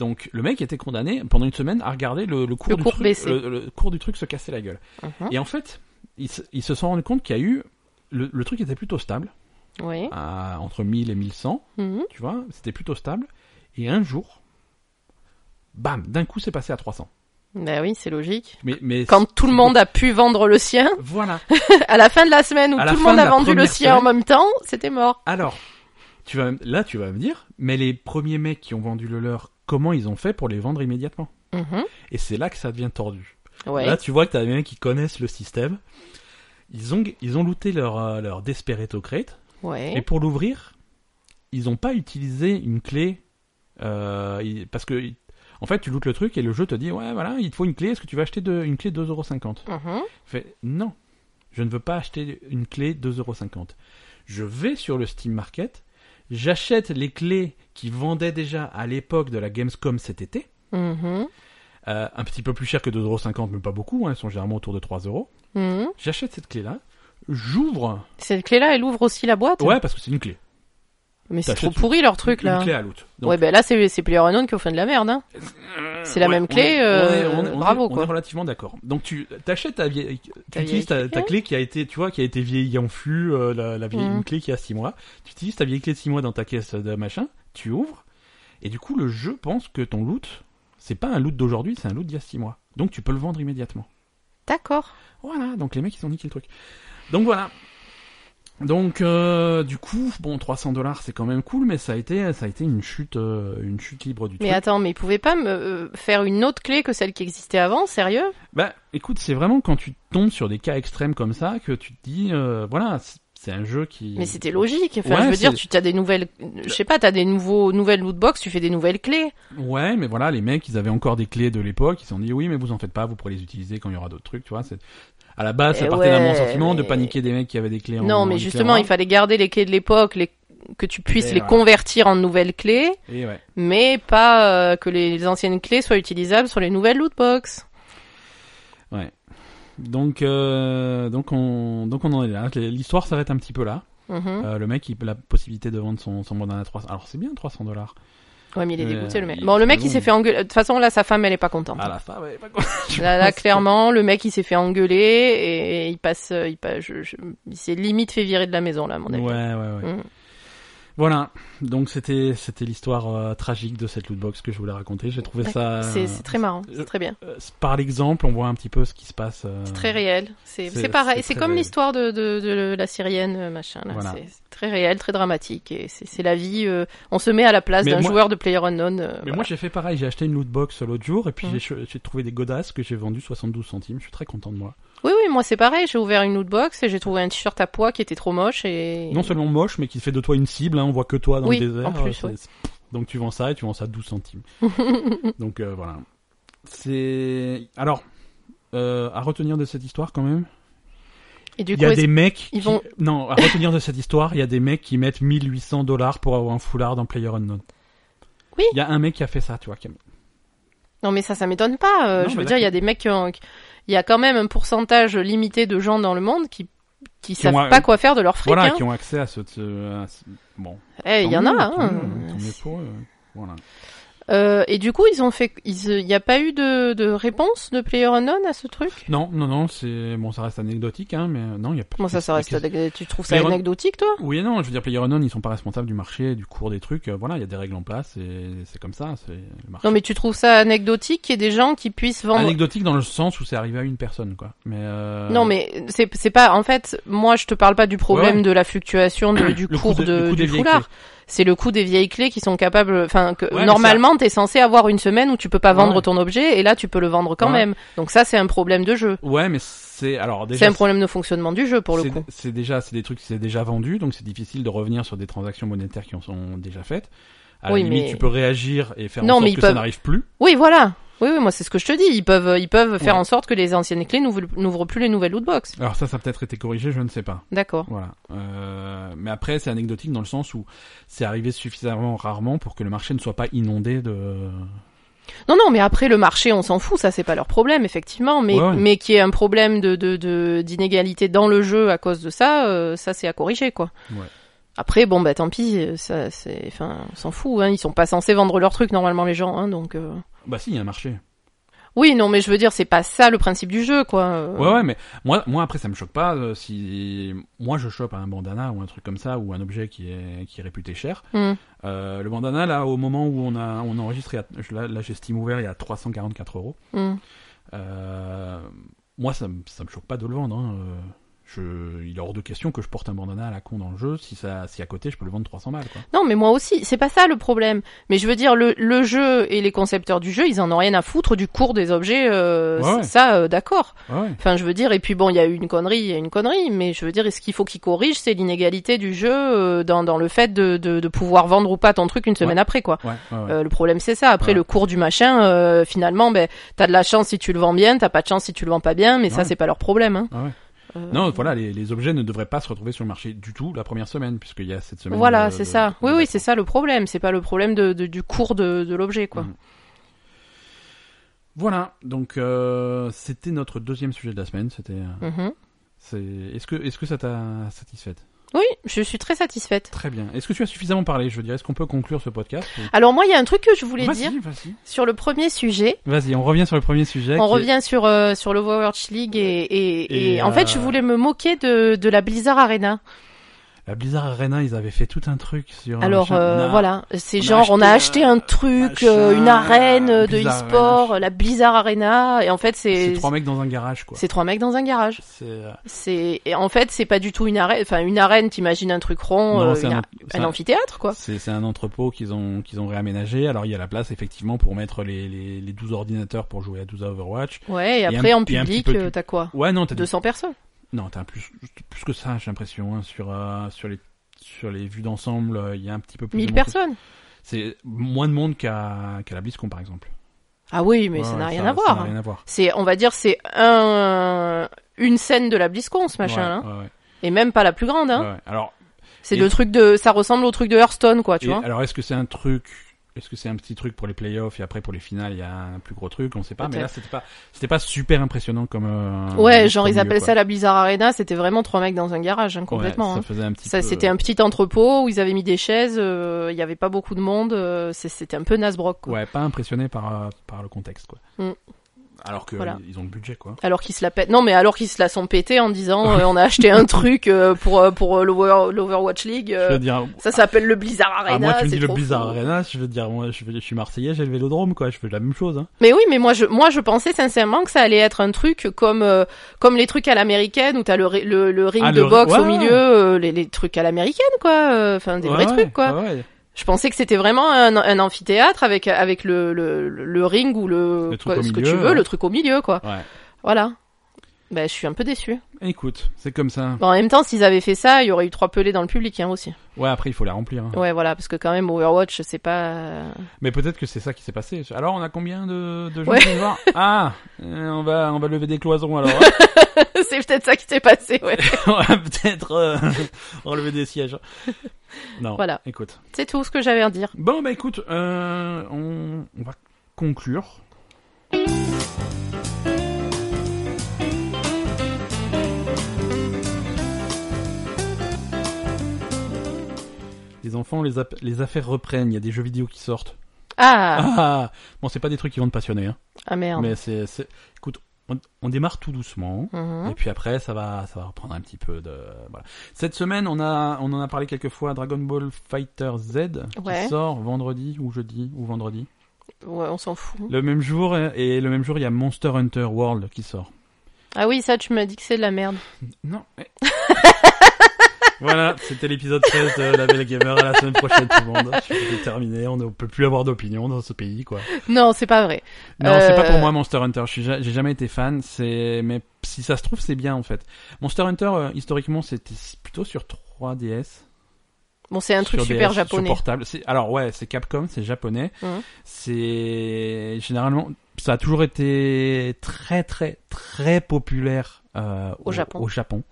[SPEAKER 1] Donc le mec était condamné pendant une semaine à regarder le, cours,
[SPEAKER 2] Le
[SPEAKER 1] du
[SPEAKER 2] cours
[SPEAKER 1] truc,
[SPEAKER 2] baisser.
[SPEAKER 1] le- le cours du truc se casser la gueule.
[SPEAKER 2] Mhm.
[SPEAKER 1] Et en fait, ils se, ils se sont rendus compte qu'il y a eu... Le, le truc était plutôt stable,
[SPEAKER 2] Oui.
[SPEAKER 1] à, entre 1000 et 1100,
[SPEAKER 2] Mhm.
[SPEAKER 1] tu vois, c'était plutôt stable. Et un jour, bam, d'un coup c'est passé à 300.
[SPEAKER 2] Ben oui, c'est logique.
[SPEAKER 1] Mais, mais
[SPEAKER 2] Quand tout le monde a pu vendre le sien,
[SPEAKER 1] Voilà.
[SPEAKER 2] à la fin de la semaine où
[SPEAKER 1] À la
[SPEAKER 2] tout le
[SPEAKER 1] fin
[SPEAKER 2] monde
[SPEAKER 1] de
[SPEAKER 2] a
[SPEAKER 1] la
[SPEAKER 2] vendu le
[SPEAKER 1] première
[SPEAKER 2] sien en
[SPEAKER 1] semaine.
[SPEAKER 2] même temps, c'était mort.
[SPEAKER 1] Alors, tu vas, là tu vas me dire, mais les premiers mecs qui ont vendu le leur, comment ils ont fait pour les vendre immédiatement
[SPEAKER 2] Mhm.
[SPEAKER 1] Et c'est là que ça devient tordu.
[SPEAKER 2] Ouais.
[SPEAKER 1] Là, tu vois que t'as des mecs qui connaissent le système. Ils ont, ils ont looté leur, euh, leur Despereto Crate.
[SPEAKER 2] ouais.
[SPEAKER 1] Et pour l'ouvrir, ils n'ont pas utilisé une clé. euh, ils- parce que, en fait, tu lootes le truc et le jeu te dit Ouais, voilà, il te faut une clé. Est-ce que tu vas acheter de- une clé 2,50€
[SPEAKER 2] Mhm.
[SPEAKER 1] Fait Non, je ne veux pas acheter une clé 2,50€. Je vais sur le Steam Market. J'achète les clés qui vendaient déjà à l'époque de la Gamescom cet été.
[SPEAKER 2] Mhm.
[SPEAKER 1] Euh, un petit peu plus cher que 2,50€, mais pas beaucoup. Hein, ils sont généralement autour de 3€.
[SPEAKER 2] Mhm.
[SPEAKER 1] J'achète cette clé-là, j'ouvre.
[SPEAKER 2] Cette clé-là, elle ouvre aussi la boîte.
[SPEAKER 1] Ouais, parce que c'est une clé.
[SPEAKER 2] Mais c'est
[SPEAKER 1] t'achètes
[SPEAKER 2] trop pourri leur truc
[SPEAKER 1] Une-
[SPEAKER 2] là.
[SPEAKER 1] Une clé à loot. Donc,
[SPEAKER 2] ouais, ben là, c'est c'est PlayerUnknown qui ont fait de la merde. Hein.
[SPEAKER 1] euh,
[SPEAKER 2] c'est la même
[SPEAKER 1] on
[SPEAKER 2] clé,
[SPEAKER 1] est-
[SPEAKER 2] euh,
[SPEAKER 1] on est- on est- on est-
[SPEAKER 2] bravo,
[SPEAKER 1] On
[SPEAKER 2] quoi.
[SPEAKER 1] est relativement d'accord. Donc tu t'achètes ta vieille, tu
[SPEAKER 2] Ta
[SPEAKER 1] utilises ta,
[SPEAKER 2] vieille
[SPEAKER 1] ta clé qui a été, tu vois, qui a été vieillie en fût, euh, la, la vieille
[SPEAKER 2] Mm.
[SPEAKER 1] une clé qui a 6 mois. Tu utilises ta vieille clé de 6 mois dans ta caisse de machin. Tu ouvres et du coup le jeu pense que ton loot, c'est pas un loot d'aujourd'hui, c'est un loot d'il y a 6 mois. Donc tu peux le vendre immédiatement.
[SPEAKER 2] D'accord.
[SPEAKER 1] Voilà, donc les mecs ils ont niqué le truc. Donc voilà. Donc euh, du coup, bon 300 dollars c'est quand même cool mais ça a été ça a été une chute euh, une chute libre du
[SPEAKER 2] Mais
[SPEAKER 1] truc.
[SPEAKER 2] attends, mais ils pouvaient pas me euh, faire une autre clé que celle qui existait avant, sérieux
[SPEAKER 1] Bah écoute, c'est vraiment quand tu tombes sur des cas extrêmes comme ça que tu te dis euh, voilà, c'est- c'est un jeu qui
[SPEAKER 2] Mais c'était logique. Enfin,
[SPEAKER 1] Ouais,
[SPEAKER 2] je veux dire,
[SPEAKER 1] c'est-
[SPEAKER 2] tu as des nouvelles, je sais pas, t'as des nouveaux nouvelles lootbox, tu fais des nouvelles clés.
[SPEAKER 1] Ouais, mais voilà, les mecs, ils avaient encore des clés de l'époque, ils se sont dit oui, mais vous en faites pas, vous pourrez les utiliser quand il y aura d'autres trucs, tu vois, c'est à la base, ça
[SPEAKER 2] Eh
[SPEAKER 1] partait d'un bon
[SPEAKER 2] ouais,
[SPEAKER 1] sentiment de
[SPEAKER 2] mais-
[SPEAKER 1] paniquer des mecs qui avaient des clés en
[SPEAKER 2] non, mais
[SPEAKER 1] en
[SPEAKER 2] justement, il
[SPEAKER 1] éclairant.
[SPEAKER 2] fallait garder les clés de l'époque, les que tu puisses
[SPEAKER 1] Et
[SPEAKER 2] les
[SPEAKER 1] ouais.
[SPEAKER 2] convertir en nouvelles clés,
[SPEAKER 1] Et ouais.
[SPEAKER 2] mais pas euh, que les anciennes clés soient utilisables sur les nouvelles lootbox.
[SPEAKER 1] Donc euh, donc on donc on en est là, l'histoire s'arrête un petit peu là.
[SPEAKER 2] Mhm.
[SPEAKER 1] Euh, le mec, il a la possibilité de vendre son, son bandana à 300. Alors c'est bien 300 dollars.
[SPEAKER 2] ouais, mais il est
[SPEAKER 1] euh,
[SPEAKER 2] dégoûté le mec.
[SPEAKER 1] il-
[SPEAKER 2] Bon, le mec
[SPEAKER 1] mais
[SPEAKER 2] il
[SPEAKER 1] bon.
[SPEAKER 2] s'est fait engueuler. De toute façon, là, sa femme elle est pas contente.
[SPEAKER 1] À la fin, Ah ouais, pas quoi.
[SPEAKER 2] Là, là, clairement, le mec il s'est fait engueuler et, et il passe, euh, il, passe je- je- il s'est limite fait virer de la maison là, à mon
[SPEAKER 1] Ouais,
[SPEAKER 2] avis.
[SPEAKER 1] ouais, ouais.
[SPEAKER 2] Mm.
[SPEAKER 1] Voilà. Donc c'était c'était l'histoire euh, tragique de cette lootbox que je voulais raconter. J'ai trouvé ça.
[SPEAKER 2] C'est c'est très marrant,
[SPEAKER 1] euh,
[SPEAKER 2] c'est très bien,
[SPEAKER 1] euh, par l'exemple, on voit un petit peu ce qui se passe. euh,
[SPEAKER 2] c'est très réel. C'est
[SPEAKER 1] c'est-
[SPEAKER 2] c'est pareil,
[SPEAKER 1] c'est
[SPEAKER 2] c'est
[SPEAKER 1] très
[SPEAKER 2] comme
[SPEAKER 1] réel.
[SPEAKER 2] l'histoire de, de, de la Syrienne euh, machin. là.
[SPEAKER 1] Voilà.
[SPEAKER 2] C'est c'est très réel, très dramatique et c'est c'est la vie. euh, on se met à la place
[SPEAKER 1] Mais
[SPEAKER 2] d'un
[SPEAKER 1] moi-
[SPEAKER 2] joueur de Player Unknown. euh,
[SPEAKER 1] Mais moi j'ai fait pareil, j'ai acheté une lootbox l'autre jour et puis
[SPEAKER 2] Mm.
[SPEAKER 1] j'ai ch- j'ai trouvé des godasses que j'ai vendues 72 centimes. Je suis très content de moi.
[SPEAKER 2] Oui oui, moi c'est pareil. J'ai ouvert une lootbox et j'ai trouvé un t-shirt à pois qui était trop moche et
[SPEAKER 1] Non seulement moche, mais qui fait de toi une cible. Hein, on voit que toi dans
[SPEAKER 2] Oui,
[SPEAKER 1] le désert.
[SPEAKER 2] en plus,
[SPEAKER 1] c'est-
[SPEAKER 2] ouais.
[SPEAKER 1] c'est- Donc tu vends ça et tu vends ça 12 centimes. Donc euh, voilà. C'est alors euh, à retenir de cette histoire quand même.
[SPEAKER 2] et du
[SPEAKER 1] Il
[SPEAKER 2] coup
[SPEAKER 1] y a
[SPEAKER 2] est-ce-
[SPEAKER 1] des mecs. qui-
[SPEAKER 2] ils vont-
[SPEAKER 1] Non, à retenir de cette histoire, il y a des mecs qui mettent 1800 dollars pour avoir un foulard dans Player Unknown.
[SPEAKER 2] Oui.
[SPEAKER 1] Il y a un mec qui a fait ça, tu vois. qui a-
[SPEAKER 2] Non, mais ça, ça m'étonne pas. euh,
[SPEAKER 1] Non,
[SPEAKER 2] je
[SPEAKER 1] mais
[SPEAKER 2] veux dire, il y a des mecs qui ont. qui- Il y a quand même un pourcentage limité de gens dans le monde qui qui, savent
[SPEAKER 1] ont-
[SPEAKER 2] pas quoi faire de leur fric.
[SPEAKER 1] Voilà,
[SPEAKER 2] hein.
[SPEAKER 1] qui ont accès à ce. ce- à ce- Bon.
[SPEAKER 2] Eh, il y en a.
[SPEAKER 1] Tant mieux,
[SPEAKER 2] hein.
[SPEAKER 1] tant mieux, tant mieux pour eux. Voilà.
[SPEAKER 2] Euh, et du coup, ils ont fait. ils- Il n'y a pas eu de, de réponse de PlayerUnknown à ce truc.
[SPEAKER 1] Non, non, non, c'est bon, ça reste anecdotique, hein, mais euh, non, il y a pas.
[SPEAKER 2] Comment ça, ça reste Tu trouves ça
[SPEAKER 1] Player-
[SPEAKER 2] anecdotique, toi
[SPEAKER 1] Oui et non, je veux dire, PlayerUnknown, ils sont pas responsables du marché, du cours des trucs. euh, voilà, il y a des règles en place et c'est comme ça. C'est le marché.
[SPEAKER 2] Non, mais tu trouves ça anecdotique qu'il y ait des gens qui puissent vendre.
[SPEAKER 1] Anecdotique dans le sens où c'est arrivé à une personne, quoi. Mais euh,
[SPEAKER 2] Non, mais c'est c'est pas. En fait, moi, je te parle pas du problème
[SPEAKER 1] Ouais, ouais.
[SPEAKER 2] de la fluctuation de- du
[SPEAKER 1] le
[SPEAKER 2] cours
[SPEAKER 1] coût de- le
[SPEAKER 2] de,
[SPEAKER 1] coût des
[SPEAKER 2] du
[SPEAKER 1] vieilles
[SPEAKER 2] foulard. C'est le coût des vieilles clés qui sont capables. Enfin, que
[SPEAKER 1] Ouais, mais
[SPEAKER 2] normalement, t'es censé avoir une semaine où tu peux pas vendre
[SPEAKER 1] Ouais.
[SPEAKER 2] ton objet et là, tu peux le vendre quand
[SPEAKER 1] Ouais.
[SPEAKER 2] même. Donc ça, c'est un problème de jeu.
[SPEAKER 1] Ouais, mais c'est alors déjà.
[SPEAKER 2] C'est un problème de fonctionnement du jeu pour le
[SPEAKER 1] c'est-
[SPEAKER 2] coup.
[SPEAKER 1] C'est déjà, c'est des trucs qui s'est déjà vendu, donc c'est difficile de revenir sur des transactions monétaires qui en sont déjà faites. À la
[SPEAKER 2] Oui,
[SPEAKER 1] limite,
[SPEAKER 2] mais-
[SPEAKER 1] tu peux réagir et faire
[SPEAKER 2] Non,
[SPEAKER 1] en
[SPEAKER 2] mais
[SPEAKER 1] sorte
[SPEAKER 2] ils
[SPEAKER 1] que ça
[SPEAKER 2] peuvent-
[SPEAKER 1] n'arrive plus.
[SPEAKER 2] Oui, voilà. Oui, oui, moi c'est ce que je te dis. Ils peuvent, ils peuvent faire
[SPEAKER 1] Ouais.
[SPEAKER 2] en sorte que les anciennes clés n'ouvrent n'ouvrent plus les nouvelles lootbox.
[SPEAKER 1] Alors ça, ça a peut-être été corrigé, je ne sais pas.
[SPEAKER 2] D'accord.
[SPEAKER 1] Voilà. Euh, mais après, c'est anecdotique dans le sens où c'est arrivé suffisamment rarement pour que le marché ne soit pas inondé de.
[SPEAKER 2] Non, non, mais après le marché, on s'en fout, ça c'est pas leur problème, effectivement. Mais,
[SPEAKER 1] Ouais, ouais.
[SPEAKER 2] mais qu'il y ait un problème de, de, de- d'inégalité dans le jeu à cause de ça, euh, ça c'est à corriger, quoi.
[SPEAKER 1] Ouais.
[SPEAKER 2] Après, bon, bah tant pis, euh, ça c'est, enfin, on s'en fout, hein. Ils sont pas censés vendre leurs trucs normalement, les gens, hein, donc. euh.
[SPEAKER 1] Bah si, il y a un marché.
[SPEAKER 2] Oui, non, mais je veux dire, c'est pas ça le principe du jeu, quoi. euh.
[SPEAKER 1] Ouais, ouais, mais moi, moi après, ça me choque pas euh, si moi je chope un bandana ou un truc comme ça ou un objet qui est qui est réputé cher.
[SPEAKER 2] Hmm.
[SPEAKER 1] Euh, le bandana là, au moment où on a on enregistre, il y a- je- là, là j'ai Steam ouvert, il y a 344 euros.
[SPEAKER 2] Hmm.
[SPEAKER 1] Euh, Moi, ça, me- ça me choque pas de le vendre. hein, euh, Je, il est hors de question que je porte un bandana à la con dans le jeu si ça, si à côté je peux le vendre 300 balles. Quoi.
[SPEAKER 2] Non, mais moi aussi, c'est pas ça le problème. Mais je veux dire, le, le jeu et les concepteurs du jeu, ils en ont rien à foutre du cours des objets, euh,
[SPEAKER 1] Ouais, ouais.
[SPEAKER 2] ça, euh, d'accord.
[SPEAKER 1] Ouais, ouais.
[SPEAKER 2] Enfin, je veux dire, et puis bon, il y a eu une connerie, il y a eu une connerie, mais je veux dire, ce qu'il faut qu'ils corrigent, c'est l'inégalité du jeu euh, dans, dans le fait de, de, de pouvoir vendre ou pas ton truc une semaine après, quoi.
[SPEAKER 1] Ouais, ouais, ouais.
[SPEAKER 2] Euh, le problème c'est ça. Après
[SPEAKER 1] Ouais.
[SPEAKER 2] le cours du machin, euh, finalement, ben t'as de la chance si tu le vends bien, t'as pas de chance si tu le vends pas bien, mais ça
[SPEAKER 1] Ouais.
[SPEAKER 2] c'est pas leur problème. Hein.
[SPEAKER 1] Ah ouais.
[SPEAKER 2] Euh,
[SPEAKER 1] Non, voilà, les, les objets ne devraient pas se retrouver sur le marché du tout la première semaine, puisqu'il y a cette semaine.
[SPEAKER 2] Voilà,
[SPEAKER 1] de-
[SPEAKER 2] c'est
[SPEAKER 1] de-
[SPEAKER 2] ça.
[SPEAKER 1] de-
[SPEAKER 2] Oui, oui, c'est ça le problème. C'est pas le problème de, de- du cours de, de l'objet, quoi.
[SPEAKER 1] Mhm. Voilà, donc euh, c'était notre deuxième sujet de la semaine. C'était. euh,
[SPEAKER 2] Mhm.
[SPEAKER 1] c'est- Est-ce que, est-ce que ça t'a satisfaite
[SPEAKER 2] Oui, je suis très satisfaite.
[SPEAKER 1] Très bien. Est-ce que tu as suffisamment parlé Je veux dire, est-ce qu'on peut conclure ce podcast ou-
[SPEAKER 2] Alors moi, il y a un truc que je voulais
[SPEAKER 1] Vas-y,
[SPEAKER 2] dire
[SPEAKER 1] vas-y.
[SPEAKER 2] sur le premier sujet.
[SPEAKER 1] Vas-y, on revient sur le premier sujet.
[SPEAKER 2] On
[SPEAKER 1] qui est-
[SPEAKER 2] revient sur euh, sur le Overwatch League et, et,
[SPEAKER 1] Et,
[SPEAKER 2] et en fait, je
[SPEAKER 1] euh,
[SPEAKER 2] voulais me moquer de, de la Blizzard Arena.
[SPEAKER 1] La Blizzard Arena, ils avaient fait tout un truc sur. un
[SPEAKER 2] Alors
[SPEAKER 1] machin.
[SPEAKER 2] euh,
[SPEAKER 1] On a-
[SPEAKER 2] voilà, c'est
[SPEAKER 1] on a
[SPEAKER 2] genre on a acheté
[SPEAKER 1] acheté
[SPEAKER 2] un
[SPEAKER 1] un
[SPEAKER 2] truc,
[SPEAKER 1] machin,
[SPEAKER 2] euh, une arène euh, de
[SPEAKER 1] Blizzard
[SPEAKER 2] e-sport, la Blizzard Arena, et en fait
[SPEAKER 1] C'est
[SPEAKER 2] c'est
[SPEAKER 1] trois mecs dans un garage, quoi.
[SPEAKER 2] c'est trois mecs dans un garage.
[SPEAKER 1] C'est. euh,
[SPEAKER 2] C'est et en fait c'est pas du tout une arène, enfin une arène, t'imagines un truc rond,
[SPEAKER 1] non,
[SPEAKER 2] euh,
[SPEAKER 1] c'est
[SPEAKER 2] une
[SPEAKER 1] un-
[SPEAKER 2] ar-
[SPEAKER 1] c'est
[SPEAKER 2] un,
[SPEAKER 1] un-
[SPEAKER 2] amphithéâtre quoi.
[SPEAKER 1] C'est c'est un entrepôt qu'ils ont, qu'ils ont réaménagé. Alors, il y a la place, effectivement, pour mettre les, les, les 12 ordinateurs pour jouer à 12 à Overwatch.
[SPEAKER 2] Ouais, et
[SPEAKER 1] un-
[SPEAKER 2] après en
[SPEAKER 1] et un petit
[SPEAKER 2] public
[SPEAKER 1] peu de
[SPEAKER 2] euh,
[SPEAKER 1] pub.
[SPEAKER 2] t'as quoi
[SPEAKER 1] Ouais, non, t'as des-
[SPEAKER 2] 200 personnes.
[SPEAKER 1] non, t'as plus, plus que ça, j'ai l'impression. hein, sur, euh, sur, les, sur les vues d'ensemble, euh, il y a un petit peu plus. de
[SPEAKER 2] 1000
[SPEAKER 1] monde.
[SPEAKER 2] personnes.
[SPEAKER 1] C'est moins de monde qu'à qu'à la BlizzCon, par exemple.
[SPEAKER 2] Ah oui, mais
[SPEAKER 1] Ouais,
[SPEAKER 2] ça
[SPEAKER 1] ouais,
[SPEAKER 2] n'a rien
[SPEAKER 1] ça-
[SPEAKER 2] à
[SPEAKER 1] Ça
[SPEAKER 2] voir.
[SPEAKER 1] n'a
[SPEAKER 2] hein.
[SPEAKER 1] rien à voir.
[SPEAKER 2] C'est on va dire c'est un une scène de la BlizzCon ce machin hein.
[SPEAKER 1] Ouais, ouais, ouais,
[SPEAKER 2] et même pas la plus grande hein.
[SPEAKER 1] ouais. Alors,
[SPEAKER 2] C'est
[SPEAKER 1] Et-
[SPEAKER 2] le truc de ça ressemble au truc de Hearthstone quoi, tu
[SPEAKER 1] et-
[SPEAKER 2] vois.
[SPEAKER 1] alors est-ce que c'est un truc. Est-ce que c'est un petit truc pour les playoffs et après pour les finales il y a un plus gros truc on sait pas mais
[SPEAKER 2] Peut-être.
[SPEAKER 1] là c'était pas c'était pas super impressionnant comme euh,
[SPEAKER 2] Ouais, genre
[SPEAKER 1] comme
[SPEAKER 2] ils
[SPEAKER 1] lieu,
[SPEAKER 2] appellent
[SPEAKER 1] quoi.
[SPEAKER 2] ça la Blizzard Arena, c'était vraiment trois mecs dans un garage, hein, complètement.
[SPEAKER 1] Ouais,
[SPEAKER 2] hein.
[SPEAKER 1] ça faisait un petit
[SPEAKER 2] Ça,
[SPEAKER 1] peu- euh,
[SPEAKER 2] c'était un petit entrepôt où ils avaient mis des chaises, euh, il y avait pas beaucoup de monde, euh, c'est- c'était un peu Nasbrock. Quoi.
[SPEAKER 1] Ouais, pas impressionné par, euh, par le contexte, quoi.
[SPEAKER 2] Mm.
[SPEAKER 1] Alors que
[SPEAKER 2] Voilà.
[SPEAKER 1] ils ont le budget, quoi.
[SPEAKER 2] Alors qu'ils se la pètent, non mais alors qu'ils se la sont pété en disant euh, on a acheté un truc euh, pour euh, pour euh, l'Over- l'Overwatch League, euh,
[SPEAKER 1] je veux dire,
[SPEAKER 2] ça s'appelle le Blizzard
[SPEAKER 1] à moi
[SPEAKER 2] Arena,
[SPEAKER 1] tu me
[SPEAKER 2] c'est
[SPEAKER 1] dis le
[SPEAKER 2] trop
[SPEAKER 1] Blizzard
[SPEAKER 2] fou.
[SPEAKER 1] Arena, je veux dire, moi je, veux- je suis marseillais, j'ai le vélodrome, quoi, je fais la même chose. Hein.
[SPEAKER 2] Mais oui, mais moi je moi je pensais sincèrement que ça allait être un truc comme euh, comme les trucs à l'américaine où t'as le, ri- le le ring
[SPEAKER 1] Ah,
[SPEAKER 2] de
[SPEAKER 1] le ri-
[SPEAKER 2] boxe au
[SPEAKER 1] ouais.
[SPEAKER 2] milieu, euh, les, les trucs à l'américaine quoi, euh, enfin des
[SPEAKER 1] Ouais,
[SPEAKER 2] vrais
[SPEAKER 1] ouais,
[SPEAKER 2] trucs quoi.
[SPEAKER 1] ouais, ouais.
[SPEAKER 2] Je pensais que c'était vraiment un, un amphithéâtre avec avec le, le, le ring ou le,
[SPEAKER 1] Le truc
[SPEAKER 2] quoi,
[SPEAKER 1] au
[SPEAKER 2] ce que
[SPEAKER 1] milieu,
[SPEAKER 2] tu veux,
[SPEAKER 1] ouais.
[SPEAKER 2] le truc au milieu quoi.
[SPEAKER 1] Ouais.
[SPEAKER 2] Voilà. Ben je suis un peu déçu.
[SPEAKER 1] Écoute, c'est comme ça.
[SPEAKER 2] Bon, en même temps, s'ils avaient fait ça, il y aurait eu trois pelés dans le public hein, aussi.
[SPEAKER 1] Ouais, après il faut la remplir. hein.
[SPEAKER 2] Ouais, voilà, parce que quand même Overwatch, c'est pas. euh,
[SPEAKER 1] Mais peut-être que c'est ça qui s'est passé. Alors on a combien de, de gens
[SPEAKER 2] Ouais.
[SPEAKER 1] qui vont voir Ah, euh, on va on va lever des cloisons alors. hein.
[SPEAKER 2] c'est peut-être ça qui s'est passé. Ouais.
[SPEAKER 1] on va peut-être euh, enlever des sièges. Non.
[SPEAKER 2] Voilà.
[SPEAKER 1] Écoute.
[SPEAKER 2] c'est tout ce que j'avais à dire.
[SPEAKER 1] Bon bah écoute, euh, on, on va conclure. Les enfants, les, app- les affaires reprennent, il y a des jeux vidéo qui sortent.
[SPEAKER 2] Ah, ah,
[SPEAKER 1] Ah Bon, c'est pas des trucs qui vont te passionner, hein.
[SPEAKER 2] merde.
[SPEAKER 1] mais c'est... c'est- Écoute, on, on démarre tout doucement,
[SPEAKER 2] Mhm.
[SPEAKER 1] et puis après, ça va, ça va reprendre un petit peu de... Voilà. Cette semaine, on, a, on en a parlé quelques fois, Dragon Ball Fighter Z,
[SPEAKER 2] Ouais.
[SPEAKER 1] qui sort vendredi ou jeudi ou vendredi.
[SPEAKER 2] Ouais, on s'en fout.
[SPEAKER 1] Le même jour, euh, et le même jour, il y a Monster Hunter World qui sort.
[SPEAKER 2] Ah oui, ça, tu m'as dit que c'est de la merde.
[SPEAKER 1] Non. eh. voilà, c'était l'épisode 16 de La Belle Gamer. À la semaine prochaine, tout le monde. Je suis terminé. On ne peut plus avoir d'opinion dans ce pays, quoi.
[SPEAKER 2] Non, c'est pas vrai.
[SPEAKER 1] Non,
[SPEAKER 2] Euh,
[SPEAKER 1] c'est pas pour moi Monster Hunter. Je suis ja- j'ai jamais été fan. C'est, mais si ça se trouve, c'est bien en fait. Monster Hunter, euh, historiquement, c'était s- plutôt sur 3DS.
[SPEAKER 2] Bon, c'est un truc
[SPEAKER 1] sur
[SPEAKER 2] super
[SPEAKER 1] DS,
[SPEAKER 2] japonais.
[SPEAKER 1] Sur portable. C'est- Alors ouais, c'est Capcom, c'est japonais.
[SPEAKER 2] Mhm.
[SPEAKER 1] C'est généralement, ça a toujours été très très très populaire euh,
[SPEAKER 2] Au Japon.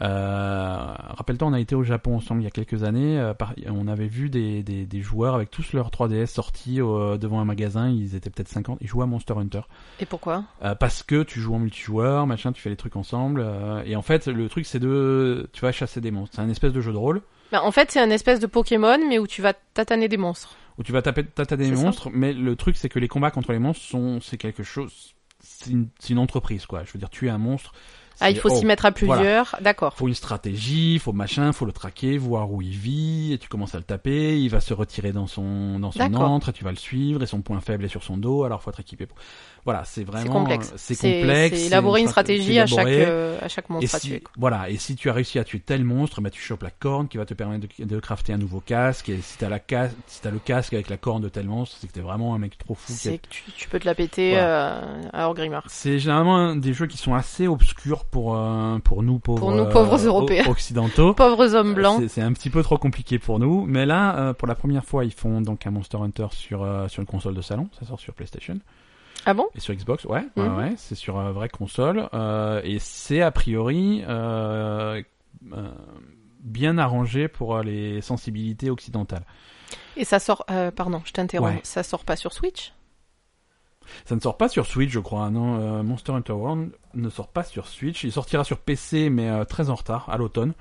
[SPEAKER 1] Euh, Rappelle-toi, on a été au Japon ensemble il y a quelques années. euh, par- on avait vu des, des, des joueurs avec tous leurs 3DS sortis au- devant un magasin. Ils étaient peut-être 50. Ils jouaient à Monster Hunter.
[SPEAKER 2] Et pourquoi
[SPEAKER 1] Euh, parce que tu joues en multijoueur, machin, tu fais les trucs ensemble. euh, et en fait, le truc, c'est de, tu vas chasser des monstres. C'est un espèce de jeu de rôle
[SPEAKER 2] Bah, En fait, c'est un espèce de Pokémon, mais où tu vas tataner des monstres.
[SPEAKER 1] où tu vas taper, tata des
[SPEAKER 2] C'est ça.
[SPEAKER 1] monstres. Mais le truc, c'est que les combats contre les monstres sont, c'est quelque chose, c'est une, c'est une entreprise, quoi. Je veux dire, tuer un monstre.
[SPEAKER 2] Ah, il
[SPEAKER 1] c'est-
[SPEAKER 2] faut s'y
[SPEAKER 1] oh,
[SPEAKER 2] mettre à plusieurs. D'accord.
[SPEAKER 1] Faut une stratégie, faut machin, faut le traquer, voir où il vit, et tu commences à le taper, il va se retirer dans son, dans son
[SPEAKER 2] D'accord.
[SPEAKER 1] antre, et tu vas le suivre, et son point faible est sur son dos, alors faut être équipé pour... Voilà, c'est vraiment...
[SPEAKER 2] complexe.
[SPEAKER 1] euh, C'est complexe.
[SPEAKER 2] C'est
[SPEAKER 1] c'est
[SPEAKER 2] élaborer une
[SPEAKER 1] strat-
[SPEAKER 2] stratégie
[SPEAKER 1] c'est
[SPEAKER 2] à chaque,
[SPEAKER 1] élaboré.
[SPEAKER 2] euh, à chaque
[SPEAKER 1] Et
[SPEAKER 2] monstre à
[SPEAKER 1] si,
[SPEAKER 2] tuer, quoi.
[SPEAKER 1] voilà, et si tu as réussi à tuer tel monstre, bah, tu chopes la corne qui va te permettre de, de crafter un nouveau casque. Et si t'as la cas- si t'as le casque avec la corne de tel monstre, c'est que t'es vraiment un mec trop fou. qui a-
[SPEAKER 2] C'est que tu, tu peux te la péter euh, à Orgrimmar.
[SPEAKER 1] C'est généralement un des jeux qui sont assez obscurs pour euh, pour nous pauvres
[SPEAKER 2] Pour nous pauvres
[SPEAKER 1] euh,
[SPEAKER 2] Européens.
[SPEAKER 1] o- occidentaux.
[SPEAKER 2] Pauvres
[SPEAKER 1] Euh,
[SPEAKER 2] hommes blancs.
[SPEAKER 1] C'est- C'est un petit peu trop compliqué pour nous, mais là, euh, pour la première fois, ils font donc un Monster Hunter sur euh, sur une console de salon. Ça sort sur PlayStation.
[SPEAKER 2] Ah bon
[SPEAKER 1] Et sur Xbox, ouais, ouais,
[SPEAKER 2] Mhm.
[SPEAKER 1] ouais, c'est sur euh, vraie console. euh, et c'est a priori euh, euh, bien arrangé pour euh, les sensibilités occidentales.
[SPEAKER 2] Et ça sort... euh, pardon, je t'interromps.
[SPEAKER 1] Ouais.
[SPEAKER 2] Ça sort pas sur Switch
[SPEAKER 1] Ça ne sort pas sur Switch, je crois. Non, euh, Monster Hunter World ne sort pas sur Switch. Il sortira sur PC, mais euh, très en retard, à l'automne.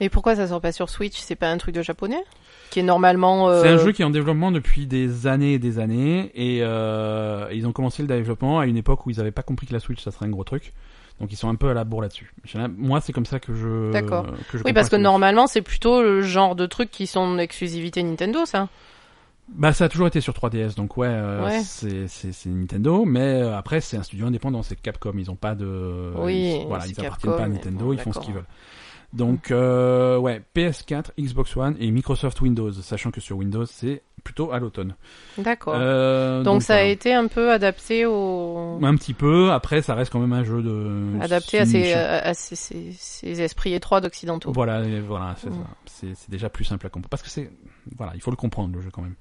[SPEAKER 2] Mais pourquoi ça sort pas sur Switch C'est pas un truc de japonais Qui est normalement... euh,
[SPEAKER 1] C'est un jeu qui est en développement depuis des années et des années. Et euh, ils ont commencé le développement à une époque où ils n'avaient pas compris que la Switch, ça serait un gros truc. Donc ils sont un peu à la bourre là-dessus. J'ai l'im- Moi, c'est comme ça que je...
[SPEAKER 2] D'accord.
[SPEAKER 1] Que je
[SPEAKER 2] Oui,
[SPEAKER 1] comprends
[SPEAKER 2] parce que
[SPEAKER 1] ce-
[SPEAKER 2] normalement, c'est plutôt le genre de trucs qui sont exclusivité Nintendo, ça.
[SPEAKER 1] Bah ça a toujours été sur 3DS, donc ouais, euh,
[SPEAKER 2] Ouais.
[SPEAKER 1] c'est c'est c'est Nintendo, mais euh, après c'est un studio indépendant, c'est Capcom, ils ont pas de,
[SPEAKER 2] Oui,
[SPEAKER 1] ils- voilà,
[SPEAKER 2] c'est
[SPEAKER 1] ils appartiennent pas à
[SPEAKER 2] Capcom, mais
[SPEAKER 1] Nintendo,
[SPEAKER 2] bon,
[SPEAKER 1] ils font ce
[SPEAKER 2] d'accord. Mm.
[SPEAKER 1] qu'ils veulent. Donc euh, ouais, PS4, Xbox One et Microsoft Windows, sachant que sur Windows c'est plutôt à l'automne.
[SPEAKER 2] D'accord.
[SPEAKER 1] Euh,
[SPEAKER 2] donc, ça a
[SPEAKER 1] voilà.
[SPEAKER 2] été un peu adapté au...
[SPEAKER 1] un petit peu. Après ça reste quand même un jeu de
[SPEAKER 2] adapté à
[SPEAKER 1] semi-
[SPEAKER 2] ces, euh, à- à ces, ces- ces esprits étroits d'occidentaux.
[SPEAKER 1] Voilà, et voilà, c'est
[SPEAKER 2] Mm.
[SPEAKER 1] ça. C'est c'est déjà plus simple à comprendre. Parce que c'est, voilà, il faut le comprendre le jeu quand même.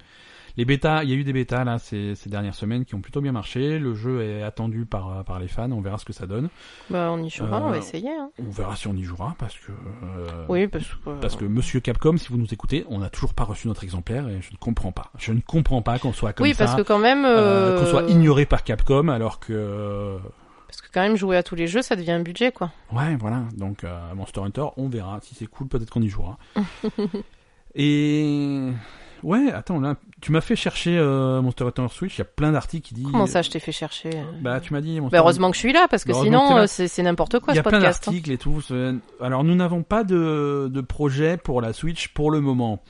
[SPEAKER 1] Les bêtas, il y a eu des bêtas là ces, ces dernières semaines qui ont plutôt bien marché. Le jeu est attendu par euh, par les fans. On verra ce que ça donne.
[SPEAKER 2] Bah, on y jouera, on va
[SPEAKER 1] Euh,
[SPEAKER 2] essayer. hein.
[SPEAKER 1] On verra si on y jouera parce que euh,
[SPEAKER 2] oui, parce que...
[SPEAKER 1] parce que Monsieur Capcom, si vous nous écoutez, on n'a toujours pas reçu notre exemplaire et je ne comprends pas. Je ne comprends pas qu'on soit comme
[SPEAKER 2] oui,
[SPEAKER 1] ça,
[SPEAKER 2] parce que quand même...
[SPEAKER 1] euh, qu'on soit
[SPEAKER 2] euh,
[SPEAKER 1] ignoré par Capcom alors que euh,
[SPEAKER 2] Parce que quand même, jouer à tous les jeux, ça devient un budget, quoi.
[SPEAKER 1] Ouais, voilà. Donc euh, Monster Hunter, on verra. Si c'est cool, peut-être qu'on y jouera. Et ouais, attends là, tu m'as fait chercher euh, Monster Hunter Switch. Il y a plein d'articles qui disent.
[SPEAKER 2] Comment ça, je t'ai fait chercher euh
[SPEAKER 1] Bah, tu m'as dit. Monster
[SPEAKER 2] Bah, heureusement que je suis là, parce que
[SPEAKER 1] Bah, heureusement que
[SPEAKER 2] sinon,
[SPEAKER 1] t'es là.
[SPEAKER 2] euh, c'est c'est n'importe quoi,
[SPEAKER 1] il y
[SPEAKER 2] ce
[SPEAKER 1] a plein
[SPEAKER 2] podcast. hein.
[SPEAKER 1] d'articles et tout. ce- Alors, nous n'avons pas de, de projet pour la Switch pour le moment.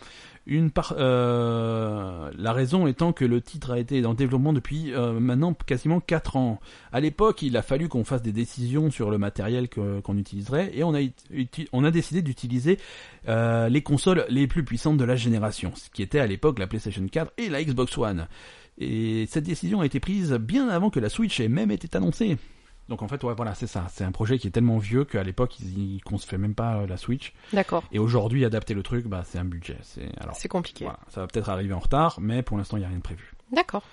[SPEAKER 1] Une par- euh, la raison étant que le titre a été en développement depuis euh, maintenant quasiment 4 ans. À l'époque, il a fallu qu'on fasse des décisions sur le matériel que- qu'on utiliserait et on a, uti- on a décidé d'utiliser euh, les consoles les plus puissantes de la génération, ce qui était à l'époque la PlayStation 4 et la Xbox One. Et cette décision a été prise bien avant que la Switch ait même été annoncée. Donc en fait, ouais, voilà, c'est ça. C'est un projet qui est tellement vieux qu'à l'époque, ils y concevait même pas euh, la Switch.
[SPEAKER 2] D'accord,
[SPEAKER 1] Et aujourd'hui, adapter le truc, bah, c'est un budget. C'est alors,
[SPEAKER 2] c'est compliqué.
[SPEAKER 1] voilà, ça va peut-être arriver en retard, mais pour l'instant, il y a rien de prévu.
[SPEAKER 2] D'accord.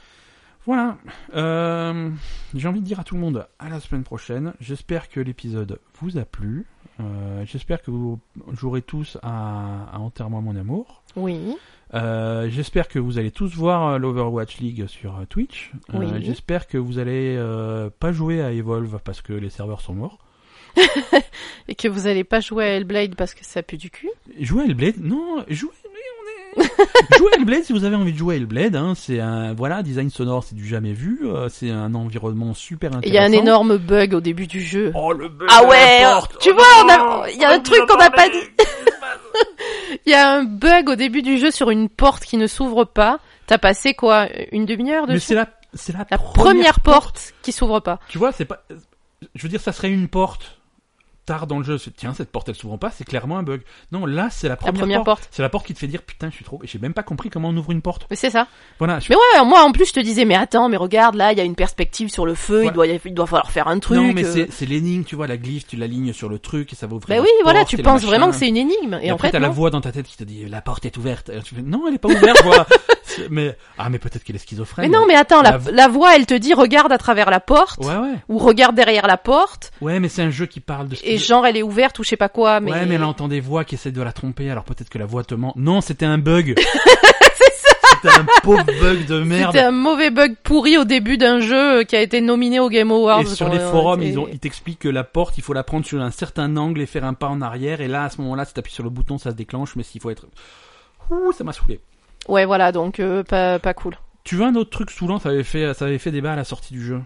[SPEAKER 1] Voilà. Euh, J'ai envie de dire à tout le monde à la semaine prochaine. J'espère que l'épisode vous a plu. Euh, J'espère que vous jouerez tous à, à Enterre-moi mon amour.
[SPEAKER 2] Oui,
[SPEAKER 1] Euh, j'espère que vous allez tous voir euh, l'Overwatch League sur euh, Twitch. Euh,
[SPEAKER 2] Oui.
[SPEAKER 1] J'espère que vous allez euh, pas jouer à Evolve parce que les serveurs sont morts.
[SPEAKER 2] et que vous allez pas jouer à Hellblade parce que ça pue du cul.
[SPEAKER 1] Jouer à Hellblade Non, jouer mais on est- Jouer à Hellblade si vous avez envie de jouer à Hellblade, hein, c'est un voilà design sonore, c'est du jamais vu, euh, c'est un environnement super intéressant.
[SPEAKER 2] Il y a un énorme bug au début du jeu.
[SPEAKER 1] Oh le bug
[SPEAKER 2] Ah ouais,
[SPEAKER 1] à la porte.
[SPEAKER 2] tu
[SPEAKER 1] Oh
[SPEAKER 2] vois, on a-
[SPEAKER 1] non,
[SPEAKER 2] il y a un
[SPEAKER 1] vous
[SPEAKER 2] truc qu'on n'a pas dit.
[SPEAKER 1] entendez
[SPEAKER 2] Il y a un bug au début du jeu sur une porte qui ne s'ouvre pas. T'as passé quoi Une demi-heure
[SPEAKER 1] Mais
[SPEAKER 2] dessus
[SPEAKER 1] c'est la c'est la,
[SPEAKER 2] La première porte qui s'ouvre pas.
[SPEAKER 1] Tu vois, c'est pas. Je veux dire, ça serait une porte tard dans le jeu. c'est- Tiens, cette porte elle s'ouvre pas, c'est clairement un bug. Non, là c'est la
[SPEAKER 2] La
[SPEAKER 1] première,
[SPEAKER 2] première
[SPEAKER 1] porte.
[SPEAKER 2] porte.
[SPEAKER 1] C'est la porte qui te fait dire putain, je suis trop. J'ai même pas compris comment on ouvre une porte.
[SPEAKER 2] Mais c'est ça.
[SPEAKER 1] Voilà. Je...
[SPEAKER 2] Mais ouais, moi en plus je te disais, mais attends, mais regarde, là il y a une perspective sur le feu,
[SPEAKER 1] Ouais.
[SPEAKER 2] il, doit, y- il doit falloir faire un truc.
[SPEAKER 1] non, mais
[SPEAKER 2] euh.
[SPEAKER 1] c'est- c'est l'énigme, tu vois, la glyphe, tu l'alignes sur le truc et ça va ouvrir.
[SPEAKER 2] Bah
[SPEAKER 1] la
[SPEAKER 2] oui, voilà,
[SPEAKER 1] porte
[SPEAKER 2] tu
[SPEAKER 1] et le
[SPEAKER 2] penses
[SPEAKER 1] machin.
[SPEAKER 2] vraiment que c'est une énigme. Et,
[SPEAKER 1] Et,
[SPEAKER 2] en
[SPEAKER 1] après,
[SPEAKER 2] fait,
[SPEAKER 1] t'as la
[SPEAKER 2] non.
[SPEAKER 1] voix dans ta tête qui te dit la porte est ouverte. Et tu fais, non, elle est pas ouverte. voilà. C'est- Mais ah, mais peut-être qu'elle est
[SPEAKER 2] mais
[SPEAKER 1] schizophrène.
[SPEAKER 2] non, mais attends, la,
[SPEAKER 1] La vo-
[SPEAKER 2] la voix elle te dit regarde à travers la porte
[SPEAKER 1] Ouais, ouais.
[SPEAKER 2] ou regarde derrière la porte.
[SPEAKER 1] Ouais, mais c'est un jeu qui parle de ce qu'il
[SPEAKER 2] et genre elle est ouverte ou je sais pas quoi. Mais...
[SPEAKER 1] Ouais, mais elle entend des voix qui essaient de la tromper, alors peut-être que la voix te ment. Non, c'était un bug. C'était un pauvre bug de merde.
[SPEAKER 2] C'était un mauvais bug pourri au début d'un jeu qui a été nominé au Game Awards.
[SPEAKER 1] Et sur
[SPEAKER 2] Bon,
[SPEAKER 1] les
[SPEAKER 2] euh,
[SPEAKER 1] forums,
[SPEAKER 2] et-
[SPEAKER 1] ils, ont, ils t'expliquent que la porte, il faut la prendre sur un certain angle et faire un pas en arrière. Et là, à ce moment-là, si t'appuies sur le bouton, ça se déclenche. Mais s'il faut être... Ouh, ça m'a saoulé.
[SPEAKER 2] Ouais, voilà, donc euh, pas, pas cool.
[SPEAKER 1] Tu veux un autre truc saoulant Ça avait fait, ça avait fait débat à la sortie du jeu.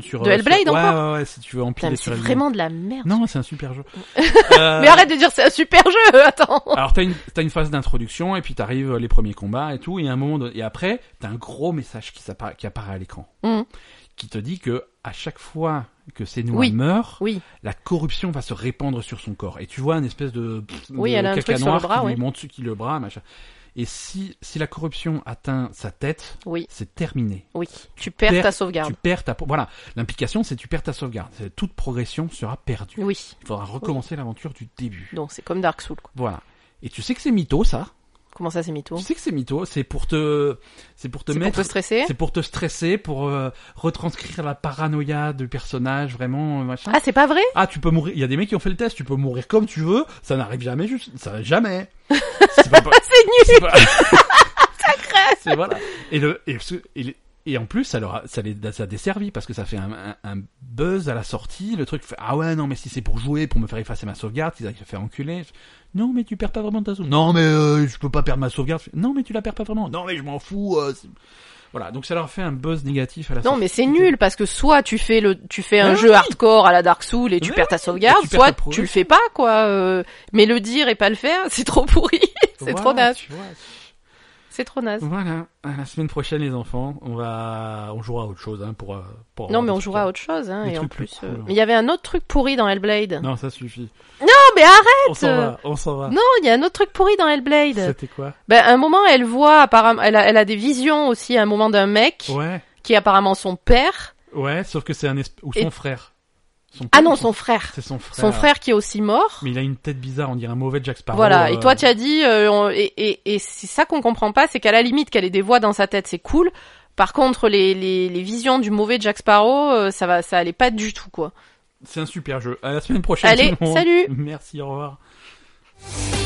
[SPEAKER 1] Sur,
[SPEAKER 2] De Hellblade
[SPEAKER 1] sur- ouais,
[SPEAKER 2] encore
[SPEAKER 1] ouais, ouais, si tu veux
[SPEAKER 2] Putain,
[SPEAKER 1] empiler
[SPEAKER 2] mais
[SPEAKER 1] sur
[SPEAKER 2] c'est
[SPEAKER 1] Hellblade.
[SPEAKER 2] vraiment de la merde.
[SPEAKER 1] Non, c'est un super jeu. Euh,
[SPEAKER 2] Mais arrête de dire c'est un super jeu, attends.
[SPEAKER 1] Alors t'as une, t'as une phase d'introduction et puis t'arrives euh, les premiers combats et tout et à un moment de- et après t'as un gros message qui, s'appara- qui apparaît à l'écran
[SPEAKER 2] Mhm.
[SPEAKER 1] qui te dit que à chaque fois que Senua
[SPEAKER 2] Oui.
[SPEAKER 1] meurt
[SPEAKER 2] Oui,
[SPEAKER 1] la corruption va se répandre sur son corps et tu vois une espèce de, de
[SPEAKER 2] Oui, elle a un
[SPEAKER 1] caca
[SPEAKER 2] truc sur
[SPEAKER 1] noir
[SPEAKER 2] le bras,
[SPEAKER 1] qui lui
[SPEAKER 2] ouais.
[SPEAKER 1] monte sur- qui le bras machin et si si la corruption atteint sa tête
[SPEAKER 2] oui,
[SPEAKER 1] c'est terminé
[SPEAKER 2] oui. Tu perds
[SPEAKER 1] perds-
[SPEAKER 2] ta sauvegarde.
[SPEAKER 1] tu perds ta voilà l'implication c'est tu perds ta sauvegarde C'est- toute progression sera perdue
[SPEAKER 2] Oui,
[SPEAKER 1] il faudra recommencer l'aventure du début
[SPEAKER 2] donc c'est comme Dark Souls. quoi.
[SPEAKER 1] voilà et tu sais que c'est mytho ça
[SPEAKER 2] Comment ça, c'est mytho
[SPEAKER 1] Tu sais que c'est mytho, c'est pour te, c'est pour te
[SPEAKER 2] C'est pour
[SPEAKER 1] mettre,
[SPEAKER 2] te stresser
[SPEAKER 1] c'est pour te stresser, pour euh, retranscrire la paranoïa du personnage, vraiment euh, machin.
[SPEAKER 2] Ah, c'est pas vrai
[SPEAKER 1] Ah, tu peux mourir. Il y a des mecs qui ont fait le test. Tu peux mourir comme tu veux. Ça n'arrive jamais. Juste, ça jamais. c'est pas,
[SPEAKER 2] C'est nul
[SPEAKER 1] c'est pas- C'est voilà. Et le et, ce- et, le- et en plus, ça leur a- ça les ça a desservi parce que ça fait un, un- un buzz à la sortie. Le truc fait ah ouais non mais si c'est pour jouer pour me faire effacer ma sauvegarde, ils arrivent à faire enculer. Non mais tu perds pas vraiment ta sauvegarde. Non mais euh, je peux pas perdre ma sauvegarde. Non mais tu la perds pas vraiment. Non mais je m'en fous. euh, c'est- voilà donc ça leur fait un buzz négatif à la
[SPEAKER 2] Non
[SPEAKER 1] sortie.
[SPEAKER 2] mais c'est nul parce que soit tu fais le tu fais un
[SPEAKER 1] Ah
[SPEAKER 2] jeu
[SPEAKER 1] oui.
[SPEAKER 2] hardcore à la Dark Souls et tu
[SPEAKER 1] Mais
[SPEAKER 2] perds ta saugarde,
[SPEAKER 1] tu perds
[SPEAKER 2] soit
[SPEAKER 1] ta progression.
[SPEAKER 2] tu le fais pas quoi. euh, mais le dire et pas le faire, c'est trop pourri, c'est
[SPEAKER 1] Voilà,
[SPEAKER 2] trop naze,
[SPEAKER 1] tu vois.
[SPEAKER 2] c'est trop naze.
[SPEAKER 1] Voilà. À la semaine prochaine les enfants, on va on jouera à autre chose hein pour euh, pour
[SPEAKER 2] Non mais
[SPEAKER 1] avoir
[SPEAKER 2] on
[SPEAKER 1] des
[SPEAKER 2] jouera à
[SPEAKER 1] trucs
[SPEAKER 2] autre chose hein,
[SPEAKER 1] Des
[SPEAKER 2] et en
[SPEAKER 1] trucs plus
[SPEAKER 2] plus euh,
[SPEAKER 1] cool, hein.
[SPEAKER 2] mais il y avait un autre truc pourri dans Hellblade. Non,
[SPEAKER 1] Non, ça suffit.
[SPEAKER 2] mais arrête,
[SPEAKER 1] On s'en va, on s'en va.
[SPEAKER 2] Non, il y a un autre truc pourri dans Hellblade.
[SPEAKER 1] C'était quoi
[SPEAKER 2] Ben à un moment elle voit apparemment elle a, elle a des visions aussi à un moment d'un mec
[SPEAKER 1] Ouais.
[SPEAKER 2] qui est apparemment son père.
[SPEAKER 1] Ouais, sauf que c'est un esp... ou son
[SPEAKER 2] Et-
[SPEAKER 1] frère. Son
[SPEAKER 2] Ah
[SPEAKER 1] père
[SPEAKER 2] non,
[SPEAKER 1] ou
[SPEAKER 2] son frère.
[SPEAKER 1] c'est son frère.
[SPEAKER 2] Son frère qui est aussi mort.
[SPEAKER 1] Mais il a une tête bizarre, on dirait un mauvais Jack Sparrow.
[SPEAKER 2] Voilà,
[SPEAKER 1] euh,
[SPEAKER 2] et toi tu as dit, euh, on- et, et, et c'est ça qu'on comprend pas, c'est qu'à la limite qu'elle ait des voix dans sa tête, c'est cool. Par contre, les, les, les visions du mauvais Jack Sparrow, euh, ça va, ça allait pas du tout quoi.
[SPEAKER 1] C'est un super jeu. À la semaine prochaine.
[SPEAKER 2] Allez,
[SPEAKER 1] tout le monde.
[SPEAKER 2] salut.
[SPEAKER 1] Merci, au revoir.
[SPEAKER 3] Thank